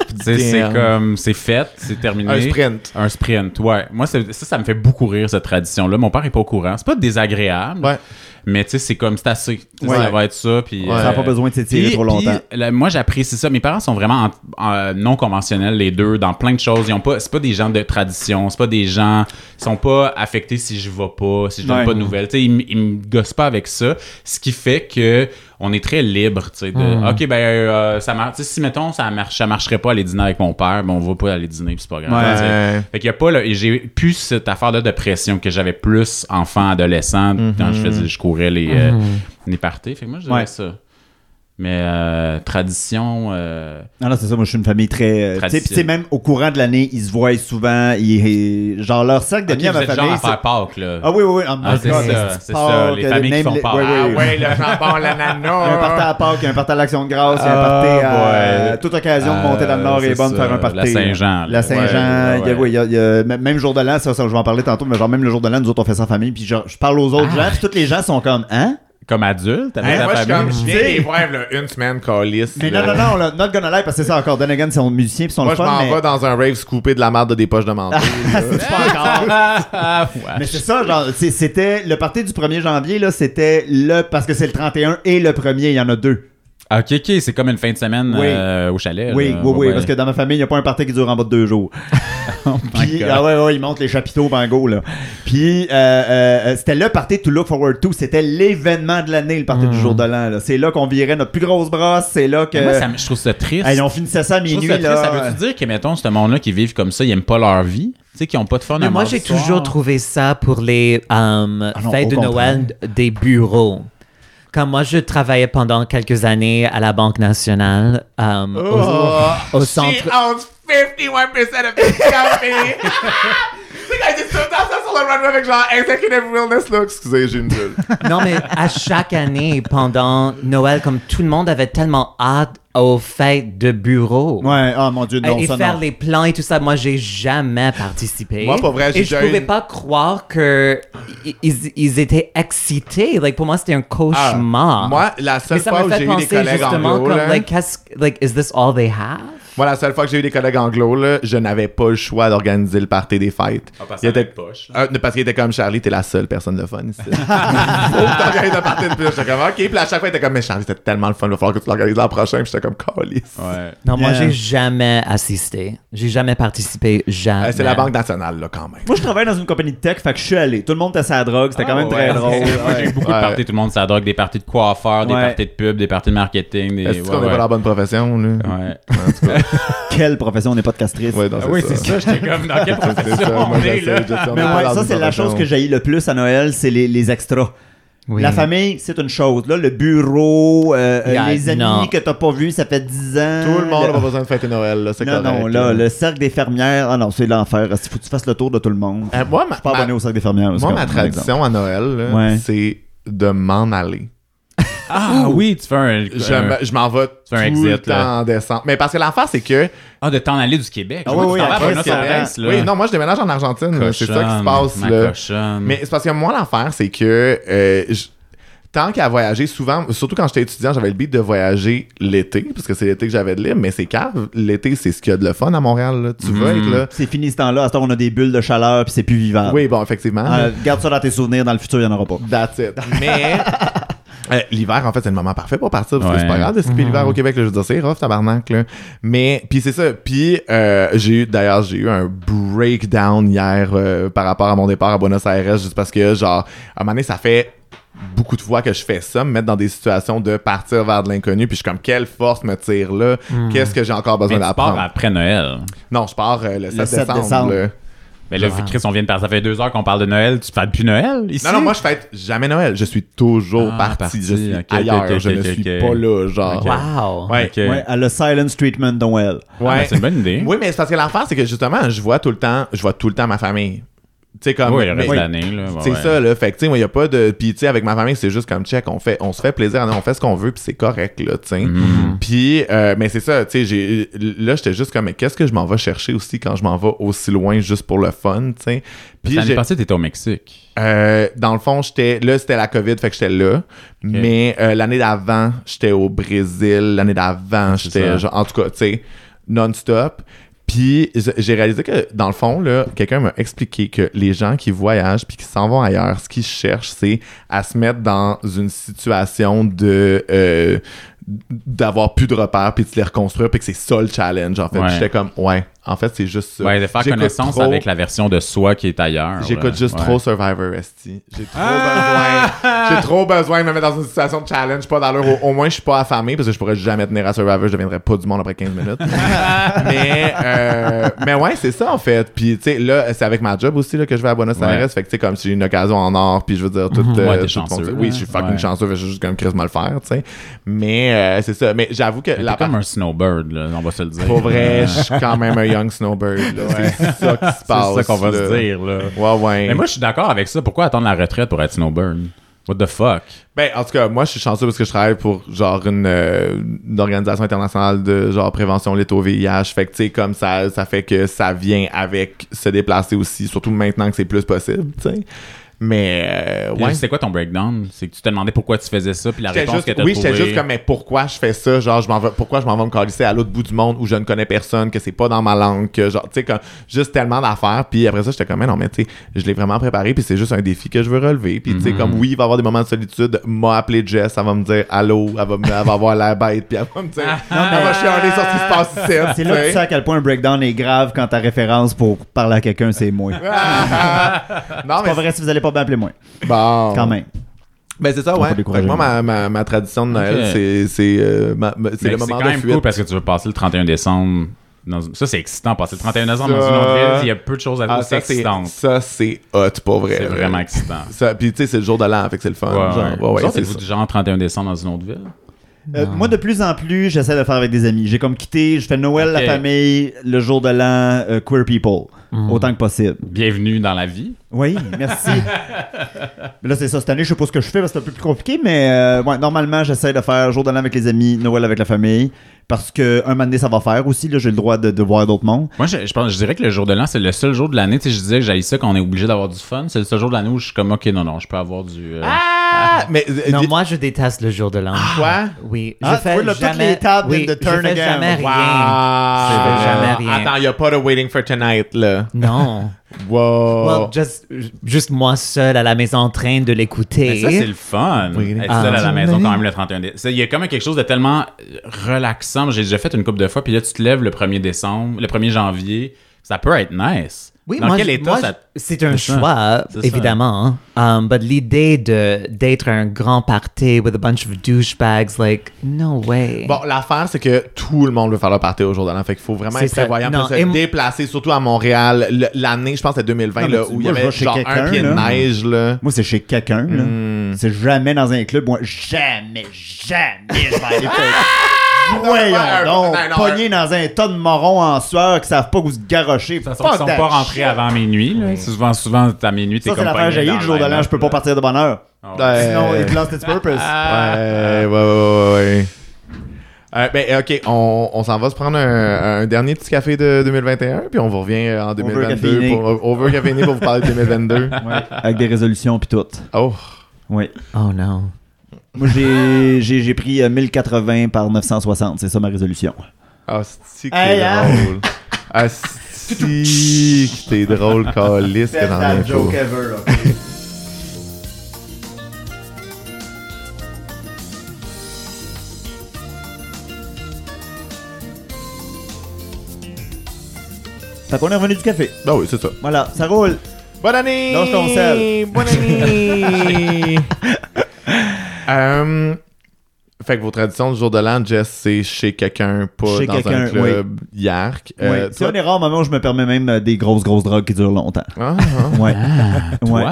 [SPEAKER 3] Tu sais, c'est
[SPEAKER 1] Damn.
[SPEAKER 3] comme, c'est fait, c'est terminé.
[SPEAKER 1] Un sprint.
[SPEAKER 3] Un sprint, ouais. Moi, c'est- ça, ça me fait beaucoup rire, cette tradition-là. Mon père est pas au courant. C'est pas désagréable,
[SPEAKER 1] Ouais.
[SPEAKER 3] mais tu sais, c'est comme, c'est assez. Tu sais,
[SPEAKER 1] Ouais.
[SPEAKER 3] Ça va être ça, puis... euh,
[SPEAKER 1] Ouais.
[SPEAKER 2] Ça n'a pas besoin de s'étirer
[SPEAKER 3] Puis-
[SPEAKER 2] trop longtemps.
[SPEAKER 3] puis, là, moi, j'apprécie ça. Mes parents sont vraiment en- en- non conventionnels, les deux, dans plein de choses. Ils ont pas, c'est pas des gens de tradition, c'est pas des gens, ils sont pas affectés si je vais pas, si je donne
[SPEAKER 2] Ouais.
[SPEAKER 3] pas de nouvelles. Tu sais, ils, m- ils me gossent pas avec ça, ce qui fait que on est très libre, tu sais, de,
[SPEAKER 2] Mm.
[SPEAKER 3] ok, ben, euh, ça marche. Tu sais, si mettons, ça marche, ça marcherait pas aller dîner avec mon père, ben, on va pas aller dîner, puis c'est pas grave.
[SPEAKER 2] Ouais.
[SPEAKER 3] tu sais. Fait qu'il y a pas, là, et j'ai plus cette affaire-là de pression que j'avais plus enfant, adolescent, quand je faisais, je courais les, euh, les parties. Fait que moi, je dirais
[SPEAKER 2] Mhm. Ouais.
[SPEAKER 3] ça. Mais euh, tradition, euh,
[SPEAKER 2] Non, non, c'est ça. Moi, je suis une famille très. euh, tu sais,
[SPEAKER 3] Traditionnelle.
[SPEAKER 2] Puis, tu sais, même au courant de l'année, ils se voient souvent. Ils, ils- genre, leur cercle d'amis
[SPEAKER 3] ok,
[SPEAKER 2] à ma
[SPEAKER 3] vous êtes
[SPEAKER 2] famille.
[SPEAKER 3] genre à
[SPEAKER 2] c'est-
[SPEAKER 3] faire Pâques, là.
[SPEAKER 2] Ah oui, oui, oui. Oh my
[SPEAKER 3] Ah, c'est
[SPEAKER 2] God, les
[SPEAKER 3] ça,
[SPEAKER 2] petits
[SPEAKER 3] c'est ça, les
[SPEAKER 2] Pâques,
[SPEAKER 3] familles qui
[SPEAKER 2] même
[SPEAKER 3] font
[SPEAKER 2] les-
[SPEAKER 3] Pâques.
[SPEAKER 2] ouais, ouais,
[SPEAKER 1] Ah
[SPEAKER 2] ouais.
[SPEAKER 1] ouais, le jambon, la
[SPEAKER 2] Il y a un party
[SPEAKER 1] nana.
[SPEAKER 2] à Pâques, il y a un party à l'Action de grâce, il y a un
[SPEAKER 3] Ah,
[SPEAKER 2] party à
[SPEAKER 3] boy.
[SPEAKER 2] toute occasion de monter dans le
[SPEAKER 3] Euh,
[SPEAKER 2] Nord et
[SPEAKER 3] c'est
[SPEAKER 2] bonne de
[SPEAKER 3] ça,
[SPEAKER 2] faire un party.
[SPEAKER 3] la Saint-Jean, là.
[SPEAKER 2] La Saint-Jean.
[SPEAKER 3] Ah, Ouais,
[SPEAKER 2] il y a-
[SPEAKER 3] ouais.
[SPEAKER 2] oui, il y a- il y a- m- Même jour de l'an, ça, ça, je vais en parler tantôt, mais genre même le jour de l'an, nous autres, on fait ça en famille. Puis genre, je parle aux autres gens, puis toutes les gens sont comme, hein?
[SPEAKER 3] Comme adulte, avec
[SPEAKER 2] Hein,
[SPEAKER 3] ta
[SPEAKER 1] Moi, je suis comme,
[SPEAKER 3] famille.
[SPEAKER 1] je viens les voir, là, une semaine, câlisse,
[SPEAKER 2] Mais non,
[SPEAKER 1] là.
[SPEAKER 2] non, non, là, not gonna lie, parce que c'est ça encore. Donegan, c'est mon musicien, puis ils sont
[SPEAKER 1] Moi,
[SPEAKER 2] le
[SPEAKER 1] je
[SPEAKER 2] fun,
[SPEAKER 1] m'en
[SPEAKER 2] mais.
[SPEAKER 1] vais dans un rave scoopé de la merde des poches de menton.
[SPEAKER 4] Ah,
[SPEAKER 2] C'est pas encore.
[SPEAKER 3] Ah, ouais.
[SPEAKER 2] Mais c'est ça, genre, c'est- c'était le party du 1er janvier, là, c'était le. Parce que c'est le 31 et le 1er, il y en a deux.
[SPEAKER 3] Ok, ok, c'est comme une fin de semaine
[SPEAKER 2] Oui.
[SPEAKER 3] euh, au chalet.
[SPEAKER 2] Oui,
[SPEAKER 3] là.
[SPEAKER 2] oui, oui,
[SPEAKER 3] Ouais.
[SPEAKER 2] parce que dans ma famille, il n'y a pas un party qui dure en bas de deux jours. Puis,
[SPEAKER 3] God.
[SPEAKER 2] ah ouais, ouais, ils montent les chapiteaux bango, là. Puis, euh, euh, c'était le party to look forward to. C'était l'événement de l'année, le party du jour de l'an, là. C'est là qu'on virait notre plus grosse brasse. C'est là que.
[SPEAKER 3] Mais Hmm. Moi, ça me- je trouve ça triste.
[SPEAKER 2] Hey, on finissait ça à
[SPEAKER 3] je trouve
[SPEAKER 2] minuit,
[SPEAKER 3] ça triste.
[SPEAKER 2] là.
[SPEAKER 3] Ça veut-tu dire que, mettons, ce monde-là qui vivent comme ça, ils aiment pas leur vie? Tu sais, qu'ils ont pas de fun
[SPEAKER 4] Mais
[SPEAKER 3] un
[SPEAKER 4] moi,
[SPEAKER 3] mardi
[SPEAKER 4] j'ai
[SPEAKER 3] soir.
[SPEAKER 4] toujours trouvé ça pour les euh,
[SPEAKER 2] Ah non,
[SPEAKER 4] fêtes
[SPEAKER 2] au
[SPEAKER 4] de Noël des bureaux. Quand moi, je travaillais pendant quelques années à la Banque nationale, euh,
[SPEAKER 1] Oh,
[SPEAKER 4] au, au centre...
[SPEAKER 1] She owns 51% of this company. C'est quand j'ai tout le temps ça sur le runway avec genre executive realness là. Excusez, j'ai une bulle.
[SPEAKER 4] Non, mais à chaque année, pendant Noël, comme tout le monde avait tellement hâte aux fêtes de bureau.
[SPEAKER 2] Ouais, ah mon dieu,
[SPEAKER 4] Et-
[SPEAKER 2] non,
[SPEAKER 4] et
[SPEAKER 2] ça
[SPEAKER 4] faire
[SPEAKER 2] non.
[SPEAKER 4] les plans et tout ça, moi j'ai jamais participé.
[SPEAKER 1] Moi, pour vrai, j'ai
[SPEAKER 4] Et je
[SPEAKER 1] déjà eu
[SPEAKER 4] pouvais
[SPEAKER 1] une-
[SPEAKER 4] pas croire que i- ils, ils étaient excités. Like pour moi c'était un cauchemar.
[SPEAKER 1] Ah. Moi, la
[SPEAKER 4] Mais
[SPEAKER 1] seule
[SPEAKER 4] ça
[SPEAKER 1] fois
[SPEAKER 4] m'a
[SPEAKER 1] où
[SPEAKER 4] fait
[SPEAKER 1] j'ai eu des
[SPEAKER 4] penser
[SPEAKER 1] collègues
[SPEAKER 4] justement
[SPEAKER 1] anglo,
[SPEAKER 4] comme
[SPEAKER 1] là,
[SPEAKER 4] like, qu'est-ce- like, is this all they have?
[SPEAKER 1] moi, la seule fois que j'ai eu des collègues anglo, là, je n'avais pas le choix d'organiser le party des fêtes.
[SPEAKER 3] Ah, parce
[SPEAKER 1] Il
[SPEAKER 3] que
[SPEAKER 1] était-
[SPEAKER 3] ça va être poche,
[SPEAKER 1] Euh, parce qu'il était comme Charlie, t'es la seule personne de fun ici. Faut que t'organises un party de plus. J'étais comme, ok. Puis à chaque fois, il était comme, mais Charlie, c'était tellement le fun, il va falloir que tu l'organises l'an prochain. Puis j'étais comme, calice.
[SPEAKER 3] Ouais.
[SPEAKER 4] Non, moi
[SPEAKER 2] Yeah.
[SPEAKER 4] j'ai jamais assisté. J'ai jamais participé,
[SPEAKER 2] Ah,
[SPEAKER 4] jamais.
[SPEAKER 1] Euh, C'est la Banque nationale, là, quand même.
[SPEAKER 2] Moi, je travaille dans une compagnie de tech, fait que je suis allé. Tout le monde était sa drogue, c'était quand même très
[SPEAKER 3] Ah,
[SPEAKER 2] drôle.
[SPEAKER 3] Ouais. Moi, j'ai eu
[SPEAKER 2] ouais.
[SPEAKER 3] beaucoup de
[SPEAKER 1] Ouais.
[SPEAKER 3] parties, tout le monde ça drogue, des parties de coiffeurs, des
[SPEAKER 2] Ouais.
[SPEAKER 3] parties de pub, des parties de marketing. Des...
[SPEAKER 1] Est-ce qu'on
[SPEAKER 3] ouais,
[SPEAKER 1] est
[SPEAKER 3] ouais.
[SPEAKER 1] pas dans la bonne profession, là?
[SPEAKER 3] Ouais.
[SPEAKER 1] En tout cas.
[SPEAKER 2] Quelle profession, on n'est pas de castrice.
[SPEAKER 1] Ouais, non,
[SPEAKER 3] Ah oui, c'est ça, j'étais comme dans quelle
[SPEAKER 2] Ah.
[SPEAKER 1] C'est ça,
[SPEAKER 3] profession
[SPEAKER 1] moi,
[SPEAKER 3] on
[SPEAKER 1] j'essaie,
[SPEAKER 3] est là?
[SPEAKER 1] j'essaie, on
[SPEAKER 2] Mais
[SPEAKER 1] est pas
[SPEAKER 2] ouais,
[SPEAKER 1] dans
[SPEAKER 2] ça,
[SPEAKER 1] une
[SPEAKER 2] c'est la chose
[SPEAKER 1] profession.
[SPEAKER 2] que j'ai le plus à Noël, c'est les, les extras.
[SPEAKER 4] Oui.
[SPEAKER 2] La famille, c'est une chose. Là, le bureau, euh, euh,
[SPEAKER 4] Yeah,
[SPEAKER 2] les amis
[SPEAKER 4] non.
[SPEAKER 2] que t'as pas vus, ça fait 10 ans.
[SPEAKER 1] Tout le monde
[SPEAKER 2] Le-
[SPEAKER 1] n'a pas besoin de fêter Noël, là, c'est
[SPEAKER 2] Non,
[SPEAKER 1] correct.
[SPEAKER 2] non, là, le cercle des fermières, ah non, c'est l'enfer. Il faut que tu fasses le tour de tout le monde.
[SPEAKER 1] Euh, moi, ma,
[SPEAKER 2] Je suis pas
[SPEAKER 1] ma-
[SPEAKER 2] abonné au cercle des fermières.
[SPEAKER 1] moi,
[SPEAKER 2] c'est
[SPEAKER 1] ma
[SPEAKER 2] comme- par exemple.
[SPEAKER 1] tradition à Noël, là,
[SPEAKER 2] Ouais.
[SPEAKER 1] c'est de m'en aller.
[SPEAKER 3] Ah oui, tu fais un.
[SPEAKER 1] Je
[SPEAKER 3] un-
[SPEAKER 1] me- je m'en vais tout
[SPEAKER 3] fais un exit,
[SPEAKER 1] le temps
[SPEAKER 3] là.
[SPEAKER 1] en décembre. Mais parce que l'affaire, c'est que...
[SPEAKER 3] Ah, de t'en aller du Québec.
[SPEAKER 2] Ah
[SPEAKER 3] Je vois,
[SPEAKER 2] oui,
[SPEAKER 3] tu t'en
[SPEAKER 2] oui,
[SPEAKER 3] vas à
[SPEAKER 2] après,
[SPEAKER 3] Buenos
[SPEAKER 2] c'est
[SPEAKER 3] Aires, là.
[SPEAKER 1] Oui, non, moi, je déménage en Argentine. là, C'est ça qui se
[SPEAKER 3] Cochonne,
[SPEAKER 1] passe,
[SPEAKER 3] ma
[SPEAKER 1] là.
[SPEAKER 3] cochonne.
[SPEAKER 1] Mais c'est parce que moi, l'affaire, c'est que... euh, je- Tant qu'à voyager, souvent, surtout quand j'étais étudiant, j'avais le but de voyager l'été, parce que c'est l'été que j'avais de libre, mais c'est cave. L'été, c'est ce qu'il y a de le fun à Montréal. là. Tu
[SPEAKER 3] Mm.
[SPEAKER 1] veux être là.
[SPEAKER 2] C'est fini ce temps-là. À ce temps, on a des bulles de chaleur, puis c'est plus vivable.
[SPEAKER 1] Oui, bon, effectivement.
[SPEAKER 2] Ah, garde ça dans tes souvenirs, dans le futur, il n'y en aura pas.
[SPEAKER 1] That's it. Mais euh, l'hiver, en fait, c'est le moment parfait pour partir parce que c'est
[SPEAKER 3] Ouais. Mhm.
[SPEAKER 1] pas grave de skipper l'hiver au Québec. là. je veux dire, c'est rough, tabarnak. Là. Mais, puis c'est ça. Puis euh, j'ai eu, d'ailleurs, j'ai eu un breakdown hier euh, par rapport à mon départ à Buenos Aires juste parce que, genre, à un moment donné, ça fait beaucoup de fois que je fais ça, me mettre dans des situations de partir vers de l'inconnu, puis je suis comme, quelle force me tire là? Qu'est-ce que j'ai encore
[SPEAKER 3] Mhm. Mais
[SPEAKER 1] besoin
[SPEAKER 3] tu pars
[SPEAKER 1] d'apprendre?
[SPEAKER 3] après Noël.
[SPEAKER 1] Non, je pars euh, le 7,
[SPEAKER 2] 7
[SPEAKER 1] décembre.
[SPEAKER 2] décembre.
[SPEAKER 1] là.
[SPEAKER 3] Mais là, vu que Chris, on vient de partir. Ça fait deux heures qu'on parle de Noël. Tu fais depuis Noël ici?
[SPEAKER 1] Non, non, moi, je fête jamais Noël. Je suis toujours
[SPEAKER 3] Ah,
[SPEAKER 1] parti.
[SPEAKER 3] parti.
[SPEAKER 1] Je suis
[SPEAKER 3] Ok, ok,
[SPEAKER 1] ailleurs.
[SPEAKER 3] ok,
[SPEAKER 1] je ne
[SPEAKER 3] ok,
[SPEAKER 1] suis
[SPEAKER 3] ok.
[SPEAKER 1] pas là, genre.
[SPEAKER 3] Ok.
[SPEAKER 4] Wow.
[SPEAKER 1] Ouais.
[SPEAKER 3] Ok.
[SPEAKER 2] Ouais, à le silence treatment de Noël.
[SPEAKER 3] Ah, ben, c'est une bonne idée.
[SPEAKER 1] Oui, mais c'est parce que l'affaire, c'est que justement, je vois tout le temps, je vois tout le temps ma famille. Tu sais, comme.
[SPEAKER 3] Oui, le reste
[SPEAKER 1] Ah, mais-
[SPEAKER 3] de l'année. là, ouais,
[SPEAKER 1] C'est
[SPEAKER 3] ouais.
[SPEAKER 1] ça, là. Fait que, tu sais, il n'y a pas de. Puis, tu sais, avec ma famille, c'est juste comme check, on, fait, on se fait plaisir, on fait ce qu'on veut, puis c'est correct, là, tu sais.
[SPEAKER 3] Mm.
[SPEAKER 1] Puis, euh, mais c'est ça, tu sais, j'ai- là, j'étais juste comme, mais qu'est-ce que je m'en vais chercher aussi quand je m'en vais aussi loin juste pour le fun, tu sais. Puis,
[SPEAKER 3] L'année
[SPEAKER 1] j'ai-
[SPEAKER 3] passée, t'étais au Mexique.
[SPEAKER 1] euh, dans le fond, j'étais là, c'était la COVID, fait que j'étais là. Mais euh, l'année d'avant, j'étais au Brésil. L'année d'avant,
[SPEAKER 3] ça.
[SPEAKER 1] j'étais genre, en tout cas, tu sais, non-stop. Puis j- j'ai réalisé que dans le fond, là, quelqu'un m'a expliqué que les gens qui voyagent puis qui s'en vont ailleurs, ce qu'ils cherchent, c'est à se mettre dans une situation de euh, d'avoir plus de repères puis de se les reconstruire puis que c'est ça le challenge en fait.
[SPEAKER 3] Ouais.
[SPEAKER 1] J'étais comme ouais, en fait c'est juste ça.
[SPEAKER 3] Ouais, de faire
[SPEAKER 1] J'écoute
[SPEAKER 3] connaissance
[SPEAKER 1] trop-
[SPEAKER 3] avec la version de soi qui est ailleurs. là.
[SPEAKER 1] J'écoute juste
[SPEAKER 3] Ouais.
[SPEAKER 1] trop Survivor ST. J'ai trop besoin. J'ai trop besoin de me mettre dans une situation de challenge, pas dans l'heure. Au, au moins, je suis pas affamé parce que je pourrais jamais tenir à Survivor. Je deviendrais pas du monde après 15 minutes. mais, euh, mais ouais, c'est ça en fait. Puis tu sais, là, c'est avec ma job aussi là, que je vais à Buenos
[SPEAKER 3] Ouais. Mhm.
[SPEAKER 1] Aires. Fait que tu sais, comme si j'ai une occasion en or, puis je veux dire tout. euh,
[SPEAKER 3] Ouais, t'es
[SPEAKER 1] tout
[SPEAKER 3] chanceux,
[SPEAKER 1] fonctionne.
[SPEAKER 3] là.
[SPEAKER 1] Oui, je suis fucking
[SPEAKER 3] Ouais.
[SPEAKER 1] chanceux. Fait que je suis juste comme Chris me le faire, tu sais. Mais euh, c'est ça. Mais j'avoue que
[SPEAKER 3] T'es
[SPEAKER 1] la
[SPEAKER 3] comme un snowbird, là, on va se le dire.
[SPEAKER 1] pour vrai, je suis quand même un young snowbird. là. C'est ça qui se passe.
[SPEAKER 3] C'est ça qu'on va
[SPEAKER 1] là.
[SPEAKER 3] se dire, là.
[SPEAKER 1] Ouais, ouais.
[SPEAKER 3] Mais moi, je suis d'accord avec ça. Pourquoi attendre la retraite pour être snowbird? What the fuck?
[SPEAKER 1] Ben, en tout cas, moi, je suis chanceux parce que je travaille pour, genre, une, euh, une organisation internationale de, genre, prévention liée au VIH. Fait que, tu sais, comme ça, ça fait que ça vient avec se déplacer aussi, surtout maintenant que c'est plus possible, tu sais. Mais, euh,
[SPEAKER 3] Puis
[SPEAKER 1] ouais.
[SPEAKER 3] C'est quoi ton breakdown? C'est que tu te demandais pourquoi tu faisais ça, puis la
[SPEAKER 1] J'étais
[SPEAKER 3] réponse
[SPEAKER 1] juste,
[SPEAKER 3] que t'as
[SPEAKER 1] oui,
[SPEAKER 3] trouvée.
[SPEAKER 1] j'étais juste comme, mais pourquoi je fais ça? Genre, je m'en vais, pourquoi je m'en vais me calisser à l'autre bout du monde où je ne connais personne, que c'est pas dans ma langue, que genre, tu sais, comme, juste tellement d'affaires. Puis après ça, j'étais comme, mais non, mais tu sais, je l'ai vraiment préparé, puis c'est juste un défi que je veux relever. Puis tu sais,
[SPEAKER 3] Mhm.
[SPEAKER 1] comme, oui, il va y avoir des moments de solitude. M'a appelé Jess, elle va me dire allô, elle va, me- elle va avoir l'air bête, puis elle va me dire, elle va chialer sur ce qui se passe ici.
[SPEAKER 2] Ah. C'est là que
[SPEAKER 1] tu
[SPEAKER 2] tu sais à quel point un breakdown est grave quand ta référence pour parler à quelqu'un, c'est moi. C'est
[SPEAKER 1] sais. Ah. Non, mais
[SPEAKER 2] pas vrai si vous allez pas m'appeler moi.
[SPEAKER 1] bon.
[SPEAKER 2] Quand même.
[SPEAKER 1] Ben, c'est ça, ouais.
[SPEAKER 2] pas décourager.
[SPEAKER 1] Fait que Moi, ma, ma, ma tradition de Noël,
[SPEAKER 3] Ok.
[SPEAKER 1] c'est- c'est euh, ma- ma- c'est
[SPEAKER 3] Mais
[SPEAKER 1] le
[SPEAKER 3] C'est
[SPEAKER 1] moment
[SPEAKER 3] quand
[SPEAKER 1] de
[SPEAKER 3] même
[SPEAKER 1] fuite.
[SPEAKER 3] cool parce que tu veux passer le 31 décembre. Dans... une- Ça, c'est excitant, passer le 31 décembre dans
[SPEAKER 1] Ça-
[SPEAKER 3] une autre ville. Il y a peu de choses à
[SPEAKER 1] Ah,
[SPEAKER 3] faire. c'est
[SPEAKER 1] ça, c'est
[SPEAKER 3] excitant.
[SPEAKER 1] ça, c'est hot pour vrai.
[SPEAKER 3] C'est vraiment excitant.
[SPEAKER 1] Ça, puis tu sais, c'est le jour de l'an, fait que c'est le fun.
[SPEAKER 3] Ouais,
[SPEAKER 1] genre, ouais, ouais,
[SPEAKER 3] Vous autres,
[SPEAKER 1] c'est
[SPEAKER 3] êtes-vous
[SPEAKER 1] ça.
[SPEAKER 3] du genre 31 décembre dans une autre ville?
[SPEAKER 2] Euh, moi, de plus en plus, j'essaie de le faire avec des amis. J'ai comme quitté, je fais Noël,
[SPEAKER 3] Ok.
[SPEAKER 2] la famille, le jour de l'an, euh, queer people, autant que possible.
[SPEAKER 3] Bienvenue dans la vie.
[SPEAKER 2] Oui, merci. Mais là, c'est ça, cette année, je sais pas ce que je fais parce que c'est un peu plus compliqué, mais euh, ouais, normalement, j'essaie de faire jour de l'an avec les amis, Noël avec la famille, parce que un moment donné, ça va faire aussi. Là, j'ai le droit de, de voir d'autres mondes.
[SPEAKER 3] Moi, je, je pense, je dirais que le jour de l'an, c'est le seul jour de l'année. Tu sais, je disais que j'aille ça, qu'on est obligé d'avoir du fun. C'est le seul jour de l'année où je suis comme, OK, non, non, je peux avoir du. euh,
[SPEAKER 1] Ah, mais euh,
[SPEAKER 4] Non,
[SPEAKER 1] dis-
[SPEAKER 4] moi, je déteste le jour de l'an.
[SPEAKER 1] quoi?
[SPEAKER 4] Oui,
[SPEAKER 2] Ah,
[SPEAKER 4] je fais
[SPEAKER 2] tu vois, là, toutes
[SPEAKER 4] jamais...
[SPEAKER 2] les tables
[SPEAKER 4] oui,
[SPEAKER 2] de turn
[SPEAKER 4] je fais
[SPEAKER 2] again.
[SPEAKER 4] jamais rien.
[SPEAKER 1] Wow.
[SPEAKER 4] Je fais jamais rien.
[SPEAKER 1] Ah. Attends, il a pas de waiting for tonight, là.
[SPEAKER 4] Non.
[SPEAKER 1] Wow.
[SPEAKER 4] Well, just- juste moi seule à la maison en train de
[SPEAKER 3] Mais ça, c'est
[SPEAKER 4] l'écouter.
[SPEAKER 3] le fun.
[SPEAKER 1] Oui.
[SPEAKER 3] Être
[SPEAKER 4] Ah.
[SPEAKER 3] seul à la maison quand même le 31 décembre. C'est- Il y a comme quelque chose de tellement relaxant. J'ai déjà fait une couple de fois, puis là, tu te lèves le 1er décembre, le 1er janvier. Ça peut être nice.
[SPEAKER 4] Oui,
[SPEAKER 3] Dans
[SPEAKER 4] moi,
[SPEAKER 3] quel
[SPEAKER 4] je-
[SPEAKER 3] état
[SPEAKER 4] moi,
[SPEAKER 3] ça...
[SPEAKER 4] je- C'est un
[SPEAKER 3] C'est ça.
[SPEAKER 4] choix,
[SPEAKER 3] C'est ça.
[SPEAKER 4] évidemment. Um, but l'idée de d'être un grand party with a bunch of douchebags, like, no way.
[SPEAKER 1] Bon, l'affaire, c'est que tout le monde veut faire le party au jour de l'an. Fait qu'il faut vraiment
[SPEAKER 4] C'est
[SPEAKER 1] être
[SPEAKER 4] ça.
[SPEAKER 1] prévoyant
[SPEAKER 4] Non,
[SPEAKER 1] pour se
[SPEAKER 4] et m-
[SPEAKER 1] déplacer, surtout à Montréal. Le- L'année, je pense, c'est 2020,
[SPEAKER 2] Non, mais
[SPEAKER 1] là,
[SPEAKER 2] tu-
[SPEAKER 1] où il y
[SPEAKER 2] moi, je
[SPEAKER 1] avait
[SPEAKER 2] vais chez
[SPEAKER 1] genre
[SPEAKER 2] quelqu'un,
[SPEAKER 1] un pied de
[SPEAKER 2] là.
[SPEAKER 1] neige, là.
[SPEAKER 2] Moi, c'est chez quelqu'un, là.
[SPEAKER 1] Hmm.
[SPEAKER 2] C'est jamais dans un club. Moi, jamais, jamais je vais aller faire-
[SPEAKER 1] Non,
[SPEAKER 2] Voyons
[SPEAKER 1] non,
[SPEAKER 2] donc,
[SPEAKER 1] non, non,
[SPEAKER 2] pogné dans un tas de morons en sueur qui savent pas où se garrocher.
[SPEAKER 3] De toute façon, ils sont pas rentrés avant minuit. là. C'est Souvent, souvent, à minuit, t'es
[SPEAKER 2] Ça, c'est
[SPEAKER 3] comme
[SPEAKER 2] l'affaire
[SPEAKER 3] pogné
[SPEAKER 2] jaillie
[SPEAKER 3] dans Ah.
[SPEAKER 2] du jour de
[SPEAKER 3] line-up,
[SPEAKER 2] l'an. Je peux pas
[SPEAKER 3] là.
[SPEAKER 2] partir de bonne heure.
[SPEAKER 3] Ben,
[SPEAKER 1] Ouais.
[SPEAKER 2] Sinon, it lost its purpose.
[SPEAKER 1] Ouais, ouais, ouais, ouais, ouais. Euh, ben, ok, on, on s'en va se prendre un, un dernier petit café de 2021, puis on vous revient euh, en 2022
[SPEAKER 2] Overcaféiné.
[SPEAKER 1] pour Overcaféiné pour vous parler de 2022.
[SPEAKER 2] Avec des résolutions puis tout.
[SPEAKER 1] Oh,
[SPEAKER 2] Oui.
[SPEAKER 4] Oh non.
[SPEAKER 2] Moi, j'ai, j'ai, j'ai pris euh, 1080 par 960. C'est ça ma résolution.
[SPEAKER 1] ah, c'est que
[SPEAKER 2] Hey,
[SPEAKER 1] t'es
[SPEAKER 2] hein?
[SPEAKER 1] drôle. Ah, c'est que t'es drôle, calice, que t'en viens pas.
[SPEAKER 2] ever. Fait qu'on est revenu du café.
[SPEAKER 1] Ben oui, c'est ça.
[SPEAKER 2] Voilà, ça roule.
[SPEAKER 1] Bonne année!
[SPEAKER 2] Lâche ton sel.
[SPEAKER 1] Bonne année! Euh, fait que vos traditions du jour de l'an, Jess, c'est chez quelqu'un, pas
[SPEAKER 2] Chez
[SPEAKER 1] dans
[SPEAKER 2] quelqu'un,
[SPEAKER 1] un club yark. Euh,
[SPEAKER 2] Ouais. C'est
[SPEAKER 1] toi-
[SPEAKER 2] un des rares moments où je me permets même euh, des grosses, grosses drogues qui durent longtemps.
[SPEAKER 1] Ah, ah.
[SPEAKER 2] Ouais. ouais.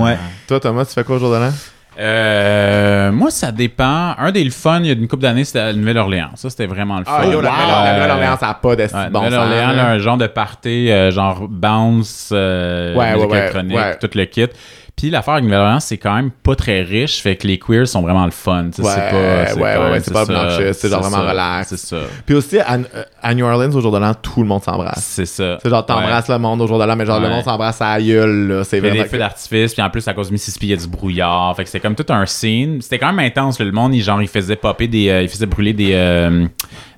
[SPEAKER 2] Ouais.
[SPEAKER 1] Toi, Thomas, tu fais quoi au jour de l'an?
[SPEAKER 3] Euh, moi, ça dépend. Un des le fun, il y a une couple d'années, c'était à la Nouvelle-Orléans. Ça, c'était vraiment le fun.
[SPEAKER 1] Ah, yo, la
[SPEAKER 3] Euh,
[SPEAKER 1] Nouvelle- la Nouvelle-Orléans, ça n'a pas d'esti
[SPEAKER 3] Ouais,
[SPEAKER 1] de bon sens.
[SPEAKER 3] Nouvelle-Orléans, là,
[SPEAKER 1] là.
[SPEAKER 3] un genre de party, euh, genre bounce, euh,
[SPEAKER 1] Ouais,
[SPEAKER 3] musique
[SPEAKER 1] ouais, ouais,
[SPEAKER 3] électronique,
[SPEAKER 1] ouais.
[SPEAKER 3] tout le kit. Puis l'affaire avec Nouvelle-Orléans, c'est quand même pas très riche, fait que les queers sont vraiment le fun. tu sais,
[SPEAKER 1] Ouais,
[SPEAKER 3] c'est pas,
[SPEAKER 1] ouais,
[SPEAKER 3] quand
[SPEAKER 1] ouais,
[SPEAKER 3] même-
[SPEAKER 1] ouais, c'est pas
[SPEAKER 3] ça,
[SPEAKER 1] obnoxious, c'est genre vraiment
[SPEAKER 3] ça,
[SPEAKER 1] relax.
[SPEAKER 3] C'est ça.
[SPEAKER 1] Puis aussi, à, euh, à New Orleans, au jour de l'an, tout le monde s'embrasse.
[SPEAKER 3] C'est ça.
[SPEAKER 1] C'est genre, t'embrasses le monde au jour de l'an, mais genre, le
[SPEAKER 3] Ouais.
[SPEAKER 1] monde s'embrasse à la gueule, là. C'est
[SPEAKER 3] Il y avait
[SPEAKER 1] vraiment...
[SPEAKER 3] des feux d'artifice, puis en plus, à cause du Mississippi, il y a du brouillard. Fait que c'était comme tout un scene. C'était quand même intense. là. Le monde, il, genre, il faisait popper des. euh, il faisait brûler des. euh,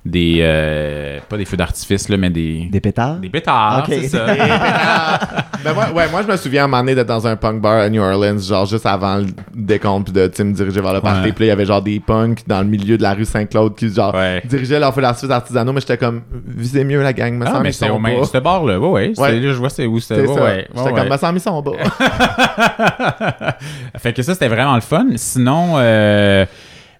[SPEAKER 3] des. euh, pas des feux d'artifice, là, mais des.
[SPEAKER 2] Des pétards?
[SPEAKER 3] des pétards,
[SPEAKER 2] Ok.
[SPEAKER 3] c'est ça.
[SPEAKER 1] Ben moi, ouais, moi, je me souviens à un moment donné d'être dans un punk bar à New Orleans, genre juste avant le décompte, puis de tu sais, me diriger vers le party.
[SPEAKER 3] Ouais.
[SPEAKER 1] Puis là, il y avait genre des punks dans le milieu de la rue Saint-Claude qui genre
[SPEAKER 3] Ouais.
[SPEAKER 1] dirigeaient leurs feux d'artifice artisanaux, mais j'étais comme, visez mieux la gang, me
[SPEAKER 3] Ah,
[SPEAKER 1] semble
[SPEAKER 3] mais
[SPEAKER 1] ils
[SPEAKER 3] c'était au
[SPEAKER 1] sont
[SPEAKER 3] même.
[SPEAKER 1] bas.
[SPEAKER 3] C'était bar, là. Ouais, ouais. c'était-
[SPEAKER 1] Ouais.
[SPEAKER 3] là, je vois c'est où c'était.
[SPEAKER 1] C'est
[SPEAKER 3] Ouais,
[SPEAKER 1] ça.
[SPEAKER 3] ouais.
[SPEAKER 1] J'étais
[SPEAKER 3] ouais,
[SPEAKER 1] comme,
[SPEAKER 3] ouais.
[SPEAKER 1] me semble ils sont bas.
[SPEAKER 3] fait que ça, c'était vraiment le fun. Sinon, euh,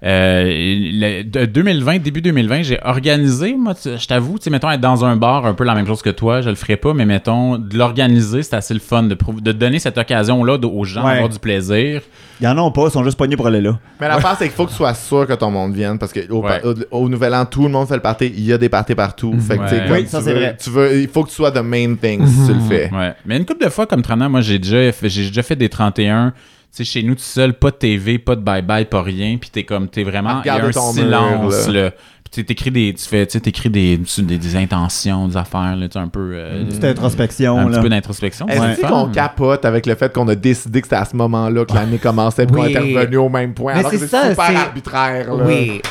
[SPEAKER 3] euh, le- de 2020, début 2020, j'ai organisé, moi, tu- je t'avoue, tu sais, mettons, être dans un bar, un peu la même chose que toi, je le ferais pas, mais mettons, de l'organiser, c'est assez le fun, de, prou- de donner cette occasion-là de- aux gens
[SPEAKER 2] Ouais.
[SPEAKER 3] d'avoir du plaisir.
[SPEAKER 2] Il y en a pas, ils sont juste pognés pour aller là.
[SPEAKER 1] mais la part, c'est qu'il faut que tu sois sûr que ton monde vienne, parce que au,
[SPEAKER 3] Ouais.
[SPEAKER 1] au- au Nouvel An, tout le monde fait le party, il y a des parties partout. Fait que, tu sais,
[SPEAKER 3] Ouais.
[SPEAKER 1] comme
[SPEAKER 2] Oui,
[SPEAKER 1] tu
[SPEAKER 2] ça, c'est
[SPEAKER 1] veux-
[SPEAKER 2] vrai.
[SPEAKER 1] Tu veux, il faut que tu sois the main thing si tu le fais.
[SPEAKER 3] Ouais. Mais une couple de fois, comme 30 ans, moi, j'ai déjà, fait- j'ai déjà fait des 31. Tu sais, chez nous tout seul, pas de TV, pas de bye-bye, pas rien. Puis t'es comme, t'es
[SPEAKER 1] À
[SPEAKER 3] vraiment. Il y a
[SPEAKER 1] regarder
[SPEAKER 3] un
[SPEAKER 1] ton
[SPEAKER 3] silence,
[SPEAKER 1] mur,
[SPEAKER 3] là. Puis t'es- t'écris des. Tu fais, tu sais, t'écris des, des, des intentions, des affaires, là, tu sais, un peu. euh,
[SPEAKER 1] Mm. Hmm.
[SPEAKER 2] Petite introspection, là.
[SPEAKER 3] un petit peu d'introspection.
[SPEAKER 1] Est-ce
[SPEAKER 3] c'est le fun.
[SPEAKER 1] qu'on capote avec le fait qu'on a décidé que c'était à ce moment-là que l'année commençait et qu'on
[SPEAKER 4] Oui.
[SPEAKER 1] était revenu au même point?
[SPEAKER 4] Mais
[SPEAKER 1] alors que
[SPEAKER 4] c'est
[SPEAKER 1] c'est
[SPEAKER 4] ça,
[SPEAKER 1] super
[SPEAKER 4] c'est-
[SPEAKER 1] arbitraire. Là.
[SPEAKER 4] Oui.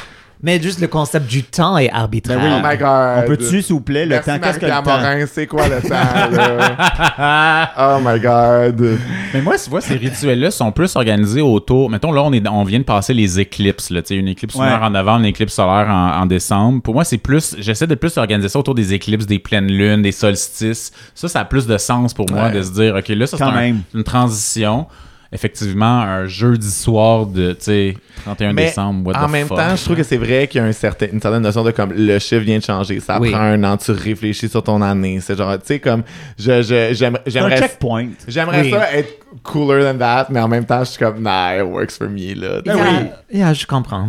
[SPEAKER 4] Mais juste le concept du temps est arbitraire.
[SPEAKER 2] Ben
[SPEAKER 1] Oh my God.
[SPEAKER 2] On peut-tu, s'il vous plaît, le
[SPEAKER 1] Merci
[SPEAKER 2] temps? Qu'est-ce que le
[SPEAKER 1] Marie-Pierre
[SPEAKER 2] temps?
[SPEAKER 1] Morin, c'est quoi le temps? Là? oh my God.
[SPEAKER 3] Mais moi, tu vois, ces rituels-là sont plus organisés autour. Mettons, là, on, est, on vient de passer les éclipses. Là, tu sais, une éclipse
[SPEAKER 2] Ouais.
[SPEAKER 3] lunaire en avant, une éclipse solaire en, en décembre. Pour moi, c'est plus. J'essaie de plus organiser ça autour des éclipses, des pleines lunes, des solstices. Ça, ça a plus de sens pour moi
[SPEAKER 1] Ouais.
[SPEAKER 3] de se dire, OK, là, ça, c'est
[SPEAKER 2] Quand
[SPEAKER 3] un-
[SPEAKER 2] même.
[SPEAKER 3] une transition. Effectivement, un jeudi soir de, tu sais, 31
[SPEAKER 1] Mais
[SPEAKER 3] décembre, what
[SPEAKER 1] en
[SPEAKER 3] the
[SPEAKER 1] même
[SPEAKER 3] fuck.
[SPEAKER 1] temps, je trouve que c'est vrai qu'il y a un certain, une certaine notion de comme le chiffre vient de changer. Ça
[SPEAKER 4] Oui.
[SPEAKER 1] prend un an, tu réfléchis sur ton année. C'est genre, tu sais, comme, je, je, j'aime-
[SPEAKER 2] C'est un
[SPEAKER 1] j'aimerais.
[SPEAKER 2] checkpoint.
[SPEAKER 1] J'aimerais
[SPEAKER 4] Oui.
[SPEAKER 1] ça être cooler than that, mais en même temps, je suis comme, nah, it works for me, là.
[SPEAKER 4] Yeah, yeah, je comprends.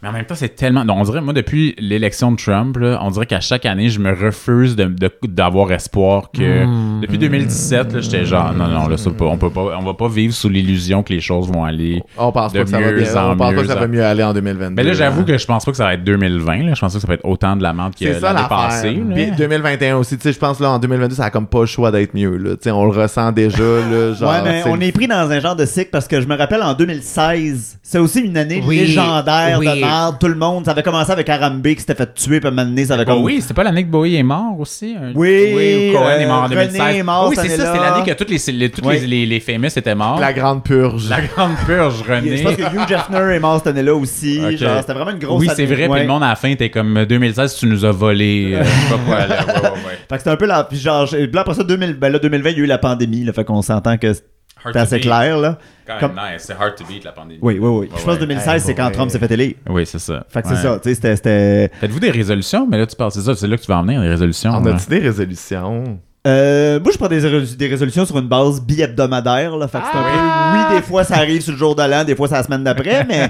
[SPEAKER 3] Mais en même temps, c'est tellement. Non, on dirait, moi, depuis l'élection de Trump, là, on dirait qu'à chaque année, je me refuse de- de- d'avoir espoir que. Depuis 2017, là, j'étais genre, non, non, là, ça, peut- on peut pas, on va pas vivre sous l'illusion que les choses vont aller.
[SPEAKER 1] On pense
[SPEAKER 3] De
[SPEAKER 1] pas que ça va
[SPEAKER 3] mieux
[SPEAKER 1] bien.
[SPEAKER 3] en
[SPEAKER 1] On pense pas
[SPEAKER 3] mieux
[SPEAKER 1] que ça
[SPEAKER 3] en-
[SPEAKER 1] va mieux aller en 2022.
[SPEAKER 3] Mais là, j'avoue
[SPEAKER 1] hein.
[SPEAKER 3] que je pense pas que ça va être 2020. Là. Je pense pas que ça va être autant de la merde que
[SPEAKER 1] c'est ça
[SPEAKER 3] l'année
[SPEAKER 1] l'affaire.
[SPEAKER 3] passée. là.
[SPEAKER 1] Puis 2021 aussi, tu sais, je pense là en 2022, ça a comme pas le choix d'être mieux là. Tu sais, on le ressent déjà là, genre.
[SPEAKER 2] ouais, mais
[SPEAKER 1] c'est-
[SPEAKER 2] on est pris dans un genre de cycle parce que je me rappelle en 2016, c'est aussi une année
[SPEAKER 4] Oui,
[SPEAKER 2] légendaire
[SPEAKER 4] oui.
[SPEAKER 2] de merde. Tout le monde, ça avait commencé avec Arambe qui s'était fait tuer, puis à un moment donné, ça avait
[SPEAKER 3] Oh
[SPEAKER 2] comme.
[SPEAKER 3] oui, c'était pas l'année que Bowie est mort aussi. un-
[SPEAKER 2] Oui,
[SPEAKER 3] ou Cohen est mort en
[SPEAKER 2] euh,
[SPEAKER 3] 2016.
[SPEAKER 2] René est mort
[SPEAKER 3] oui,
[SPEAKER 2] cette
[SPEAKER 3] c'est ça, c'est
[SPEAKER 2] année-là.
[SPEAKER 3] l'année que toutes les, les, toutes
[SPEAKER 2] Oui.
[SPEAKER 3] les, les, les famous étaient morts.
[SPEAKER 1] la
[SPEAKER 3] La,
[SPEAKER 1] grande purge.
[SPEAKER 3] grande purge, René.
[SPEAKER 2] Je pense que Hugh Jeffner est mort cette année-là aussi.
[SPEAKER 3] Ok.
[SPEAKER 2] Genre, c'était vraiment une grosse
[SPEAKER 3] oui, c'est
[SPEAKER 2] année.
[SPEAKER 3] vrai.
[SPEAKER 2] Ouais.
[SPEAKER 3] Puis le monde à la fin était comme euh, 2016, tu nous as volé. euh, je sais pas quoi, là. Ouais, ouais, ouais.
[SPEAKER 2] Fait que c'était un peu la. Puis genre, j'ai- puis là, après ça, 2000, ben là, 2020, il y a eu la pandémie, là. Fait qu'on s'entend que
[SPEAKER 3] Hard
[SPEAKER 2] c'était
[SPEAKER 3] to
[SPEAKER 2] assez
[SPEAKER 3] beat.
[SPEAKER 2] clair, là.
[SPEAKER 3] Quand
[SPEAKER 2] Comme-
[SPEAKER 3] même, nice. C'est hard to beat la pandémie.
[SPEAKER 2] Oui, oui, oui.
[SPEAKER 3] Ouais,
[SPEAKER 2] Puis je pense
[SPEAKER 3] ouais.
[SPEAKER 2] que 2016, c'est quand
[SPEAKER 1] ouais.
[SPEAKER 2] Trump s'est fait élire.
[SPEAKER 3] Oui, c'est ça.
[SPEAKER 2] Fait que
[SPEAKER 3] Ouais.
[SPEAKER 2] c'est ça, tu sais, c'était- c'était.
[SPEAKER 3] Faites-vous des résolutions, mais là, tu parles, c'est ça, c'est là que tu vas en venir, les résolutions.
[SPEAKER 1] On
[SPEAKER 3] là.
[SPEAKER 1] a-tu des résolutions?
[SPEAKER 2] Euh, moi, je prends des, rés- des résolutions sur une base bi-hebdomadaire. Là, fait que c'est un peu, oui, des fois, ça arrive sur le jour de l'an, des fois, c'est la semaine d'après, mais...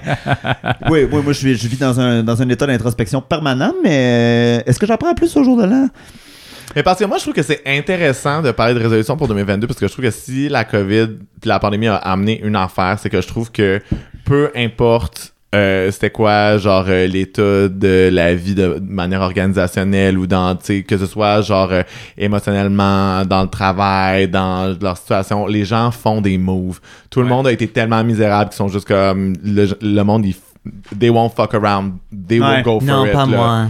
[SPEAKER 2] oui, oui, moi, je, vis- je vis dans un, dans un état d'introspection permanent, mais euh, est-ce que j'en prends plus au jour de l'an?
[SPEAKER 1] Mais parce que moi, je trouve que c'est intéressant de parler de résolution pour 2022 parce que je trouve que si la COVID puis la pandémie a amené une affaire, c'est que je trouve que peu importe euh, c'était quoi, genre, euh, l'état de la vie de, de manière organisationnelle ou dans, tu sais, que ce soit, genre, euh, émotionnellement, dans le travail, dans leur situation, les gens font des moves. Tout le
[SPEAKER 3] Ouais.
[SPEAKER 1] monde a été tellement misérable qu'ils sont juste comme, le, le monde, ils f- They won't fuck around. They
[SPEAKER 2] Ouais.
[SPEAKER 1] will go Oh, for
[SPEAKER 4] Non,
[SPEAKER 1] it.
[SPEAKER 4] pas
[SPEAKER 1] là.
[SPEAKER 4] moi.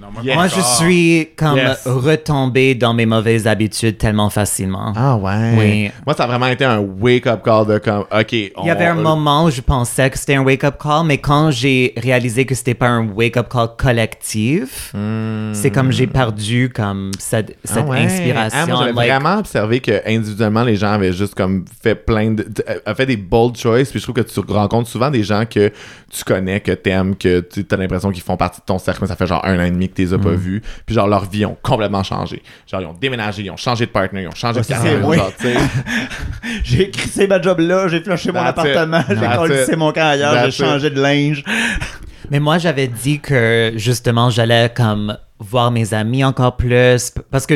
[SPEAKER 3] Non, moi,
[SPEAKER 1] Yes.
[SPEAKER 4] Moi,
[SPEAKER 3] encore.
[SPEAKER 4] je suis comme
[SPEAKER 1] Yes.
[SPEAKER 4] retombée dans mes mauvaises habitudes tellement facilement.
[SPEAKER 1] Ah ouais.
[SPEAKER 4] Oui.
[SPEAKER 1] Moi, ça a vraiment été un wake-up call de comme, OK, on,
[SPEAKER 4] Il y avait un moment où je pensais que c'était un wake-up call, mais quand j'ai réalisé que c'était pas un wake-up call collectif,
[SPEAKER 1] Hmm.
[SPEAKER 4] c'est comme j'ai perdu comme cette, cette
[SPEAKER 1] Ah ouais.
[SPEAKER 4] inspiration.
[SPEAKER 1] Ah, moi, j'avais
[SPEAKER 4] like,
[SPEAKER 1] vraiment observé que individuellement les gens avaient juste comme fait plein de, de- euh, fait des bold choices puis je trouve que tu rencontres souvent des gens que tu connais que t'aimes que tu as l'impression qu'ils font partie de ton cercle mais ça fait genre un an et demi que tu les as pas vus puis genre leur vie ont complètement changé genre ils ont déménagé ils ont changé de partenaire ils ont changé de
[SPEAKER 2] c'est
[SPEAKER 1] carrière
[SPEAKER 2] vrai.
[SPEAKER 1] genre, tu sais.
[SPEAKER 2] J'ai crissé ma job là, j'ai flushé mon
[SPEAKER 1] That's it.
[SPEAKER 2] appartement, j'ai
[SPEAKER 1] That's
[SPEAKER 2] collé
[SPEAKER 1] it.
[SPEAKER 2] mon camp ailleurs, j'ai
[SPEAKER 1] That's it.
[SPEAKER 2] changé de linge.
[SPEAKER 4] Mais moi, j'avais dit que justement, j'allais comme voir mes amis encore plus p- parce que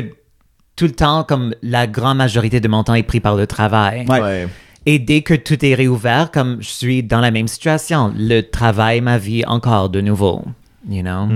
[SPEAKER 4] tout le temps, comme la grande majorité de mon temps est pris par le travail.
[SPEAKER 2] Ouais.
[SPEAKER 1] Ouais.
[SPEAKER 4] Et dès que tout est réouvert, comme je suis dans la même situation, le travail, ma vie encore de nouveau. You know?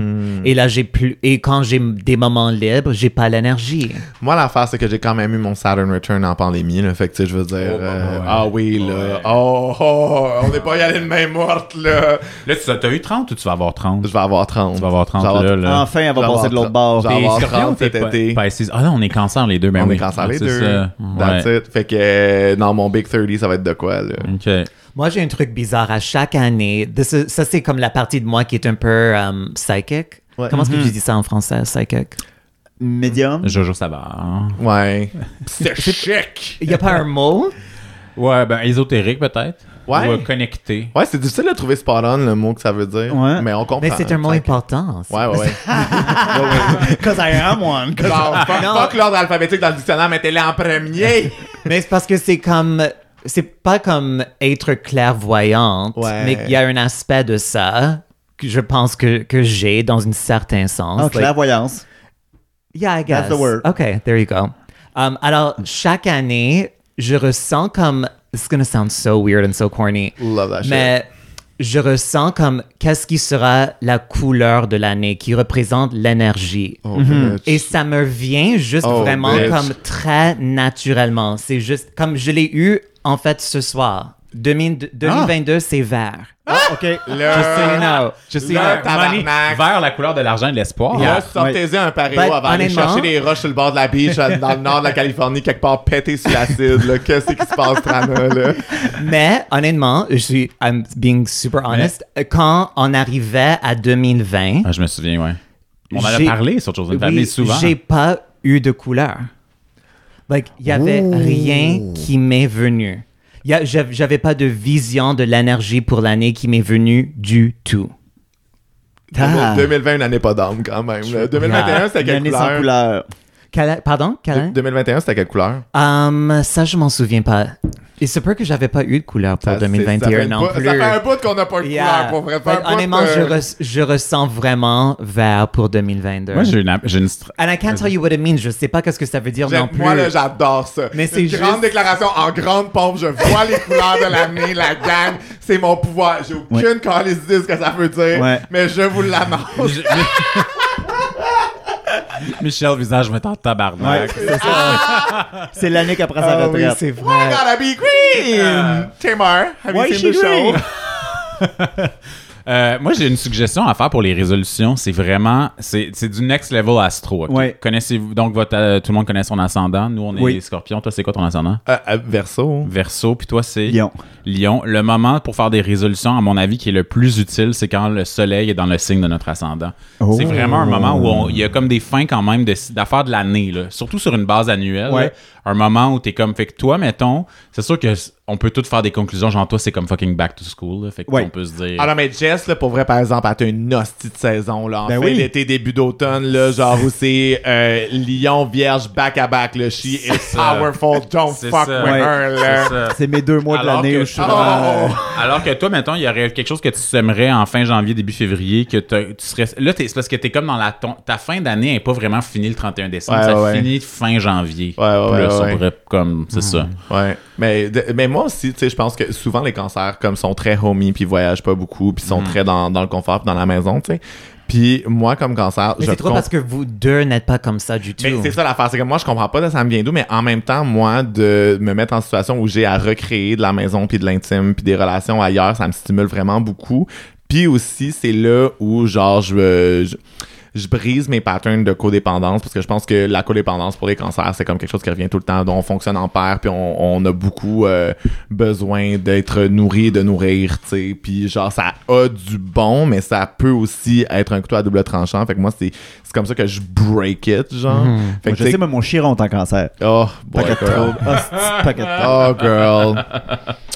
[SPEAKER 4] Et là, j'ai plus. Et quand j'ai des moments libres, j'ai pas l'énergie.
[SPEAKER 1] Moi, l'affaire, c'est que j'ai quand même eu mon Saturn Return en pandémie. Là, fait que, tu sais, je veux dire,
[SPEAKER 3] Oh, bah,
[SPEAKER 1] euh,
[SPEAKER 3] ouais.
[SPEAKER 1] ah oui, là,
[SPEAKER 3] Ouais.
[SPEAKER 1] oh, oh, on n'est pas y allé de main morte, là.
[SPEAKER 3] Là, tu as eu 30 ou tu vas avoir 30?
[SPEAKER 1] Je vais avoir 30.
[SPEAKER 3] Tu vas avoir 30
[SPEAKER 1] Je vais avoir
[SPEAKER 3] là. là.
[SPEAKER 2] Enfin, elle
[SPEAKER 1] Je vais
[SPEAKER 2] va passer
[SPEAKER 1] avoir
[SPEAKER 2] de l'autre
[SPEAKER 1] 30.
[SPEAKER 2] bord.
[SPEAKER 1] Je vais avoir
[SPEAKER 3] Scorpion,
[SPEAKER 1] 30 cet
[SPEAKER 3] t'es pas-
[SPEAKER 1] été.
[SPEAKER 3] Pisces. Ah non, on est cancer les deux, mais
[SPEAKER 1] on
[SPEAKER 3] oui.
[SPEAKER 1] est cancer les
[SPEAKER 3] C'est
[SPEAKER 1] deux.
[SPEAKER 3] ça.
[SPEAKER 1] That's
[SPEAKER 3] Ouais.
[SPEAKER 1] it. Fait que euh, dans mon Big 30, ça va être de quoi, là?
[SPEAKER 3] OK.
[SPEAKER 4] Moi, j'ai un truc bizarre à chaque année. This is- ça, c'est comme la partie de moi qui est un peu um, psychic.
[SPEAKER 1] Ouais.
[SPEAKER 4] Comment est-ce que je dis ça en français, psychic?
[SPEAKER 2] Médium.
[SPEAKER 3] Jojo Savard.
[SPEAKER 1] Ouais. C'est chic!
[SPEAKER 4] Il n'y a pas un mot?
[SPEAKER 3] Ouais, ben ésotérique peut-être.
[SPEAKER 1] Ouais.
[SPEAKER 3] Ou euh, connecté.
[SPEAKER 1] Ouais, c'est difficile de trouver spot on, le mot que ça veut dire.
[SPEAKER 2] Ouais.
[SPEAKER 1] Mais on comprend.
[SPEAKER 4] Mais c'est un mot
[SPEAKER 1] Fait que-
[SPEAKER 4] important.
[SPEAKER 1] Ouais, ouais, ouais. Ah!
[SPEAKER 2] Cause I am one. cause-
[SPEAKER 1] Genre, fuck, fuck l'ordre alphabétique dans le dictionnaire, mettez-le en premier!
[SPEAKER 4] Mais c'est parce que c'est comme. C'est pas comme être clairvoyante,
[SPEAKER 1] Ouais.
[SPEAKER 4] mais qu'il y a un aspect de ça que je pense que, que j'ai dans un certain sens.
[SPEAKER 2] Ah, clairvoyance.
[SPEAKER 4] Like, yeah, I guess.
[SPEAKER 2] That's the word.
[SPEAKER 4] Okay, there you go. Um, alors, chaque année, je ressens comme. It's gonna sound so weird and so corny.
[SPEAKER 1] Love that shit.
[SPEAKER 4] Mais je ressens comme qu'est-ce qui sera la couleur de l'année qui représente l'énergie.
[SPEAKER 1] Oh, bitch.
[SPEAKER 4] Mm-hmm. Et ça me vient juste
[SPEAKER 1] Oh,
[SPEAKER 4] vraiment
[SPEAKER 1] bitch.
[SPEAKER 4] comme très naturellement. C'est juste comme je l'ai eu en fait ce soir. 2000 2022, c'est vert.
[SPEAKER 2] Ah, OK.
[SPEAKER 4] Just so you know. Just so you
[SPEAKER 1] Là,
[SPEAKER 4] know.
[SPEAKER 1] tabarnak.
[SPEAKER 3] Money vers la couleur de l'argent et de l'espoir.
[SPEAKER 1] Là,
[SPEAKER 3] Yeah.
[SPEAKER 1] sortez-en un pareo
[SPEAKER 4] Ben,
[SPEAKER 1] avant d'aller
[SPEAKER 4] honnêtement-
[SPEAKER 1] chercher des roches sur le bord de la biche euh, dans le nord de la Californie, quelque part pété sur l'acide. là. Qu'est-ce qui se passe, Trana? Là?
[SPEAKER 4] Mais honnêtement, je suis, I'm being super honest, quand on arrivait à 2020,
[SPEAKER 3] Ah, je me souviens, ouais. On en a
[SPEAKER 4] J'ai-
[SPEAKER 3] parlé sur Joseph
[SPEAKER 4] Oui,
[SPEAKER 3] Family souvent.
[SPEAKER 4] J'ai pas eu de couleur. Like, il y avait rien qui m'est venu. Y a- j'av- J'avais pas de vision de l'énergie pour l'année qui m'est venue du tout.
[SPEAKER 2] Ah.
[SPEAKER 1] 2020, une année pas d'âme quand même. là. 2021, c'était
[SPEAKER 2] Une
[SPEAKER 1] quelle
[SPEAKER 2] année sans
[SPEAKER 1] couleur?
[SPEAKER 2] couleur.
[SPEAKER 4] Quelle- pardon, Calin?
[SPEAKER 1] 2021, c'était quelle couleur? Ah,
[SPEAKER 4] Um, ça, je m'en souviens pas. Il se peut que j'avais pas eu de couleur pour
[SPEAKER 1] Ça, c'est- ça fait
[SPEAKER 4] 2021
[SPEAKER 1] une
[SPEAKER 4] non
[SPEAKER 1] bout-
[SPEAKER 4] plus.
[SPEAKER 1] Ça fait un bout qu'on n'a pas de
[SPEAKER 4] Yeah.
[SPEAKER 1] couleur pour vrai. euh.
[SPEAKER 4] Fait
[SPEAKER 1] Faire un bout
[SPEAKER 4] honnêtement,
[SPEAKER 1] de-
[SPEAKER 4] je, res- je ressens vraiment vert pour 2022.
[SPEAKER 3] Moi, j'ai une, j'ai une stra-
[SPEAKER 4] And I can't tell you what it means. Je sais pas qu'est-ce que ça veut dire
[SPEAKER 1] J'aime-
[SPEAKER 4] non plus.
[SPEAKER 1] Moi, là, j'adore ça.
[SPEAKER 4] Mais
[SPEAKER 1] c'est une
[SPEAKER 4] c'est
[SPEAKER 1] grande
[SPEAKER 4] juste-
[SPEAKER 1] déclaration en grande pompe. Je vois les couleurs de l'année, la gang. C'est mon pouvoir. J'ai aucune
[SPEAKER 2] Ouais.
[SPEAKER 1] calice idée de ce que ça veut dire.
[SPEAKER 2] Ouais.
[SPEAKER 1] Mais je vous l'annonce.
[SPEAKER 3] Michel Visage met en tabarnak.
[SPEAKER 2] c'est ça. C'est l'année qu'après sa
[SPEAKER 4] Ah oui,
[SPEAKER 2] retraite.
[SPEAKER 4] c'est
[SPEAKER 1] Why
[SPEAKER 4] vrai.
[SPEAKER 1] gotta be green? Tamar, have
[SPEAKER 2] Why
[SPEAKER 1] you
[SPEAKER 2] is
[SPEAKER 1] seen the
[SPEAKER 2] she
[SPEAKER 1] show?
[SPEAKER 2] green?
[SPEAKER 3] Euh, moi, j'ai une suggestion à faire pour les résolutions. C'est vraiment, c'est c'est du next level astro. ok?
[SPEAKER 2] Ouais.
[SPEAKER 3] Connaissez-vous donc votre, euh, tout le monde connaît son ascendant. Nous, on est
[SPEAKER 2] Oui.
[SPEAKER 3] les Scorpions. Toi, c'est quoi ton ascendant?
[SPEAKER 1] Euh, verso.
[SPEAKER 3] Verseau, puis toi, c'est
[SPEAKER 2] Lion.
[SPEAKER 3] Lion. Le moment pour faire des résolutions, à mon avis, qui est le plus utile, c'est quand le soleil est dans le signe de notre ascendant.
[SPEAKER 2] Oh.
[SPEAKER 3] C'est vraiment un moment où on- il y a comme des fins quand même de- d'affaires de l'année, là. surtout sur une base annuelle.
[SPEAKER 2] Ouais.
[SPEAKER 3] là. Un moment où t'es comme, fait que toi, mettons, c'est sûr que s- on peut tout faire des conclusions, genre toi, c'est comme fucking back to school. là. fait que
[SPEAKER 2] Ouais.
[SPEAKER 3] on peut se dire.
[SPEAKER 1] Alors, Ah mais Jess, là, pour vrai, par exemple, elle a une hostie de saison, là. En
[SPEAKER 2] Ben
[SPEAKER 1] fin
[SPEAKER 2] oui.
[SPEAKER 1] d'été, début d'automne, là, genre où c'est euh, Lion, Vierge, back-à-back, le She is
[SPEAKER 3] ça.
[SPEAKER 1] powerful, don't
[SPEAKER 3] C'est
[SPEAKER 1] fuck
[SPEAKER 3] ça.
[SPEAKER 1] with
[SPEAKER 2] Ouais.
[SPEAKER 1] her, là.
[SPEAKER 3] C'est ça.
[SPEAKER 2] C'est mes deux mois de
[SPEAKER 3] Alors
[SPEAKER 2] l'année
[SPEAKER 3] que- Ah.
[SPEAKER 2] où je suis
[SPEAKER 1] Oh!
[SPEAKER 2] vraiment, euh,
[SPEAKER 3] Alors que toi, mettons, il y aurait quelque chose que tu semerais en fin janvier, début février, que t'as- tu serais. Là, t'es- c'est parce que t'es comme dans la. ton- ta fin d'année n'est pas vraiment finie le 31 décembre.
[SPEAKER 1] Ouais,
[SPEAKER 3] ça
[SPEAKER 1] ouais.
[SPEAKER 3] finit fin janvier.
[SPEAKER 1] Ouais, ouais,
[SPEAKER 3] Plus,
[SPEAKER 1] ouais,
[SPEAKER 3] on
[SPEAKER 1] ouais.
[SPEAKER 3] pourrait comme. C'est ça.
[SPEAKER 1] Ouais, mais, de- mais moi aussi, tu sais, je pense que souvent les cancers comme sont très homey puis voyagent pas beaucoup puis sont très dans, dans le confort puis dans la maison, tu sais. Puis moi comme cancer,
[SPEAKER 4] Mais
[SPEAKER 1] je
[SPEAKER 4] c'est trop
[SPEAKER 1] com-
[SPEAKER 4] parce que vous deux n'êtes pas comme ça du tout.
[SPEAKER 1] mais c'est ça l'affaire, c'est que moi je comprends pas de ça me vient d'où, mais en même temps moi de me mettre en situation où j'ai à recréer de la maison puis de l'intime puis des relations ailleurs, ça me stimule vraiment beaucoup. Puis aussi c'est là où genre je, je je brise mes patterns de codépendance parce que je pense que la codépendance pour les cancers, c'est comme quelque chose qui revient tout le temps. dont On fonctionne en paire, puis on, on a beaucoup euh, besoin d'être nourri, de nourrir, tu sais. Puis genre, ça a du bon, mais ça peut aussi être un couteau à double tranchant. Fait que moi, c'est c'est comme ça que je break it, genre. Fait
[SPEAKER 2] Moi,
[SPEAKER 1] que
[SPEAKER 2] je
[SPEAKER 1] tu sais-
[SPEAKER 2] sais, mais mon chiron est en cancer.
[SPEAKER 1] Oh, boy,
[SPEAKER 2] Paquet de
[SPEAKER 1] girl.
[SPEAKER 2] troubles. Hostie, paquet de troubles.
[SPEAKER 1] Oh girl.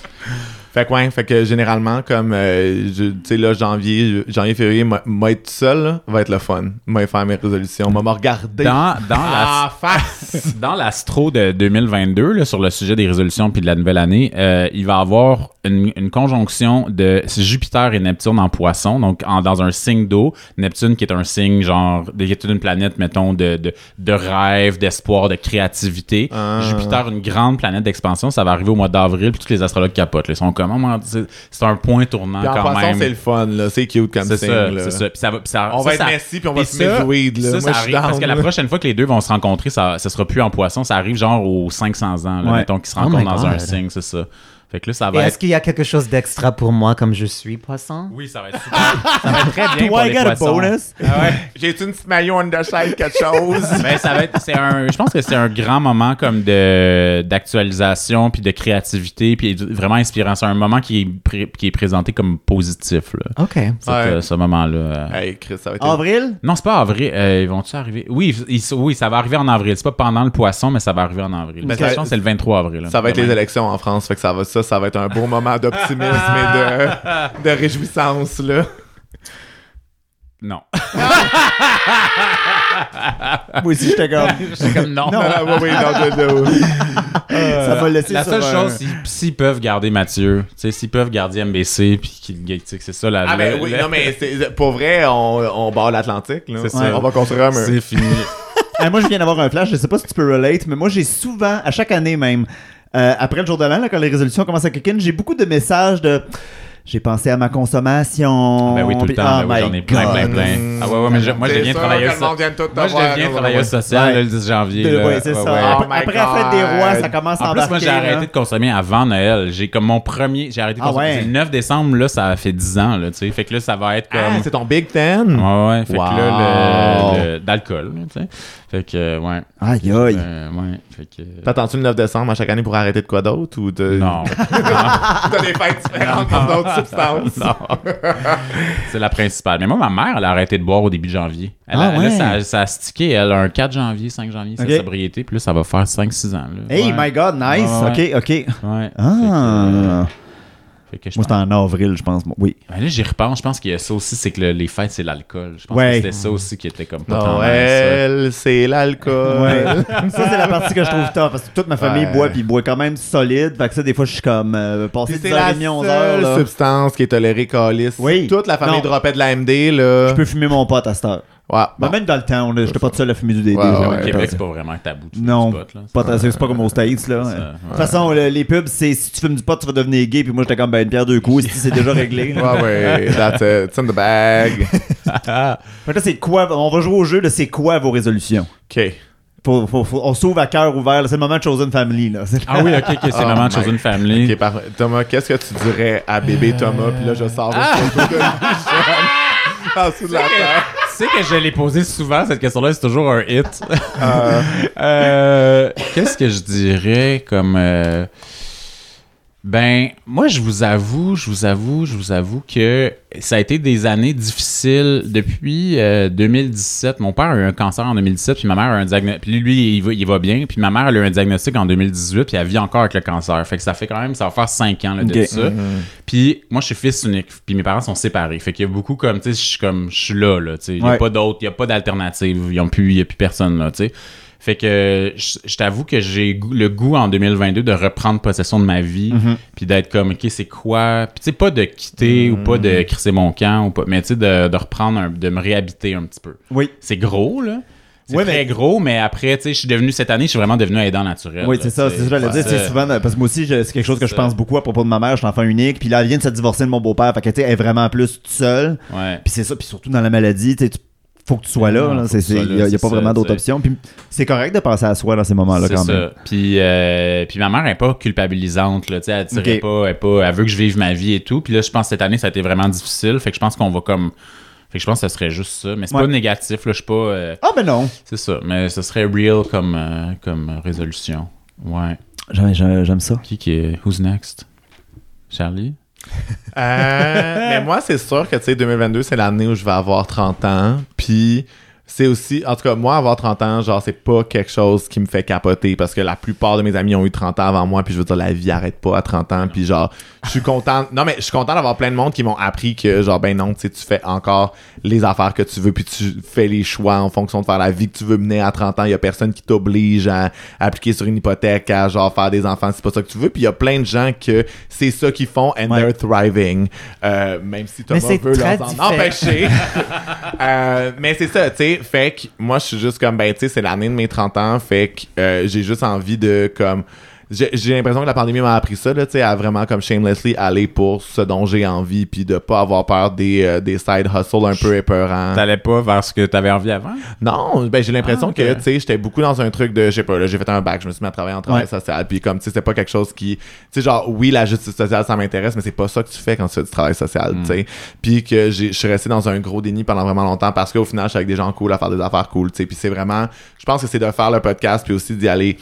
[SPEAKER 1] Fait que ouais, fait que généralement comme euh, je- tu sais là janvier, janvier février, moi moi être seul là, va être le fun. Moi faire mes résolutions, moi me regarder
[SPEAKER 3] Dans, dans la,
[SPEAKER 1] ah, face.
[SPEAKER 3] dans l'astro de 2022, là, sur le sujet des résolutions puis de la nouvelle année, euh, il va avoir une, une conjonction de Jupiter et Neptune en poisson, donc en- dans un signe d'eau. Neptune qui est un signe, genre, de- qui est une planète, mettons, de, de, de rêve, d'espoir, de créativité.
[SPEAKER 1] Ah.
[SPEAKER 3] Jupiter, une grande planète d'expansion, ça va arriver au mois d'avril, puis tous les astrologues capotent. là. Ils sont comme, Oh, mon Dieu, c'est c'est un point tournant
[SPEAKER 1] Puis en
[SPEAKER 3] quand
[SPEAKER 1] passant,
[SPEAKER 3] même.
[SPEAKER 1] c'est le fun là, c'est cute comme
[SPEAKER 3] C'est
[SPEAKER 1] signe,
[SPEAKER 3] ça,
[SPEAKER 1] là.
[SPEAKER 3] c'est ça. Puis ça va- puis ça-
[SPEAKER 1] On
[SPEAKER 3] ça,
[SPEAKER 1] va être
[SPEAKER 3] ça-
[SPEAKER 1] Messi, puis on va
[SPEAKER 3] puis
[SPEAKER 1] fumer
[SPEAKER 3] ça,
[SPEAKER 1] du weed, là.
[SPEAKER 3] ça,
[SPEAKER 1] Moi,
[SPEAKER 3] ça
[SPEAKER 1] je suis
[SPEAKER 3] arrive,
[SPEAKER 1] down,
[SPEAKER 3] parce que la
[SPEAKER 1] là.
[SPEAKER 3] prochaine fois que les deux vont se rencontrer, ça, ça sera plus en poisson, ça arrive genre aux 500 ans, là,
[SPEAKER 2] Ouais.
[SPEAKER 3] mettons, qu'ils se
[SPEAKER 4] Oh
[SPEAKER 3] rencontrent
[SPEAKER 4] my
[SPEAKER 3] dans un
[SPEAKER 4] God.
[SPEAKER 3] signe, c'est ça. Fait que là, ça
[SPEAKER 4] Et
[SPEAKER 3] va
[SPEAKER 4] est-ce
[SPEAKER 3] être...
[SPEAKER 4] qu'il y a quelque chose d'extra pour moi comme je suis poisson?
[SPEAKER 3] Oui, ça va être super. ça va être très bien
[SPEAKER 2] Do
[SPEAKER 3] pour
[SPEAKER 2] I
[SPEAKER 3] les
[SPEAKER 2] get a
[SPEAKER 3] poissons.
[SPEAKER 2] bonus?
[SPEAKER 3] Ah ouais.
[SPEAKER 1] J'ai une petite maillot underside quelque chose.
[SPEAKER 3] Ben, ça va être, c'est un, je pense que c'est un grand moment comme de d'actualisation puis de créativité puis vraiment inspirant. C'est un moment qui est, pré- qui est présenté comme positif là.
[SPEAKER 4] Ok.
[SPEAKER 3] Cet,
[SPEAKER 1] Ouais.
[SPEAKER 3] euh, ce moment-là. euh.
[SPEAKER 1] hey Chris, ça va être
[SPEAKER 2] Avril?
[SPEAKER 3] Non, c'est pas avril. Euh, ils vont-tu arriver? Oui, ils- oui, ça va arriver en avril. C'est pas pendant le poisson, mais ça va arriver en avril.
[SPEAKER 1] Mais
[SPEAKER 3] Mais
[SPEAKER 1] ça-
[SPEAKER 3] question, c'est le 23 avril. là.
[SPEAKER 1] ça va être
[SPEAKER 3] Demain.
[SPEAKER 1] les élections en France, fait que ça va ça ça va être un beau moment d'optimisme et de, de réjouissance là.
[SPEAKER 3] Non.
[SPEAKER 2] Moi aussi, j'étais comme.
[SPEAKER 3] C'est comme non.
[SPEAKER 1] Ah, ouais, ouais, non, de- de-
[SPEAKER 2] euh, ça va le laisser
[SPEAKER 3] La
[SPEAKER 2] sur
[SPEAKER 3] seule
[SPEAKER 2] un-
[SPEAKER 3] chose, s'ils- s'ils peuvent garder Mathieu, tu sais, s'ils peuvent garder MBC, puis qu'ils tu sais, que c'est ça la.
[SPEAKER 1] Ah ben
[SPEAKER 3] la-
[SPEAKER 1] oui,
[SPEAKER 3] la-
[SPEAKER 1] non mais c'est- pour vrai, on, on barre l'Atlantique là.
[SPEAKER 3] C'est ça.
[SPEAKER 1] On va construire un mur.
[SPEAKER 3] C'est fini.
[SPEAKER 2] Eh, moi, je viens d'avoir un flash. Je sais pas si tu peux relate, mais moi, j'ai souvent, à chaque année même, euh, après le jour de l'an, là, quand les résolutions commencent à kick in, j'ai beaucoup de messages de. J'ai pensé à ma consommation.
[SPEAKER 3] Ben oui, tout le
[SPEAKER 2] puis-
[SPEAKER 3] temps.
[SPEAKER 2] Oh
[SPEAKER 3] ben oui,
[SPEAKER 2] my
[SPEAKER 3] j'en ai plein,
[SPEAKER 2] God.
[SPEAKER 3] plein, plein. Ah ouais, ouais, mais je- moi, je
[SPEAKER 1] C'est
[SPEAKER 3] deviens
[SPEAKER 1] sûr
[SPEAKER 3] travailleuse
[SPEAKER 1] que le monde
[SPEAKER 3] sociale.
[SPEAKER 1] vient tout
[SPEAKER 3] Moi, je
[SPEAKER 1] avoir,
[SPEAKER 3] deviens
[SPEAKER 1] là,
[SPEAKER 3] travailleuse
[SPEAKER 1] ouais.
[SPEAKER 3] sociale là, le 10 janvier.
[SPEAKER 2] De-
[SPEAKER 3] là.
[SPEAKER 2] ouais, c'est
[SPEAKER 3] Ouais,
[SPEAKER 2] ça.
[SPEAKER 3] ouais.
[SPEAKER 1] Oh
[SPEAKER 2] Après,
[SPEAKER 1] my
[SPEAKER 2] après la fête des rois,
[SPEAKER 1] God.
[SPEAKER 2] ça commence à
[SPEAKER 3] En plus, moi,
[SPEAKER 2] embarquer.
[SPEAKER 3] j'ai arrêté
[SPEAKER 2] là.
[SPEAKER 3] de consommer avant Noël. J'ai comme mon premier. J'ai arrêté de
[SPEAKER 2] Ah
[SPEAKER 3] consommer.
[SPEAKER 2] ouais.
[SPEAKER 3] C'est Le 9 décembre, là, ça fait 10 ans, là, tu sais. Fait que là, ça va être comme.
[SPEAKER 1] Ah, c'est ton Big Ten?
[SPEAKER 3] Ouais, ouais. Fait que là,
[SPEAKER 1] Wow.
[SPEAKER 3] le- le- d'alcool, là, tu sais. Fait que, euh, ouais.
[SPEAKER 2] Aïe, aïe.
[SPEAKER 3] Euh, ouais. Fait que. euh,
[SPEAKER 1] T'attends-tu le 9 décembre à chaque année pour arrêter de quoi d'autre ou de...
[SPEAKER 3] Non.
[SPEAKER 1] T'as des fêtes différentes comme d'autres substances.
[SPEAKER 3] Non. C'est la principale. Mais moi, ma mère, elle a arrêté de boire au début janvier. Elle, a-
[SPEAKER 2] Ah ouais.
[SPEAKER 3] là, ça, a- ça a stické, elle, un 4 janvier, 5 janvier, sa
[SPEAKER 2] Ok.
[SPEAKER 3] sobriété. Puis là, ça va faire 5-6 ans. là.
[SPEAKER 2] Hey,
[SPEAKER 3] Ouais.
[SPEAKER 2] my God, nice.
[SPEAKER 3] Ouais,
[SPEAKER 2] OK, OK.
[SPEAKER 3] Ouais.
[SPEAKER 2] Ah.
[SPEAKER 3] Fait que, euh, fait que je
[SPEAKER 2] Moi, c'était en avril, je pense. Oui.
[SPEAKER 3] pense- Ben là, j'y repense. Je pense qu'il y a ça aussi, c'est que le- les fêtes, c'est l'alcool. Je pense
[SPEAKER 2] Ouais. Ah
[SPEAKER 3] que c'était ça aussi qui était comme pas tant mal,
[SPEAKER 1] Noël, c'est l'alcool.
[SPEAKER 2] Ouais. ça, c'est la partie que je trouve tough parce que toute ma famille
[SPEAKER 1] Ouais.
[SPEAKER 2] boit puis boit quand même solide. Fait que ça, des fois, je suis comme euh,
[SPEAKER 1] Puis
[SPEAKER 2] passé
[SPEAKER 1] C'est
[SPEAKER 2] 10 h
[SPEAKER 1] la
[SPEAKER 2] 30 11 h
[SPEAKER 1] seule substance qui est tolérée calice.
[SPEAKER 2] Oui.
[SPEAKER 1] Toute la famille
[SPEAKER 2] Non.
[SPEAKER 1] dropait de la MD, là. Bah,
[SPEAKER 2] Je peux Bah, fumer mon pote à cette heure.
[SPEAKER 1] Ouais,
[SPEAKER 2] Mais
[SPEAKER 1] bon.
[SPEAKER 2] même dans le temps, on a- j'étais pas tout seul à fumer du DD.
[SPEAKER 1] Ouais,
[SPEAKER 2] là,
[SPEAKER 1] ouais,
[SPEAKER 3] ça.
[SPEAKER 2] mais
[SPEAKER 3] Au
[SPEAKER 1] ouais,
[SPEAKER 2] pas-
[SPEAKER 3] Québec, c'est pas vraiment tabou de fumer
[SPEAKER 2] Euh, Non,
[SPEAKER 3] du pot, là.
[SPEAKER 2] pas tant- c'est pas comme aux States. Là.
[SPEAKER 3] ça,
[SPEAKER 2] De toute façon, le- les pubs, c'est si tu fumes du pot, tu vas devenir gay. Puis moi, j'étais comme, ben, une pierre deux coups, si c'est déjà réglé. là.
[SPEAKER 1] Ouais, ouais, that's it. It's in the bag.
[SPEAKER 2] Fait que là, c'est quoi On va jouer au jeu de c'est quoi vos résolutions
[SPEAKER 1] OK.
[SPEAKER 2] Faut- faut- faut- On s'ouvre à cœur ouvert. là. C'est le moment de Chosen Family. Là. C'est-
[SPEAKER 3] Ah oui, ok, ok, c'est
[SPEAKER 1] Oh
[SPEAKER 3] maman
[SPEAKER 1] my-
[SPEAKER 3] de une famille.
[SPEAKER 1] OK, parfait. Thomas, qu'est-ce que tu dirais à bébé Thomas? Puis là, je sors une photo de lui jeune en dessous de la table.
[SPEAKER 3] Tu sais que je l'ai posé souvent, cette question-là, c'est toujours un hit.
[SPEAKER 1] Euh,
[SPEAKER 3] Euh, Qu'est-ce que je dirais comme. euh, Ben, moi, je vous avoue, je vous avoue, je vous avoue que ça a été des années difficiles. Depuis euh, 2017, mon père a eu un cancer en 2017, puis ma mère a un diagnostic. Puis lui, il va, il va bien, puis ma mère elle a eu un diagnostic en 2018, puis elle vit encore avec le cancer. Fait que ça fait quand même, ça va faire 5 ans là, de
[SPEAKER 2] Ok.
[SPEAKER 3] ça.
[SPEAKER 2] Mhm.
[SPEAKER 3] Puis moi, je suis fils unique, puis mes parents sont séparés. Fait qu'il y a beaucoup comme, tu sais, je suis comme, je suis là, là, tu sais. Il n'y
[SPEAKER 2] Ouais.
[SPEAKER 3] a pas d'autre, il n'y a pas d'alternative. Il n'y a plus personne, là, tu sais. Fait que je, je t'avoue que j'ai go- le goût en 2022 de reprendre possession de ma vie,
[SPEAKER 2] Mhm.
[SPEAKER 3] puis d'être comme, OK, c'est quoi? Puis tu sais, pas de quitter ou pas
[SPEAKER 2] Mhm.
[SPEAKER 3] de crisser mon camp, ou pas, mais tu sais, de, de reprendre, un- de me réhabiter un petit peu.
[SPEAKER 2] Oui.
[SPEAKER 3] C'est gros, là. C'est
[SPEAKER 2] Ouais,
[SPEAKER 3] très
[SPEAKER 2] mais-
[SPEAKER 3] gros, mais après, tu sais, je suis devenu, cette année, je suis vraiment devenu un aidant naturel.
[SPEAKER 2] Oui,
[SPEAKER 3] là,
[SPEAKER 2] c'est ça,
[SPEAKER 3] tu sais.
[SPEAKER 2] c'est ça, je
[SPEAKER 3] Ouais.
[SPEAKER 2] dire, c'est souvent, parce que moi aussi, je- c'est quelque chose que je
[SPEAKER 3] C'est
[SPEAKER 2] pense
[SPEAKER 3] ça.
[SPEAKER 2] beaucoup à propos de ma mère, je suis enfant unique, puis là, elle vient de se divorcer de mon beau-père, fait que, tu sais, elle est vraiment plus toute seule,
[SPEAKER 3] Ouais.
[SPEAKER 2] puis c'est ça, puis surtout dans la maladie, tu sais, tu- faut que tu sois là,
[SPEAKER 3] Non,
[SPEAKER 2] là,
[SPEAKER 3] faut
[SPEAKER 2] c'est-
[SPEAKER 3] que tu
[SPEAKER 2] c'est-
[SPEAKER 3] sois
[SPEAKER 2] il n'y
[SPEAKER 3] là,
[SPEAKER 2] a, il y a
[SPEAKER 3] c'est
[SPEAKER 2] pas
[SPEAKER 3] ça,
[SPEAKER 2] vraiment
[SPEAKER 3] tu
[SPEAKER 2] d'autre
[SPEAKER 3] sais.
[SPEAKER 2] option, puis c'est correct de penser à soi dans ces moments-là,
[SPEAKER 3] C'est
[SPEAKER 2] quand
[SPEAKER 3] ça.
[SPEAKER 2] même.
[SPEAKER 3] Puis, euh, puis ma mère n'est pas culpabilisante, là, tu sais, elle ne
[SPEAKER 2] Ok.
[SPEAKER 3] pas, elle, est pas, elle veut que je vive ma vie et tout. Puis là, je pense que cette année, ça a été vraiment difficile. Fait que je pense qu'on va comme Fait que je pense que ce serait juste ça. Mais c'est
[SPEAKER 2] Ouais.
[SPEAKER 3] pas négatif, là. Je suis pas. euh,
[SPEAKER 2] Ah, ben non.
[SPEAKER 3] c'est ça. Mais ce serait real comme, euh, comme résolution. Ouais.
[SPEAKER 2] J'aime- J'aime j'aime ça.
[SPEAKER 3] Qui qui est. Who's next? Charlie?
[SPEAKER 1] Euh, mais moi, c'est sûr que, tu sais, 2022, c'est l'année où je vais avoir 30 ans. Puis, c'est aussi, en tout cas, moi, avoir 30 ans, genre, c'est pas quelque chose qui me fait capoter parce que la plupart de mes amis ont eu 30 ans avant moi. Puis, je veux dire, la vie arrête pas à 30 ans. Puis, genre, je suis content. Non, mais je suis content d'avoir plein de monde qui m'ont appris que, genre, ben non, tu sais, tu fais encore les affaires que tu veux. Puis, tu fais les choix en fonction de faire la vie que tu veux mener à 30 ans. Il y a personne qui t'oblige à appliquer sur une hypothèque, à, genre, faire des enfants. C'est pas ça que tu veux. Puis, il y a plein de gens que c'est ça qu'ils font and
[SPEAKER 2] Ouais.
[SPEAKER 1] they're thriving. Euh, même si Thomas
[SPEAKER 4] Mais c'est
[SPEAKER 1] veut
[SPEAKER 4] très
[SPEAKER 1] leur en
[SPEAKER 4] différent.
[SPEAKER 1] empêcher. Euh, mais c'est ça, tu sais. Fait que moi, je suis juste comme, ben, tu sais, c'est l'année de mes 30 ans. Fait que euh, j'ai juste envie de, comme, j'ai j'ai l'impression que la pandémie m'a appris ça, là, tu sais, à vraiment, comme, shamelessly aller pour ce dont j'ai envie, puis de pas avoir peur des, euh, des side hustles un peu épeurants.
[SPEAKER 3] T'allais pas vers ce que t'avais envie avant?
[SPEAKER 1] Non, ben j'ai l'impression
[SPEAKER 3] Ah, ok.
[SPEAKER 1] que tu sais, j'étais beaucoup dans un truc de je sais pas, là, j'ai fait un bac, je me suis mis à travailler en travail
[SPEAKER 2] Ouais.
[SPEAKER 1] social, puis comme tu sais, c'est pas quelque chose qui tu sais genre oui, la justice sociale ça m'intéresse, mais c'est pas ça que tu fais quand tu fais du travail social,
[SPEAKER 2] Hmm.
[SPEAKER 1] tu sais. Puis que j'ai- je suis resté dans un gros déni pendant vraiment longtemps parce qu'au final, je suis avec des gens cool à faire des affaires cool, tu sais. Puis c'est vraiment je pense que c'est de faire le podcast puis aussi d'y aller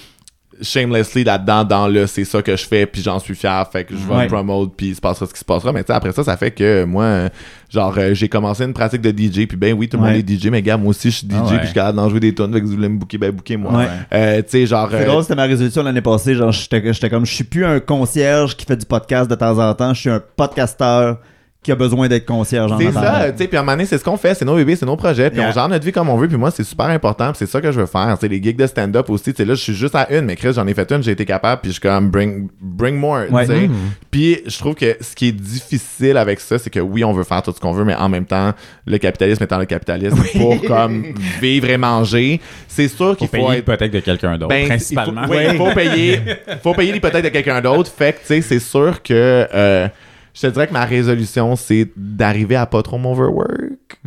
[SPEAKER 1] shamelessly là-dedans dans le c'est ça que je fais puis j'en suis fier fait que je vais
[SPEAKER 2] Ouais.
[SPEAKER 1] le promote puis il se passera ce qui se passera mais tu sais après ça ça fait que euh, moi euh, genre euh, j'ai commencé une pratique de DJ puis ben oui tout le monde
[SPEAKER 2] Ouais.
[SPEAKER 1] est DJ mais gars moi aussi je suis DJ
[SPEAKER 3] Ah
[SPEAKER 1] puis
[SPEAKER 3] ouais.
[SPEAKER 1] je suis capable d'en jouer des tonnes fait que si vous voulez me booker ben booker moi
[SPEAKER 2] Ouais.
[SPEAKER 1] Euh, tu sais genre
[SPEAKER 2] C'est
[SPEAKER 1] euh,
[SPEAKER 2] drôle, c'était ma résolution l'année passée. Genre, j'étais j'étais comme, je suis plus un concierge qui fait du podcast de temps en temps. Je suis un podcasteur qui a besoin d'être concierge en
[SPEAKER 1] C'est
[SPEAKER 2] temps.
[SPEAKER 1] ça, tu sais, puis à un moment donné, c'est ce qu'on fait, c'est nos bébés, c'est nos projets, puis
[SPEAKER 2] Yeah.
[SPEAKER 1] on gère notre vie comme on veut, puis moi, c'est super important, puis c'est ça que je veux faire, c'est les gigs de stand-up aussi, tu sais, là, je suis juste à une, mais Chris, j'en ai fait une, j'ai été capable, puis je suis comme, bring, bring more, tu
[SPEAKER 2] Ouais. Mm.
[SPEAKER 1] sais. Puis je trouve que ce qui est difficile avec ça, c'est que oui, on veut faire tout ce qu'on veut, mais en même temps, le capitalisme étant le capitalisme, pour comme vivre et manger, c'est sûr qu'il
[SPEAKER 3] Pour
[SPEAKER 1] faut
[SPEAKER 3] payer
[SPEAKER 1] être...
[SPEAKER 3] l'hypothèque de quelqu'un d'autre,
[SPEAKER 1] Ben,
[SPEAKER 3] principalement.
[SPEAKER 1] Il faut, ouais, il faut payer, faut payer l'hypothèque de quelqu'un d'autre. Fait que, tu sais, c'est sûr que euh, je te dirais que ma résolution, c'est d'arriver à pas trop m'overwork.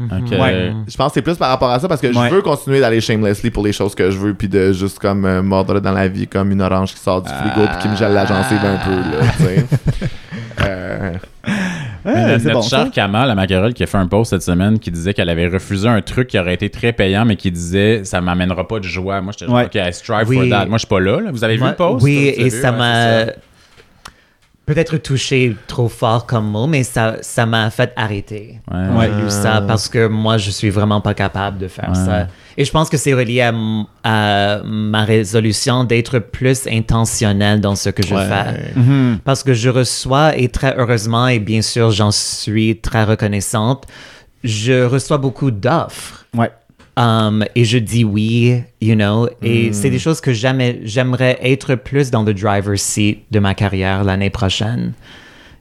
[SPEAKER 3] Ok.
[SPEAKER 2] Ouais.
[SPEAKER 1] Je pense que c'est plus par rapport à ça parce que
[SPEAKER 2] Hmm. Ouais.
[SPEAKER 1] je veux continuer d'aller shamelessly pour les choses que je veux puis de juste comme euh, mordre dans la vie comme une orange qui sort du frigo puis qui me gèle la gencive un peu, là, tu sais. Euh,
[SPEAKER 2] Ouais,
[SPEAKER 3] Notre-
[SPEAKER 2] c'est
[SPEAKER 3] notre
[SPEAKER 2] bon,
[SPEAKER 3] cher
[SPEAKER 2] ça.
[SPEAKER 3] Kamal, la maquerelle, qui a fait un post cette semaine qui disait qu'elle avait refusé un truc qui aurait été très payant, mais qui disait ça m'amènera pas de joie. Moi, j'étais genre,
[SPEAKER 2] Ouais.
[SPEAKER 3] OK, I strive for
[SPEAKER 4] Oui.
[SPEAKER 3] that. Moi, je suis pas là. là. Vous avez vu
[SPEAKER 4] Ouais,
[SPEAKER 3] le post?
[SPEAKER 4] Oui,
[SPEAKER 3] Vous avez
[SPEAKER 4] et
[SPEAKER 3] vu?
[SPEAKER 4] ça
[SPEAKER 3] Ouais,
[SPEAKER 4] m'a
[SPEAKER 3] c'est ça.
[SPEAKER 4] peut-être touché trop fort comme mot, mais ça ça m'a fait arrêter.
[SPEAKER 3] Ouais.
[SPEAKER 4] Quand
[SPEAKER 2] Ouais.
[SPEAKER 4] j'ai lu ça parce que moi je suis vraiment pas capable de faire ça. Et je pense que c'est relié à, m- à ma résolution d'être plus intentionnel dans ce que je
[SPEAKER 1] Ouais.
[SPEAKER 4] fais. Parce que je reçois, et très heureusement, et bien sûr j'en suis très reconnaissante, je reçois beaucoup d'offres.
[SPEAKER 2] Ouais.
[SPEAKER 4] Um, et je dis oui, you know. Et c'est des choses que jamais, j'aimerais être plus dans le driver's seat de ma carrière l'année prochaine.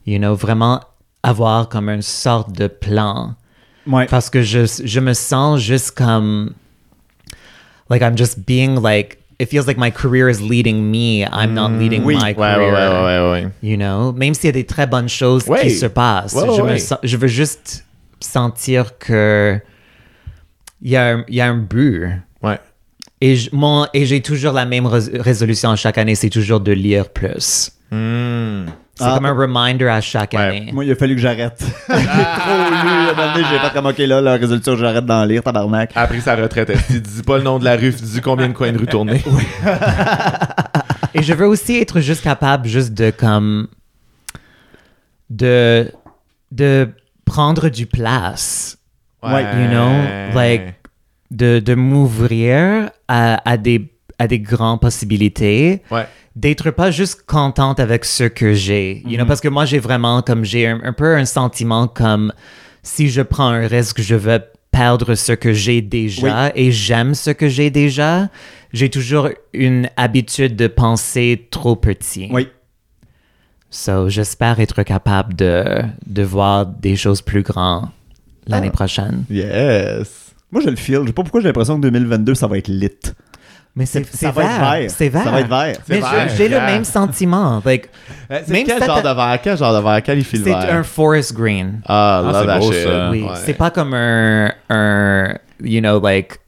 [SPEAKER 4] You know, vraiment avoir comme une sorte de plan.
[SPEAKER 2] Ouais.
[SPEAKER 4] Parce que je, je me sens juste comme. Like, I'm just being like. It feels like my career is leading me. I'm not leading
[SPEAKER 2] Oui.
[SPEAKER 4] my
[SPEAKER 1] Mm. ouais, ouais,
[SPEAKER 4] career.
[SPEAKER 1] ouais, ouais, ouais.
[SPEAKER 4] You know, même s'il y a des très bonnes choses
[SPEAKER 1] Ouais.
[SPEAKER 4] qui se passent,
[SPEAKER 1] Ouais,
[SPEAKER 4] je,
[SPEAKER 1] ouais,
[SPEAKER 4] me
[SPEAKER 1] ouais.
[SPEAKER 4] sens- je veux juste sentir que il y, a un- il y a un but.
[SPEAKER 1] Ouais.
[SPEAKER 4] Et je- mon- et j'ai toujours la même rés- résolution chaque année, c'est toujours de lire plus.
[SPEAKER 1] Hmm.
[SPEAKER 4] C'est
[SPEAKER 2] Ah.
[SPEAKER 4] comme un reminder à chaque année.
[SPEAKER 2] Moi, il a fallu que j'arrête. j'ai trop lu. À un moment donné, j'ai fait comme, OK, là, la résolution, j'arrête d'en lire, tabarnak.
[SPEAKER 1] A pris sa retraite. Il dit pas le nom de la rue, il dit combien de coins de rue tourner.
[SPEAKER 4] Et je veux aussi être juste capable juste de comme de de prendre du place.
[SPEAKER 2] Ouais,
[SPEAKER 4] you know, like de, de m'ouvrir à, à des à des grandes possibilités.
[SPEAKER 1] Ouais.
[SPEAKER 4] d'être pas juste contente avec ce que j'ai.
[SPEAKER 2] Mhm.
[SPEAKER 4] You know, parce que moi, j'ai vraiment comme, j'ai un, un peu un sentiment comme si je prends un risque, je vais perdre ce que j'ai déjà et j'aime ce que j'ai déjà. J'ai toujours une habitude de penser trop petit.
[SPEAKER 2] Oui.
[SPEAKER 4] So, j'espère être capable de, de voir des choses plus grandes l'année
[SPEAKER 2] Ah.
[SPEAKER 4] prochaine.
[SPEAKER 1] Yes.
[SPEAKER 2] Moi, je le feel. Je sais pas pourquoi j'ai l'impression que 2022, ça va être lit.
[SPEAKER 4] Mais c'est
[SPEAKER 2] Ça
[SPEAKER 4] c'est
[SPEAKER 2] va être
[SPEAKER 4] vert.
[SPEAKER 2] vert.
[SPEAKER 4] C'est vert.
[SPEAKER 2] Ça va être vert. Euh,
[SPEAKER 4] Mais
[SPEAKER 1] C'est vert.
[SPEAKER 4] je- j'ai le
[SPEAKER 1] Yeah.
[SPEAKER 4] même sentiment. Like,
[SPEAKER 1] Euh, C'est
[SPEAKER 4] Même
[SPEAKER 1] quel
[SPEAKER 4] cette-
[SPEAKER 1] genre de verre? Quel genre de verre? Quel il
[SPEAKER 4] c'est un forest green.
[SPEAKER 1] Ah,
[SPEAKER 3] Ah,
[SPEAKER 1] là,
[SPEAKER 3] c'est beau, ça.
[SPEAKER 4] Oui, c'est pas comme un, un you know, like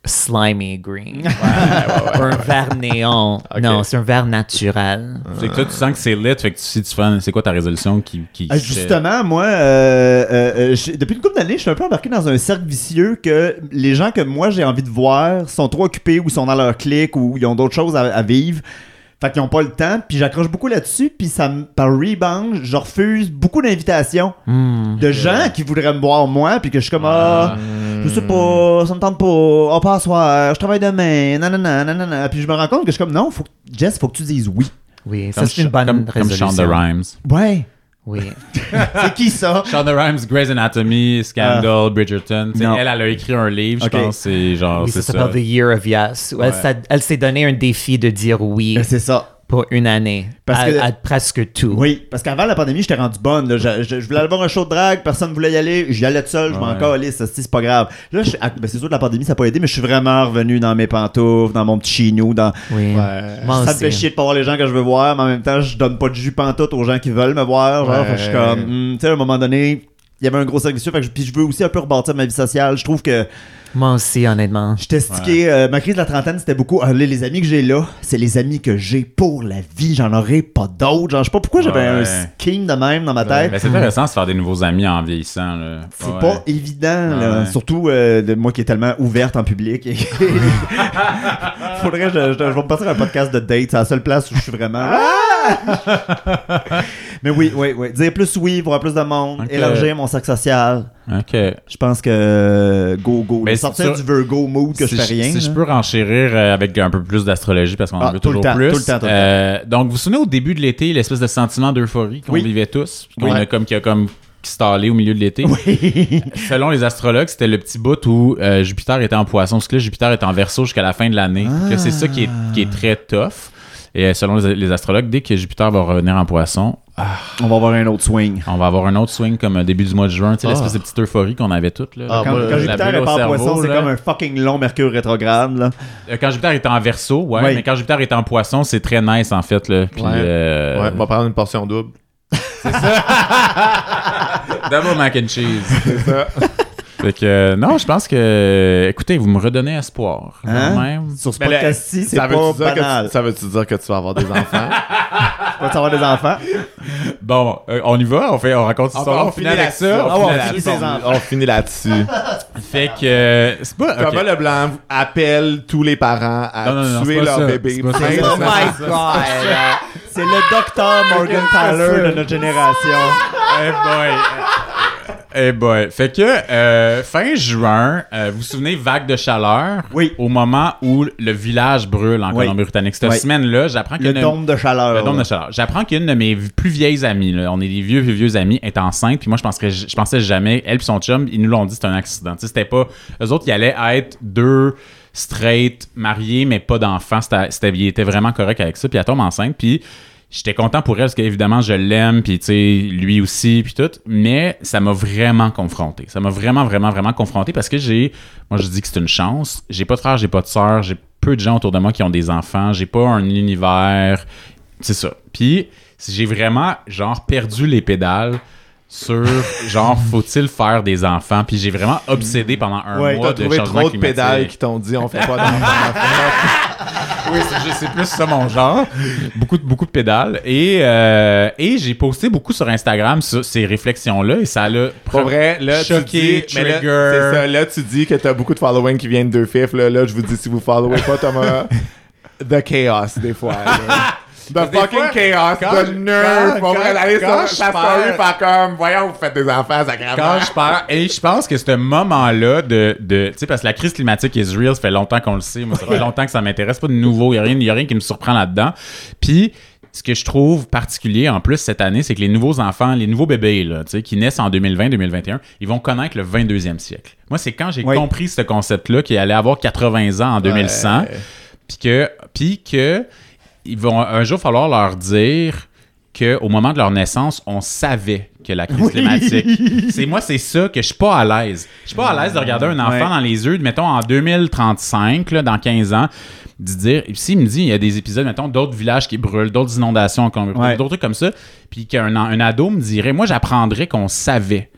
[SPEAKER 4] slimy green. Ou un vert néon. Non, c'est un vert naturel.
[SPEAKER 3] C'est que toi, tu sens que c'est lit. Fait que si tu fais, c'est quoi ta résolution qui. qui
[SPEAKER 2] Ah, Justement, moi, euh, euh, euh, j'ai- depuis une couple d'années, je suis un peu embarqué dans un cercle vicieux que les gens que moi j'ai envie de voir sont trop occupés ou sont dans leur clique ou ils ont d'autres choses à, à vivre. Fait qu'ils n'ont pas le temps, puis j'accroche beaucoup là-dessus, puis ça me, par rebound, je refuse beaucoup d'invitations
[SPEAKER 4] Hmm.
[SPEAKER 2] de gens qui voudraient me voir moi, puis que je suis comme, ah, je sais pas, ça me tente pas, on passe soir, je travaille demain, nanana, nanana. Puis je me rends compte que je suis comme, non, faut, que- Jess, faut que tu dises oui.
[SPEAKER 4] Oui, ça
[SPEAKER 3] comme
[SPEAKER 4] c'est une
[SPEAKER 3] Sh-
[SPEAKER 4] bonne
[SPEAKER 3] comme, comme
[SPEAKER 4] résolution.
[SPEAKER 3] Shonda Rhimes.
[SPEAKER 2] Ouais.
[SPEAKER 4] Oui.
[SPEAKER 2] C'est qui ça?
[SPEAKER 3] Shonda Rhimes, Grey's Anatomy,
[SPEAKER 4] Ah.
[SPEAKER 3] Scandal, Bridgerton. Tu sais,
[SPEAKER 2] Non.
[SPEAKER 3] Elle, elle a écrit un livre,
[SPEAKER 2] Ok.
[SPEAKER 3] je pense. C'est genre,
[SPEAKER 4] Oui,
[SPEAKER 3] Oh, c'est
[SPEAKER 4] ça
[SPEAKER 3] ça.
[SPEAKER 4] s'appelle The Year of Yes. où Elle,
[SPEAKER 3] Ouais.
[SPEAKER 4] s'a- elle s'est donné un défi de dire oui
[SPEAKER 2] Ben, C'est ça.
[SPEAKER 4] pour une année.
[SPEAKER 2] Parce
[SPEAKER 4] à,
[SPEAKER 2] que-
[SPEAKER 4] à presque tout.
[SPEAKER 2] Oui, parce qu'avant la pandémie, j'étais rendu bonne. là. Je, je- je voulais aller voir un show de drague, personne ne voulait y aller. J'y allais tout seul, je m'en
[SPEAKER 3] Ouais.
[SPEAKER 2] calais, ça, c'est pas grave. Là, je suis- ah, ben, c'est sûr que la pandémie, ça n'a pas aidé, mais je suis vraiment revenu dans mes pantoufles, dans mon petit chino, dans.
[SPEAKER 4] Oui. Moi
[SPEAKER 2] Euh, ça me
[SPEAKER 4] aussi.
[SPEAKER 2] fait chier de pas voir les gens que je veux voir, mais en même temps, je donne pas de jus pantoute aux gens qui veulent me voir. Genre,
[SPEAKER 1] Ouais.
[SPEAKER 2] Fait que je suis comme, hmm, tu sais, à un moment donné, il y avait un gros service, fait que je- puis je veux aussi un peu rebâtir ma vie sociale. Je trouve que
[SPEAKER 4] Moi aussi, honnêtement.
[SPEAKER 2] J'étais stické. euh, ma crise de la trentaine, c'était beaucoup. Ah, là, les amis que j'ai là, c'est les amis que j'ai pour la vie. J'en aurais pas d'autres. Genre, je sais pas pourquoi j'avais un
[SPEAKER 3] Ouais.
[SPEAKER 2] scheme de même dans ma tête.
[SPEAKER 3] Ben, c'est intéressant de se faire des nouveaux amis en vieillissant. là.
[SPEAKER 2] c'est
[SPEAKER 3] Ouais.
[SPEAKER 2] pas évident, là.
[SPEAKER 3] Ouais.
[SPEAKER 2] surtout euh, de moi qui est tellement ouverte en public. Et- Faudrait, je, je, je vais me partir un podcast de date, c'est la seule place où je suis vraiment. Ah! Mais oui, oui, oui. Dire plus oui, voir plus de monde,
[SPEAKER 3] Ok.
[SPEAKER 2] élargir mon cercle social.
[SPEAKER 3] Ok.
[SPEAKER 2] Je pense que euh, go go.
[SPEAKER 3] Mais
[SPEAKER 2] sortir
[SPEAKER 3] si
[SPEAKER 2] du vergo mood que
[SPEAKER 3] si
[SPEAKER 2] je fais rien.
[SPEAKER 3] Si je
[SPEAKER 2] là.
[SPEAKER 3] peux renchérir euh, avec un peu plus d'astrologie parce qu'on
[SPEAKER 2] Ah,
[SPEAKER 3] en veut
[SPEAKER 2] tout le
[SPEAKER 3] toujours
[SPEAKER 2] temps,
[SPEAKER 3] plus.
[SPEAKER 2] tout le temps, tout le temps.
[SPEAKER 3] Euh, donc, vous vous souvenez au début de l'été, l'espèce de sentiment d'euphorie qu'on
[SPEAKER 2] Oui.
[SPEAKER 3] vivait tous, puis qu'on
[SPEAKER 2] Ouais.
[SPEAKER 3] a comme, qui a comme stallé au milieu de l'été.
[SPEAKER 2] Oui.
[SPEAKER 3] Selon les astrologues, c'était le petit bout où euh, Jupiter était en poisson, parce que là, Jupiter est en verso jusqu'à la fin de l'année. Que C'est ça qui est,
[SPEAKER 2] Ah.
[SPEAKER 3] qui est très tough. Et euh, selon les, les astrologues, dès que Jupiter va revenir en poisson,
[SPEAKER 2] On va avoir un autre swing.
[SPEAKER 3] on va avoir un autre swing comme euh, début du mois de juin, tu sais, l'espèce de petite euphorie qu'on avait toute. Là,
[SPEAKER 1] Ah,
[SPEAKER 2] Ah. Quand,
[SPEAKER 1] moi,
[SPEAKER 2] quand
[SPEAKER 1] la
[SPEAKER 2] Jupiter est pas en poisson, c'est comme un fucking long mercure rétrograde. Là.
[SPEAKER 3] Euh, Quand Jupiter est en verso, ouais,
[SPEAKER 2] Ouais.
[SPEAKER 3] mais quand Jupiter est en poisson, c'est très nice en fait. Là. Puis,
[SPEAKER 1] Ouais.
[SPEAKER 3] euh,
[SPEAKER 1] Ouais, on va prendre une portion double.
[SPEAKER 3] Double mac and cheese.
[SPEAKER 1] C'est ça.
[SPEAKER 3] fait que, euh, non, je pense que. Écoutez, vous me redonnez espoir. quand
[SPEAKER 2] Hein?
[SPEAKER 3] même.
[SPEAKER 2] Sur ce
[SPEAKER 1] Mais là,
[SPEAKER 2] podcast-ci, c'est
[SPEAKER 1] Ça
[SPEAKER 2] pas
[SPEAKER 1] veut-tu dire, que
[SPEAKER 2] banal.
[SPEAKER 1] tu- ça veut-tu dire que tu vas avoir des enfants?
[SPEAKER 2] Tu vas avoir des enfants.
[SPEAKER 3] Bon, euh, on y va, on, fait, on raconte cette histoire.
[SPEAKER 1] on finit là-dessus. Ah ouais, on
[SPEAKER 3] finit
[SPEAKER 2] finit
[SPEAKER 3] là-dessus.
[SPEAKER 2] ses enfants.
[SPEAKER 1] on finit là-dessus.
[SPEAKER 3] Fait que. euh, c'est pas. ok.
[SPEAKER 1] Thomas Leblanc appelle tous les parents à
[SPEAKER 3] Non, non, non,
[SPEAKER 1] tuer
[SPEAKER 3] c'est pas
[SPEAKER 1] leur
[SPEAKER 3] ça.
[SPEAKER 1] bébé.
[SPEAKER 3] C'est pas ça.
[SPEAKER 1] Même
[SPEAKER 2] Oh
[SPEAKER 1] si-
[SPEAKER 2] my god! C'est le docteur Morgan Tyler de notre génération.
[SPEAKER 3] Eh boy. Eh boy. Fait que euh, fin juin, euh, vous vous souvenez, vague de chaleur.
[SPEAKER 2] Oui.
[SPEAKER 3] Au moment où le village brûle en
[SPEAKER 2] Oui.
[SPEAKER 3] Colombie-Britannique. Cette
[SPEAKER 2] Oui.
[SPEAKER 3] semaine-là, j'apprends qu'il y
[SPEAKER 2] Le
[SPEAKER 3] a une-
[SPEAKER 2] dôme de chaleur.
[SPEAKER 3] Le dôme de chaleur. J'apprends qu'une de mes plus vieilles amies, là, on est des vieux, vieux, vieux amis, est enceinte. Puis moi, je, penserais- je pensais jamais, elle et son chum, ils nous l'ont dit, c'était un accident. Tu sais, C'était pas. Eux autres, ils allaient être deux straight, mariés, mais pas d'enfants. C'était, c'était- ils étaient vraiment corrects avec ça. Puis elle tombe enceinte. Puis j'étais content pour elle parce qu'évidemment, je l'aime. Puis tu sais, lui aussi, puis tout. Mais ça m'a vraiment confronté. Ça m'a vraiment, vraiment, vraiment confronté parce que j'ai. Moi, je dis que c'est une chance. J'ai pas de frère, j'ai pas de sœur, j'ai peu de gens autour de moi qui ont des enfants. J'ai pas un univers. C'est ça. Puis, si j'ai vraiment, genre, perdu les pédales sur, genre, faut-il faire des enfants? Puis j'ai vraiment obsédé pendant un
[SPEAKER 2] Ouais,
[SPEAKER 3] mois
[SPEAKER 1] T'as
[SPEAKER 3] de
[SPEAKER 1] trouvé
[SPEAKER 3] changement
[SPEAKER 1] trop de
[SPEAKER 3] climatique.
[SPEAKER 1] pédales qui t'ont dit on fait pas d'enfants.
[SPEAKER 3] Oui, c'est- c'est plus ça mon genre. Beaucoup de, beaucoup de pédales. Et, euh, et j'ai posté beaucoup sur Instagram sur ces réflexions-là et ça l'a...
[SPEAKER 1] Pour vrai, là,
[SPEAKER 3] Choqué,
[SPEAKER 1] tu dis, mais là,
[SPEAKER 3] trigger.
[SPEAKER 1] c'est ça, là, tu dis que t'as beaucoup de following qui viennent de deux fifs. Là, là, je vous dis, si vous followez pas Thomas, the chaos, des fois. là. The
[SPEAKER 3] des
[SPEAKER 1] fucking
[SPEAKER 3] fois,
[SPEAKER 1] chaos,
[SPEAKER 3] quand-
[SPEAKER 1] the nerve.
[SPEAKER 3] quand-
[SPEAKER 1] Pour vrai,
[SPEAKER 3] quand-
[SPEAKER 1] d'aller
[SPEAKER 3] quand
[SPEAKER 1] sur sa
[SPEAKER 3] je
[SPEAKER 1] story,
[SPEAKER 3] perds-
[SPEAKER 1] faire comme, voyons, vous faites des enfants, ça grave.
[SPEAKER 3] Quand je parle, et je pense que ce moment-là de, de tu sais, parce que la crise climatique is real, ça fait longtemps qu'on le sait, moi, ça fait longtemps que ça m'intéresse, pas de nouveau, il y a rien, y a rien qui me surprend là-dedans. Puis, ce que je trouve particulier en plus cette année, c'est que les nouveaux enfants, les nouveaux bébés là, tu sais, qui naissent en 2020-2021, ils vont connaître le 22e siècle. Moi, c'est quand j'ai
[SPEAKER 2] Oui.
[SPEAKER 3] compris ce concept-là qu'il allait avoir 80 ans en 2100, puis que, puis que ils vont un jour falloir leur dire que au moment de leur naissance, on savait que la crise climatique. C'est moi, c'est ça que je suis pas à l'aise. Je suis pas à l'aise de regarder un enfant
[SPEAKER 2] Ouais.
[SPEAKER 3] dans les yeux, mettons en 2035, là, dans 15 ans, de dire, s'il me dit, il y a des épisodes, mettons, d'autres villages qui brûlent, d'autres inondations, en Colombie-
[SPEAKER 2] Ouais.
[SPEAKER 3] d'autres trucs comme ça, puis qu'un en- un ado me dirait, moi, j'apprendrais qu'on savait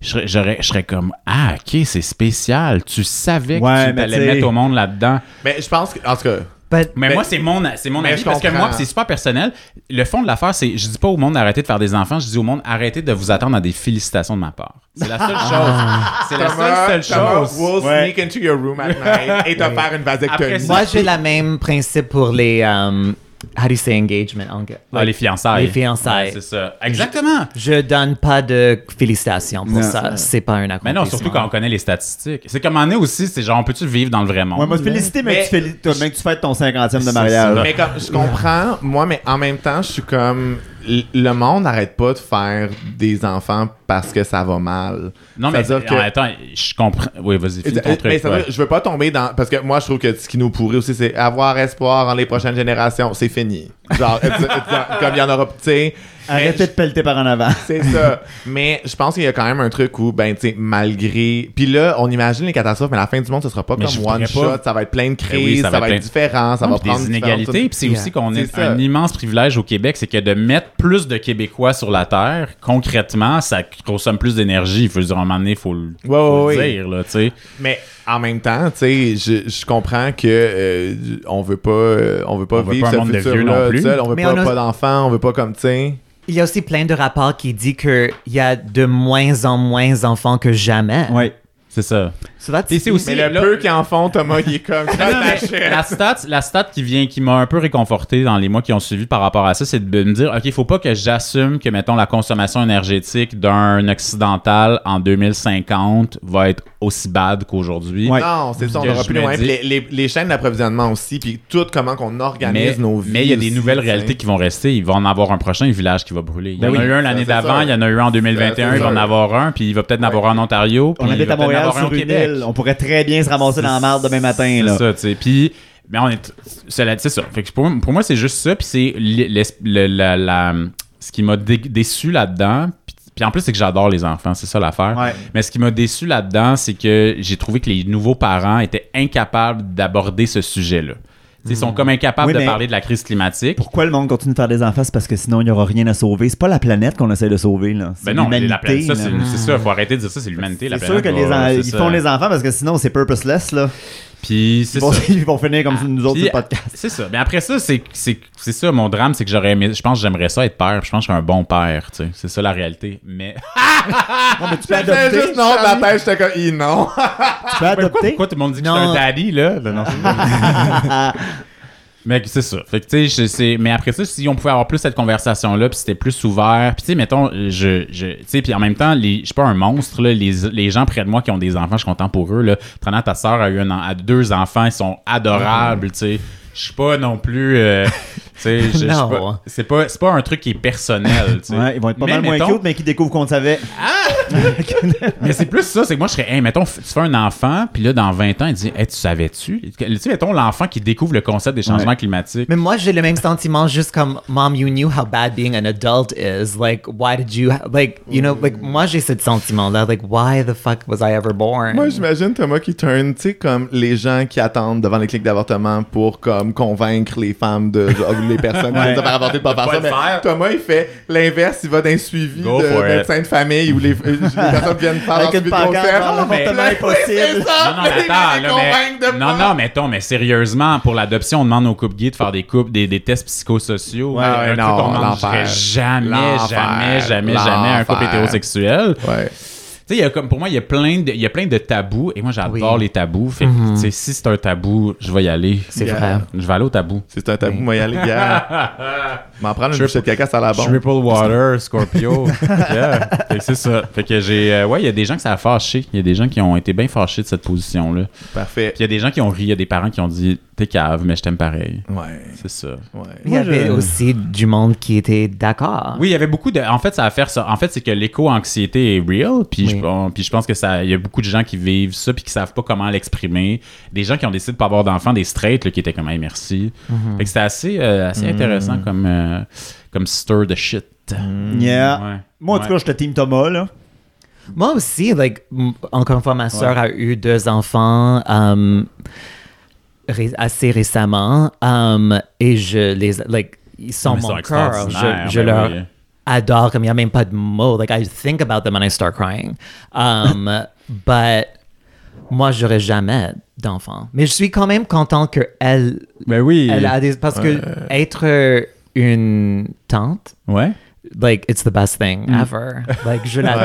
[SPEAKER 3] je serais- j'aurais- je serais comme Ah, ok, c'est spécial. Tu savais que
[SPEAKER 2] Ouais,
[SPEAKER 3] tu
[SPEAKER 2] mais
[SPEAKER 3] allais
[SPEAKER 2] tu sais-
[SPEAKER 3] mettre au monde là-dedans.
[SPEAKER 1] Mais je pense que. En tout cas.
[SPEAKER 4] But
[SPEAKER 3] Mais,
[SPEAKER 1] Mais-
[SPEAKER 3] moi, c'est mon, c'est mon
[SPEAKER 1] Mais
[SPEAKER 3] avis
[SPEAKER 1] Ben, je
[SPEAKER 3] parce que
[SPEAKER 1] comprends.
[SPEAKER 3] moi, c'est super personnel. Le fond de l'affaire, c'est je dis pas au monde d'arrêter de faire des enfants, je dis au monde arrêtez de vous attendre à des félicitations de ma part. C'est la seule
[SPEAKER 4] Ah.
[SPEAKER 3] chose. c'est la seule, seule
[SPEAKER 1] Thomas
[SPEAKER 3] chose.
[SPEAKER 1] will
[SPEAKER 2] Ouais.
[SPEAKER 1] sneak into your room at night et te faire une
[SPEAKER 3] Après
[SPEAKER 1] vasectomie.
[SPEAKER 3] ça-
[SPEAKER 4] moi, j'ai la même principe pour les. um, how do you say engagement? en-
[SPEAKER 3] Ah, les fiançailles.
[SPEAKER 4] Les fiançailles.
[SPEAKER 3] Ouais, c'est ça. Exactement.
[SPEAKER 4] Je donne pas de félicitations pour
[SPEAKER 2] Non.
[SPEAKER 4] ça. C'est pas un
[SPEAKER 3] Mais
[SPEAKER 4] accomplissement.
[SPEAKER 3] non, surtout quand on connaît les statistiques. C'est comme on est aussi, c'est genre, on peut-tu vivre dans le vrai monde?
[SPEAKER 2] Ouais, moi, félicité, mais,
[SPEAKER 1] Mais-
[SPEAKER 2] que tu féli- toi, mais que tu fêtes ton 50e de
[SPEAKER 3] C'est
[SPEAKER 2] mariage.
[SPEAKER 3] ça.
[SPEAKER 1] Mais comme, je comprends, moi, mais en même temps, je suis comme. l- Le monde n'arrête pas de faire des enfants parce que ça va mal.
[SPEAKER 3] non, mais
[SPEAKER 1] C'est-à-dire
[SPEAKER 3] en- attends, je comprends. Oui, vas-y, finis ton
[SPEAKER 1] Euh,
[SPEAKER 3] truc.
[SPEAKER 1] mais ça
[SPEAKER 3] ouais.
[SPEAKER 1] veut- je veux pas tomber dans parce que moi je trouve que ce qui nous pourrit aussi c'est avoir espoir en les prochaines générations c'est fini genre it's- it's- comme il y en aura tu sais mais
[SPEAKER 2] Arrêtez de pelleter par en avant.
[SPEAKER 1] c'est ça mais je pense qu'il y a quand même un truc où ben tu sais malgré puis là on imagine les catastrophes mais la fin du monde ce sera pas
[SPEAKER 3] Mais je
[SPEAKER 1] comme
[SPEAKER 3] voudrais
[SPEAKER 1] one
[SPEAKER 3] pas.
[SPEAKER 1] shot ça va être plein de crises
[SPEAKER 3] Eh oui,
[SPEAKER 1] ça, va être
[SPEAKER 3] plein de-
[SPEAKER 1] différent ça
[SPEAKER 3] Non,
[SPEAKER 1] va
[SPEAKER 3] puis
[SPEAKER 1] prendre
[SPEAKER 3] des
[SPEAKER 1] différentes-
[SPEAKER 3] inégalités. Puis c'est aussi qu'on
[SPEAKER 1] C'est
[SPEAKER 3] a
[SPEAKER 1] ça.
[SPEAKER 3] un immense privilège au Québec, c'est que de mettre plus de Québécois sur la terre, concrètement, ça consomme plus d'énergie. Il faut dire, à un moment donné, il faut le
[SPEAKER 1] Ouais,
[SPEAKER 3] faut
[SPEAKER 1] ouais,
[SPEAKER 3] le
[SPEAKER 1] ouais.
[SPEAKER 3] dire, là, tu sais.
[SPEAKER 1] Mais en même temps, tu sais, je, je comprends que euh, on veut pas, euh, on veut pas
[SPEAKER 3] On veut
[SPEAKER 1] vivre
[SPEAKER 3] pas un
[SPEAKER 1] ce
[SPEAKER 3] monde de vieux
[SPEAKER 1] futur-là
[SPEAKER 3] non plus.
[SPEAKER 1] tout seul, on veut
[SPEAKER 4] Mais
[SPEAKER 1] pas
[SPEAKER 4] on a-
[SPEAKER 1] pas d'enfants, on veut pas comme tu sais.
[SPEAKER 4] Il y a aussi plein de rapports qui disent qu'il y a de moins en moins d'enfants que jamais.
[SPEAKER 2] Ouais.
[SPEAKER 3] C'est ça.
[SPEAKER 4] So that's-
[SPEAKER 3] Et c'est aussi-
[SPEAKER 1] Mais le
[SPEAKER 3] là-
[SPEAKER 1] peu qu'ils en font, Thomas, il est comme
[SPEAKER 3] Non, mais la stat, la stat qui vient, qui m'a un peu réconforté dans les mois qui ont suivi par rapport à ça, c'est de me dire, ok, faut pas que j'assume que mettons la consommation énergétique d'un occidental en 2050 va être aussi bad qu'aujourd'hui.
[SPEAKER 2] Ouais.
[SPEAKER 1] Non, c'est ça, on
[SPEAKER 3] Que
[SPEAKER 1] aura
[SPEAKER 3] je
[SPEAKER 1] plus loin.
[SPEAKER 3] me dis-
[SPEAKER 1] Puis Les, les- les chaînes d'approvisionnement aussi, puis tout comment qu'on
[SPEAKER 3] Mais
[SPEAKER 1] organise nos vies.
[SPEAKER 3] mais il y a des
[SPEAKER 1] aussi,
[SPEAKER 3] nouvelles
[SPEAKER 1] tu sais.
[SPEAKER 3] réalités qui vont rester. Il va en avoir un prochain village qui va brûler. Il y
[SPEAKER 2] Ben
[SPEAKER 3] en a
[SPEAKER 2] oui.
[SPEAKER 3] eu un l'année
[SPEAKER 1] Ça, c'est
[SPEAKER 3] d'avant,
[SPEAKER 1] sûr.
[SPEAKER 3] il y en a eu en 2021,
[SPEAKER 1] Ça,
[SPEAKER 3] il va en
[SPEAKER 1] c'est
[SPEAKER 3] avoir un, puis il va peut-être en avoir un en Ontario.
[SPEAKER 2] Ben, On
[SPEAKER 3] puis il
[SPEAKER 2] habite
[SPEAKER 3] va
[SPEAKER 2] à
[SPEAKER 3] peut-être en
[SPEAKER 2] Montréal
[SPEAKER 3] avoir un au
[SPEAKER 2] sur une
[SPEAKER 3] Québec.
[SPEAKER 2] île. On pourrait très bien se ramasser dans la merde demain matin.
[SPEAKER 3] C'est
[SPEAKER 2] Là.
[SPEAKER 3] ça, tu sais. Puis, mais on est. cela- C'est ça. Fait que pour, pour moi, c'est juste ça. Puis c'est l'es- l'es- le- la- la- ce qui m'a dé- déçu là-dedans. Puis, puis en plus, c'est que j'adore les enfants. C'est ça l'affaire.
[SPEAKER 2] Ouais.
[SPEAKER 3] Mais ce qui m'a déçu là-dedans, c'est que j'ai trouvé que les nouveaux parents étaient incapables d'aborder ce sujet-là. Tu sais, Ils sont comme incapables
[SPEAKER 2] Hmm. Oui,
[SPEAKER 3] de
[SPEAKER 2] mais-
[SPEAKER 3] parler de la crise climatique.
[SPEAKER 2] Pourquoi le monde continue de faire des enfants? C'est parce que sinon, il n'y aura rien à sauver. C'est pas la planète qu'on essaie de sauver. Là. C'est
[SPEAKER 3] Ben non,
[SPEAKER 2] l'humanité,
[SPEAKER 3] la planète, ça,
[SPEAKER 2] là.
[SPEAKER 3] c'est c'est ça. Faut arrêter de dire ça, c'est l'humanité. la
[SPEAKER 2] C'est sûr que
[SPEAKER 3] planète
[SPEAKER 2] les
[SPEAKER 3] va-
[SPEAKER 2] en-
[SPEAKER 3] c'est
[SPEAKER 2] ils
[SPEAKER 3] ça.
[SPEAKER 2] font les enfants parce que sinon, c'est purposeless. Là.
[SPEAKER 3] Puis c'est
[SPEAKER 2] Ils, vont,
[SPEAKER 3] ça.
[SPEAKER 2] ils vont finir comme nous autres
[SPEAKER 3] Puis,
[SPEAKER 2] sur le podcast.
[SPEAKER 3] C'est ça. Mais après ça, c'est c'est- c'est ça mon drame, c'est que j'aurais aimé. Je pense que j'aimerais ça être père. Je pense que je suis un bon père. tu sais. C'est ça la réalité. Mais.
[SPEAKER 2] Non, mais tu peux
[SPEAKER 1] J'étais
[SPEAKER 2] adopter.
[SPEAKER 1] juste non, de la tête, j'étais comme, Ih, non.
[SPEAKER 2] Tu peux adopter.
[SPEAKER 3] Ben, Pourquoi tout le monde dit que je
[SPEAKER 4] Non.
[SPEAKER 3] suis un daddy, là? Ben non, c'est pas vrai. Mais c'est ça. Fait que, tu sais, je- c'est- mais après ça, si on pouvait avoir plus cette conversation-là, puis c'était plus ouvert, puis tu sais, mettons, je, je, tu sais, puis en même temps, les, je suis pas un monstre, là, les, les gens près de moi qui ont des enfants, je suis content pour eux, là. Prenant ta sœur a eu un, en- a deux enfants, ils sont adorables, tu sais. Je suis pas non plus, euh, tu sais, je- je suis
[SPEAKER 4] Non.
[SPEAKER 3] pas- c'est pas, c'est pas un truc qui est personnel, tu sais.
[SPEAKER 2] Ouais, ils vont être pas
[SPEAKER 3] Mais
[SPEAKER 2] mal moins
[SPEAKER 3] mettons-
[SPEAKER 2] cute, mais qui découvrent qu'on le savait.
[SPEAKER 3] mais c'est plus ça, c'est que moi, je serais, hey, mettons, f- tu fais un enfant, puis là, dans 20 ans, il dit, hey, tu savais-tu? Tu sais, mettons, l'enfant qui découvre le concept des changements
[SPEAKER 2] Ouais.
[SPEAKER 3] climatiques.
[SPEAKER 4] Mais moi, j'ai le même sentiment, juste comme Mom, you knew how bad being an adult is. Like, why did you, ha- like, you know, like, moi, j'ai ce sentiment-là. Like, why the fuck was I ever born?
[SPEAKER 1] Moi, j'imagine Thomas qui turn, tu sais, comme les gens qui attendent devant les cliniques d'avortement pour comme convaincre les femmes de genre, ou les personnes qui
[SPEAKER 2] Ouais.
[SPEAKER 1] vont se faire avorter de pas faire
[SPEAKER 3] pas
[SPEAKER 1] ça.
[SPEAKER 3] le
[SPEAKER 1] Mais
[SPEAKER 3] faire.
[SPEAKER 1] Thomas, il fait l'inverse, il va d'un suivi
[SPEAKER 3] Go
[SPEAKER 1] de
[SPEAKER 3] for it.
[SPEAKER 1] médecins de famille où les, euh, les personnes viennent faire
[SPEAKER 2] Avec
[SPEAKER 1] leur
[SPEAKER 2] une
[SPEAKER 1] suivi de
[SPEAKER 2] pancarte,
[SPEAKER 1] grossesse.
[SPEAKER 2] genre, l'avortement
[SPEAKER 1] Oui,
[SPEAKER 2] est possible.
[SPEAKER 1] c'est ça,
[SPEAKER 3] Non, non, mais
[SPEAKER 1] ils
[SPEAKER 3] attends,
[SPEAKER 1] les
[SPEAKER 3] là, mais-
[SPEAKER 1] convainquent de
[SPEAKER 3] non,
[SPEAKER 1] pas.
[SPEAKER 3] non, mettons, mais sérieusement, pour l'adoption, on demande aux couples gays de faire des couples, des, des tests psychosociaux.
[SPEAKER 1] Ouais,
[SPEAKER 3] un
[SPEAKER 1] ouais,
[SPEAKER 3] truc
[SPEAKER 1] non,
[SPEAKER 3] qu'on demande
[SPEAKER 1] l'enfer.
[SPEAKER 3] jamais, jamais,
[SPEAKER 1] L'enfer.
[SPEAKER 3] jamais, jamais à un couple
[SPEAKER 1] L'enfer.
[SPEAKER 3] hétérosexuel.
[SPEAKER 1] Ouais.
[SPEAKER 3] Tu sais, il y a comme pour moi, il y a plein de, il y a plein de tabous, et moi, j'adore
[SPEAKER 4] Oui.
[SPEAKER 3] les tabous. Fait que,
[SPEAKER 1] Mhm.
[SPEAKER 3] tu sais, si c'est un tabou, je vais y aller.
[SPEAKER 4] C'est
[SPEAKER 1] Yeah.
[SPEAKER 4] vrai.
[SPEAKER 3] Je vais aller au tabou.
[SPEAKER 1] C'est un tabou, moi, y aller, gars. M'en prendre une
[SPEAKER 3] Je-
[SPEAKER 1] bouchée de caca, ça a l'air bon.
[SPEAKER 3] Triple Water, Scorpio. Yeah. Fait que c'est ça. Fait que j'ai. euh, ouais, il y a des gens que ça a fâché. Il y a des gens qui ont été bien fâchés de cette position-là. Puis
[SPEAKER 1] Parfait.
[SPEAKER 3] il y a des gens qui ont ri. Il y a des parents qui ont dit T'es cave, mais je t'aime pareil.
[SPEAKER 1] Ouais,
[SPEAKER 3] C'est ça.
[SPEAKER 1] ouais.
[SPEAKER 4] Il y
[SPEAKER 2] Moi,
[SPEAKER 4] avait
[SPEAKER 2] je-
[SPEAKER 4] aussi du monde qui était d'accord.
[SPEAKER 3] Oui, il y avait beaucoup de. En fait, ça a faire ça. En fait, c'est que l'éco-anxiété est real. Puis, je,
[SPEAKER 4] Oui.
[SPEAKER 3] on- puis je pense que ça. Il y a beaucoup de gens qui vivent ça puis qui savent pas comment l'exprimer. Des gens qui ont décidé de pas avoir d'enfants, des straights là, qui étaient comme hey, merci.
[SPEAKER 4] Mm-hmm.
[SPEAKER 3] Fait que c'était assez, euh, assez intéressant comme, euh, comme stir de shit.
[SPEAKER 4] Mm-hmm.
[SPEAKER 2] Yeah.
[SPEAKER 3] Hmm, Ouais.
[SPEAKER 2] Moi, en
[SPEAKER 3] Ouais.
[SPEAKER 2] tout cas, je te team Thomas. Là.
[SPEAKER 4] Moi aussi, like, m- encore une fois, ma soeur a eu deux enfants um, ré- assez récemment um, et je les. Like, ils sont
[SPEAKER 3] Mais ils
[SPEAKER 4] mon
[SPEAKER 3] sont
[SPEAKER 4] cœur.
[SPEAKER 3] extraordinaires,
[SPEAKER 4] Je, je
[SPEAKER 3] ben
[SPEAKER 4] leur
[SPEAKER 3] oui.
[SPEAKER 4] adore, comme il n'y a même pas de mots. Like, I think about them and I start crying. Um, but moi, j'aurais jamais d'enfant. Mais je suis quand même content que elle,
[SPEAKER 3] Ben oui.
[SPEAKER 4] elle a des... Parce que être une tante,
[SPEAKER 3] Ouais.
[SPEAKER 4] like, it's the best thing
[SPEAKER 3] Mm.
[SPEAKER 4] ever. Like, je l'adore,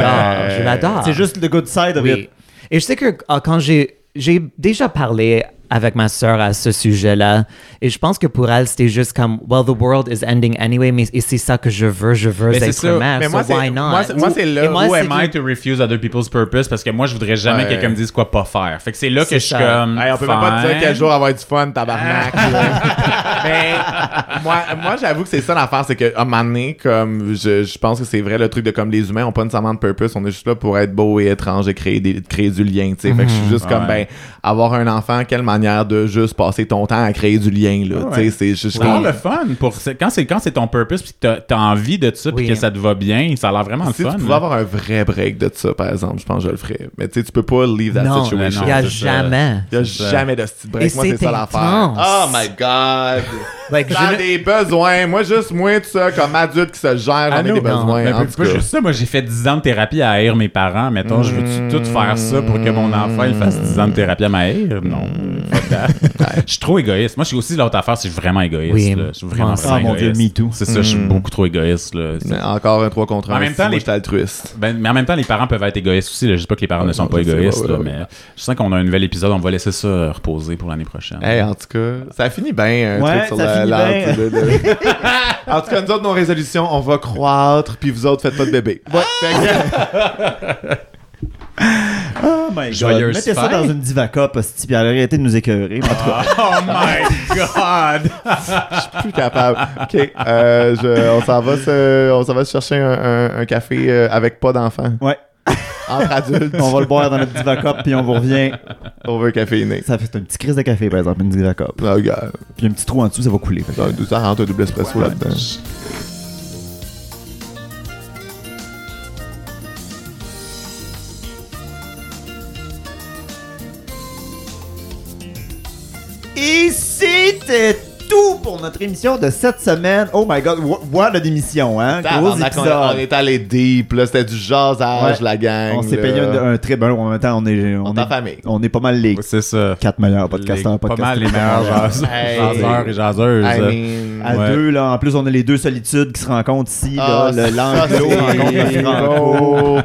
[SPEAKER 1] Ouais.
[SPEAKER 4] je l'adore.
[SPEAKER 2] C'est juste le good side of
[SPEAKER 4] Oui.
[SPEAKER 2] it.
[SPEAKER 4] Et je sais que ah, quand j'ai j'ai déjà parlé avec ma sœur à ce sujet-là, et je pense que pour elle, c'était juste comme, well, the world is ending anyway, mais et c'est ça que je veux, je veux
[SPEAKER 3] Mais c'est
[SPEAKER 4] être
[SPEAKER 3] ça.
[SPEAKER 4] mère,
[SPEAKER 1] Mais
[SPEAKER 4] so
[SPEAKER 1] moi, c'est-
[SPEAKER 4] why not?
[SPEAKER 1] moi, c'est- moi, c'est là
[SPEAKER 4] Et moi,
[SPEAKER 3] Who
[SPEAKER 4] c'est
[SPEAKER 3] am I
[SPEAKER 4] que-
[SPEAKER 3] to refuse other people's purpose? Parce que moi, je voudrais jamais
[SPEAKER 1] Ouais.
[SPEAKER 3] que quelqu'un me dise quoi pas faire. Fait que c'est là que
[SPEAKER 4] C'est
[SPEAKER 3] je suis
[SPEAKER 4] ça.
[SPEAKER 3] comme.
[SPEAKER 1] Hey, on peut même pas te dire
[SPEAKER 3] fine.
[SPEAKER 1] quel jour avoir du fun, tabarnak. là. Mais Ben, moi, moi j'avoue que c'est ça l'affaire, c'est qu'à un moment donné, comme je, je pense que c'est vrai le truc de comme les humains ont pas nécessairement de purpose, on est juste là pour être beau et étrange et créer, des, créer du lien. tu sais Fait que je suis juste comme ben
[SPEAKER 3] Ouais.
[SPEAKER 1] avoir un enfant, quelle manière de juste passer ton temps à créer du lien là.
[SPEAKER 3] Ouais.
[SPEAKER 1] tu sais C'est juste
[SPEAKER 3] C'est vraiment
[SPEAKER 1] comme
[SPEAKER 3] le fun. Pour, c'est- quand c'est quand c'est ton purpose, puis t'as t'as envie de ça, puis
[SPEAKER 4] Oui.
[SPEAKER 3] que ça te va bien, ça a l'air vraiment Ah, le
[SPEAKER 1] si
[SPEAKER 3] fun. hein.
[SPEAKER 1] tu pouvais
[SPEAKER 3] là.
[SPEAKER 1] avoir un vrai break de ça, par exemple, je pense que je le ferais. Mais tu sais, tu peux pas leave that
[SPEAKER 4] Non,
[SPEAKER 1] situation.
[SPEAKER 4] il n'y a
[SPEAKER 3] c'est ça.
[SPEAKER 4] jamais.
[SPEAKER 1] Il y a
[SPEAKER 3] ça.
[SPEAKER 1] jamais de petit break.
[SPEAKER 4] Et
[SPEAKER 1] moi, c'est
[SPEAKER 4] c'est
[SPEAKER 1] ça l'affaire.
[SPEAKER 4] intense.
[SPEAKER 1] Oh my God!
[SPEAKER 4] Like, je
[SPEAKER 1] J'en ai
[SPEAKER 4] ne-
[SPEAKER 1] des besoins. Moi, juste moi, tout ça, comme adulte qui se gère, j'en ai
[SPEAKER 3] Ah, non,
[SPEAKER 1] des
[SPEAKER 4] non.
[SPEAKER 1] besoins.
[SPEAKER 3] Mais
[SPEAKER 1] en
[SPEAKER 3] pas
[SPEAKER 1] tout
[SPEAKER 3] pas
[SPEAKER 1] cas.
[SPEAKER 3] juste ça. Moi, j'ai fait 10 ans de thérapie à haïr mes parents. Mettons, je veux-tu tout faire ça pour que mon enfant il fasse 10 ans de thérapie à m'haïr? Non. Fuck that. Je suis trop égoïste. Moi, je suis aussi l'autre affaire, c'est vraiment égoïste.
[SPEAKER 4] Oui.
[SPEAKER 3] là. Je suis vraiment,
[SPEAKER 4] Ah,
[SPEAKER 3] vraiment
[SPEAKER 2] mon Dieu,
[SPEAKER 3] égoïste.
[SPEAKER 2] me too.
[SPEAKER 3] C'est ça, je suis
[SPEAKER 1] Mm.
[SPEAKER 3] beaucoup trop égoïste. là. C'est-
[SPEAKER 1] Mais Encore un 3 contre 1.
[SPEAKER 3] En même temps, les-
[SPEAKER 1] les altruiste.
[SPEAKER 3] Ben, mais en même temps, les parents peuvent être égoïstes aussi. Là. Je dis pas que les parents ne sont
[SPEAKER 1] non,
[SPEAKER 3] pas
[SPEAKER 1] je sais,
[SPEAKER 3] égoïstes,
[SPEAKER 1] ouais,
[SPEAKER 3] là,
[SPEAKER 1] ouais,
[SPEAKER 3] mais je sens qu'on a un nouvel épisode. On va laisser ça reposer pour l'année prochaine.
[SPEAKER 1] Hey, en tout cas, ça finit bien un
[SPEAKER 2] Ouais,
[SPEAKER 1] truc sur
[SPEAKER 2] ça
[SPEAKER 1] la-
[SPEAKER 2] finit
[SPEAKER 1] la-
[SPEAKER 2] bien.
[SPEAKER 1] de- de- en tout cas, nous autres, nos résolutions, on va croître, puis vous autres, faites pas de bébé. Fait que-
[SPEAKER 2] Oh my god.
[SPEAKER 3] Joyeuse
[SPEAKER 2] Mettez ça
[SPEAKER 3] fête.
[SPEAKER 2] dans une divaca, Posti, puis arrêtez de nous écœurer. En tout cas,
[SPEAKER 3] Oh Ah! my god!
[SPEAKER 1] je suis plus capable. Ok, euh, je- on s'en va, se- on s'en va se chercher un, un- un café euh, avec pas d'enfant.
[SPEAKER 2] ouais.
[SPEAKER 1] Entre adultes,
[SPEAKER 2] On va le boire dans notre divaca, puis on vous revient.
[SPEAKER 1] on veut un caféiné.
[SPEAKER 2] Ça fait un petit crise de café, par exemple, une divaca.
[SPEAKER 1] Oh, gars,
[SPEAKER 2] Puis un petit trou en dessous, ça va couler. Fait que-
[SPEAKER 1] ça rentre un double espresso là-dedans.
[SPEAKER 2] Et c'était tout pour notre émission de cette semaine. Oh my god, wha- what a démission, hein? Gros
[SPEAKER 1] Tabarnak, on, on
[SPEAKER 2] épisode.
[SPEAKER 1] est allé deep, là. C'était du jasage,
[SPEAKER 2] Ouais.
[SPEAKER 1] la gang.
[SPEAKER 2] On s'est
[SPEAKER 1] là.
[SPEAKER 2] payé un, un trip. Ben, en même temps, on est,
[SPEAKER 1] On
[SPEAKER 2] on,
[SPEAKER 1] est en
[SPEAKER 2] est,
[SPEAKER 1] famille.
[SPEAKER 2] on est pas mal les
[SPEAKER 3] C'est ça.
[SPEAKER 2] quatre meilleurs
[SPEAKER 3] Les-
[SPEAKER 2] podcasteurs.
[SPEAKER 3] pas
[SPEAKER 2] podcasteurs,
[SPEAKER 3] mal les meilleurs jaseurs
[SPEAKER 1] Hey.
[SPEAKER 3] jaseurs et jaseuses.
[SPEAKER 1] I mean,
[SPEAKER 2] À
[SPEAKER 3] Ouais.
[SPEAKER 2] deux, là. En plus, on a les deux solitudes qui se rencontrent ici,
[SPEAKER 1] ah,
[SPEAKER 2] là.
[SPEAKER 1] ça,
[SPEAKER 2] le- L'anglo
[SPEAKER 1] c'est
[SPEAKER 2] rencontre le franco.
[SPEAKER 1] beau.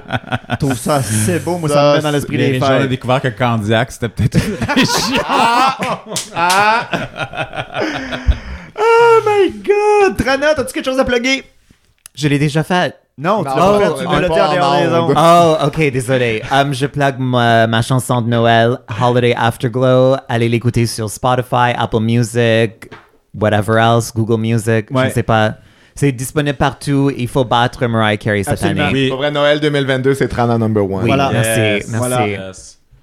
[SPEAKER 2] Je trouve ça c'est beau. Moi, ça,
[SPEAKER 1] Ça,
[SPEAKER 2] me met dans l'esprit
[SPEAKER 3] Les
[SPEAKER 2] des
[SPEAKER 3] gens ont
[SPEAKER 2] fêtes.
[SPEAKER 3] découvert que Candiac, c'était peut-être
[SPEAKER 2] Oh my god! Trana, t'as-tu quelque chose à plugger?
[SPEAKER 4] Je l'ai déjà fait.
[SPEAKER 2] Non, tu
[SPEAKER 1] Non,
[SPEAKER 2] l'as
[SPEAKER 4] non,
[SPEAKER 2] pas fait, tu
[SPEAKER 4] on
[SPEAKER 2] me
[SPEAKER 1] est
[SPEAKER 2] l'as dit
[SPEAKER 1] pas
[SPEAKER 2] en
[SPEAKER 1] en
[SPEAKER 2] dehors des
[SPEAKER 1] onde.
[SPEAKER 2] ondes.
[SPEAKER 4] Oh, ok, désolé. Um, je plug ma, ma chanson de Noël, Holiday Afterglow. Allez l'écouter sur Spotify, Apple Music, whatever else, Google Music, je
[SPEAKER 2] Ouais.
[SPEAKER 4] ne sais pas. C'est disponible partout. Il faut battre Mariah Carey cette
[SPEAKER 2] Absolument.
[SPEAKER 4] année.
[SPEAKER 3] Oui.
[SPEAKER 1] Pour vrai, Noël 2022, c'est Trana number one.
[SPEAKER 4] Oui,
[SPEAKER 2] Voilà.
[SPEAKER 4] merci,
[SPEAKER 3] Yes,
[SPEAKER 4] merci.
[SPEAKER 2] voilà.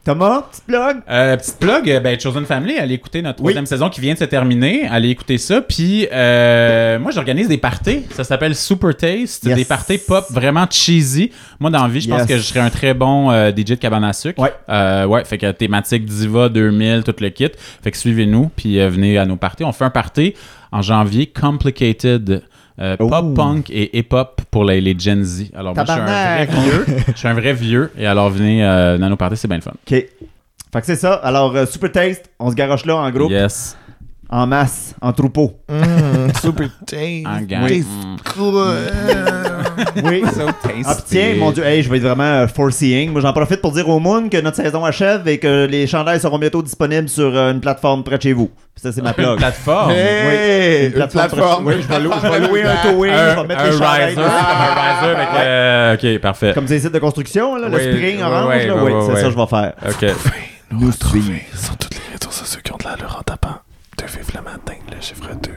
[SPEAKER 2] Thomas, petit plug?
[SPEAKER 3] Euh, petite plug, euh, ben, Chosen Family, allez écouter notre
[SPEAKER 2] Oui.
[SPEAKER 3] troisième saison qui vient de se terminer. Allez écouter ça. Puis, euh, moi, j'organise des parties. Ça s'appelle Super Taste.
[SPEAKER 2] Yes.
[SPEAKER 3] Des parties pop vraiment cheesy. Moi, dans la vie, je pense
[SPEAKER 2] Yes.
[SPEAKER 3] que je serais un très bon euh, DJ de cabane à sucre.
[SPEAKER 2] Ouais.
[SPEAKER 3] Euh, ouais, fait que thématique Diva 2000, tout le kit. Fait que suivez-nous, puis euh, venez à nos parties. On fait un party en janvier, Complicated. euh,
[SPEAKER 2] Oh.
[SPEAKER 3] Pop punk et hip hop pour les, les Gen Z. Alors, moi, je suis un vrai
[SPEAKER 2] Tabarnak!
[SPEAKER 3] vieux. Je suis un vrai vieux. Et alors, venez euh, venez à nos parties, c'est bien le fun.
[SPEAKER 2] OK. Fait que c'est ça. Alors, euh, Super Taste, on se garoche là en groupe,
[SPEAKER 3] Yes.
[SPEAKER 2] en masse, en troupeau.
[SPEAKER 1] Super
[SPEAKER 3] En gang. Mm.
[SPEAKER 1] euh,
[SPEAKER 2] Oui.
[SPEAKER 4] Oh,
[SPEAKER 2] Ah, puis tiens, mon Dieu, hey, je vais être vraiment euh, foreseeing. Moi, j'en profite pour dire au monde que notre saison achève et que les chandails seront bientôt disponibles sur euh, une plateforme près de chez vous. Ça, c'est ma
[SPEAKER 3] Une
[SPEAKER 2] plug.
[SPEAKER 3] plateforme.
[SPEAKER 1] Hey,
[SPEAKER 2] Une plateforme.
[SPEAKER 1] plateforme.
[SPEAKER 2] Oui, je vais, lou- je vais louer un towing, je vais mettre les chandails.
[SPEAKER 3] riser, comme un riser avec euh, Ok, parfait.
[SPEAKER 2] Comme ces sites de construction, là, le
[SPEAKER 3] Oui,
[SPEAKER 2] spring
[SPEAKER 3] oui,
[SPEAKER 2] orange,
[SPEAKER 3] oui,
[SPEAKER 2] là,
[SPEAKER 3] oui,
[SPEAKER 2] oui,
[SPEAKER 3] oui,
[SPEAKER 2] c'est
[SPEAKER 3] oui.
[SPEAKER 2] ça que je vais faire.
[SPEAKER 3] Ok.
[SPEAKER 2] Nous suivre.
[SPEAKER 6] sur toutes les réseaux sociaux qui ont de l'allure en tapant 2 vive le matin, le chiffre 2.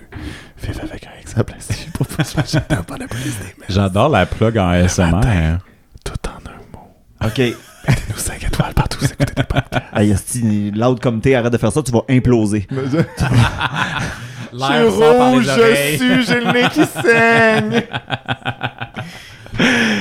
[SPEAKER 6] Vive avec un X à plastique pour pas se lâcher dans pas la police des mères.
[SPEAKER 3] J'adore la plug en SMR.
[SPEAKER 6] Tout en un mot.
[SPEAKER 2] OK.
[SPEAKER 6] Nous 5 étoiles partout, vous écoutez des podcasts.
[SPEAKER 2] Hey, esti, loud comme t'es, arrête de faire ça, tu vas imploser.
[SPEAKER 1] Je suis rouge, je suis, j'ai le nez qui saigne.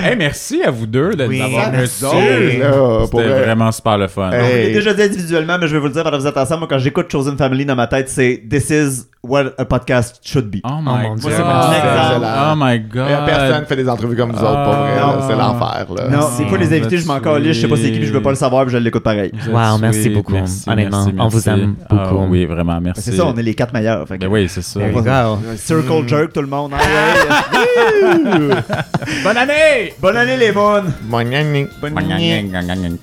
[SPEAKER 3] Hey, merci à vous deux de
[SPEAKER 4] Oui,
[SPEAKER 3] nous avoir
[SPEAKER 4] merci.
[SPEAKER 3] reçus.
[SPEAKER 1] Hey, là, pour
[SPEAKER 3] C'était
[SPEAKER 1] vrai.
[SPEAKER 3] vraiment super le fun.
[SPEAKER 1] Hey.
[SPEAKER 2] Je l'ai déjà dit individuellement, mais je vais vous le dire pendant que vous êtes ensemble. Moi, quand j'écoute Chosen Family dans ma tête, c'est This is what a podcast should be.
[SPEAKER 3] Oh my
[SPEAKER 4] mon
[SPEAKER 3] god.
[SPEAKER 4] Dieu.
[SPEAKER 1] Excellent.
[SPEAKER 3] Oh my
[SPEAKER 1] Il y a
[SPEAKER 3] god.
[SPEAKER 1] personne qui fait des entrevues comme nous autres, pour vrai. là. C'est l'enfer, là.
[SPEAKER 2] Non, c'est pas les invités, je m'en calisse, je sais pas c'est qui, puis je veux pas le savoir, puis je l'écoute pareil.
[SPEAKER 3] Vous êtes
[SPEAKER 4] Wow, merci
[SPEAKER 3] sweet.
[SPEAKER 4] beaucoup. Honnêtement, on vous aime
[SPEAKER 3] Ah,
[SPEAKER 4] beaucoup.
[SPEAKER 3] oui, vraiment, merci.
[SPEAKER 2] C'est ça, on est les quatre meilleurs. fait que-
[SPEAKER 3] Ben oui, c'est ça.
[SPEAKER 2] On va- Circle jerk, tout le monde. hein, Aïe, aïe.
[SPEAKER 3] Bonne année!
[SPEAKER 2] Bonne année, les bonnes.
[SPEAKER 1] Mon gna gna.
[SPEAKER 2] Bonne
[SPEAKER 3] Bonne année.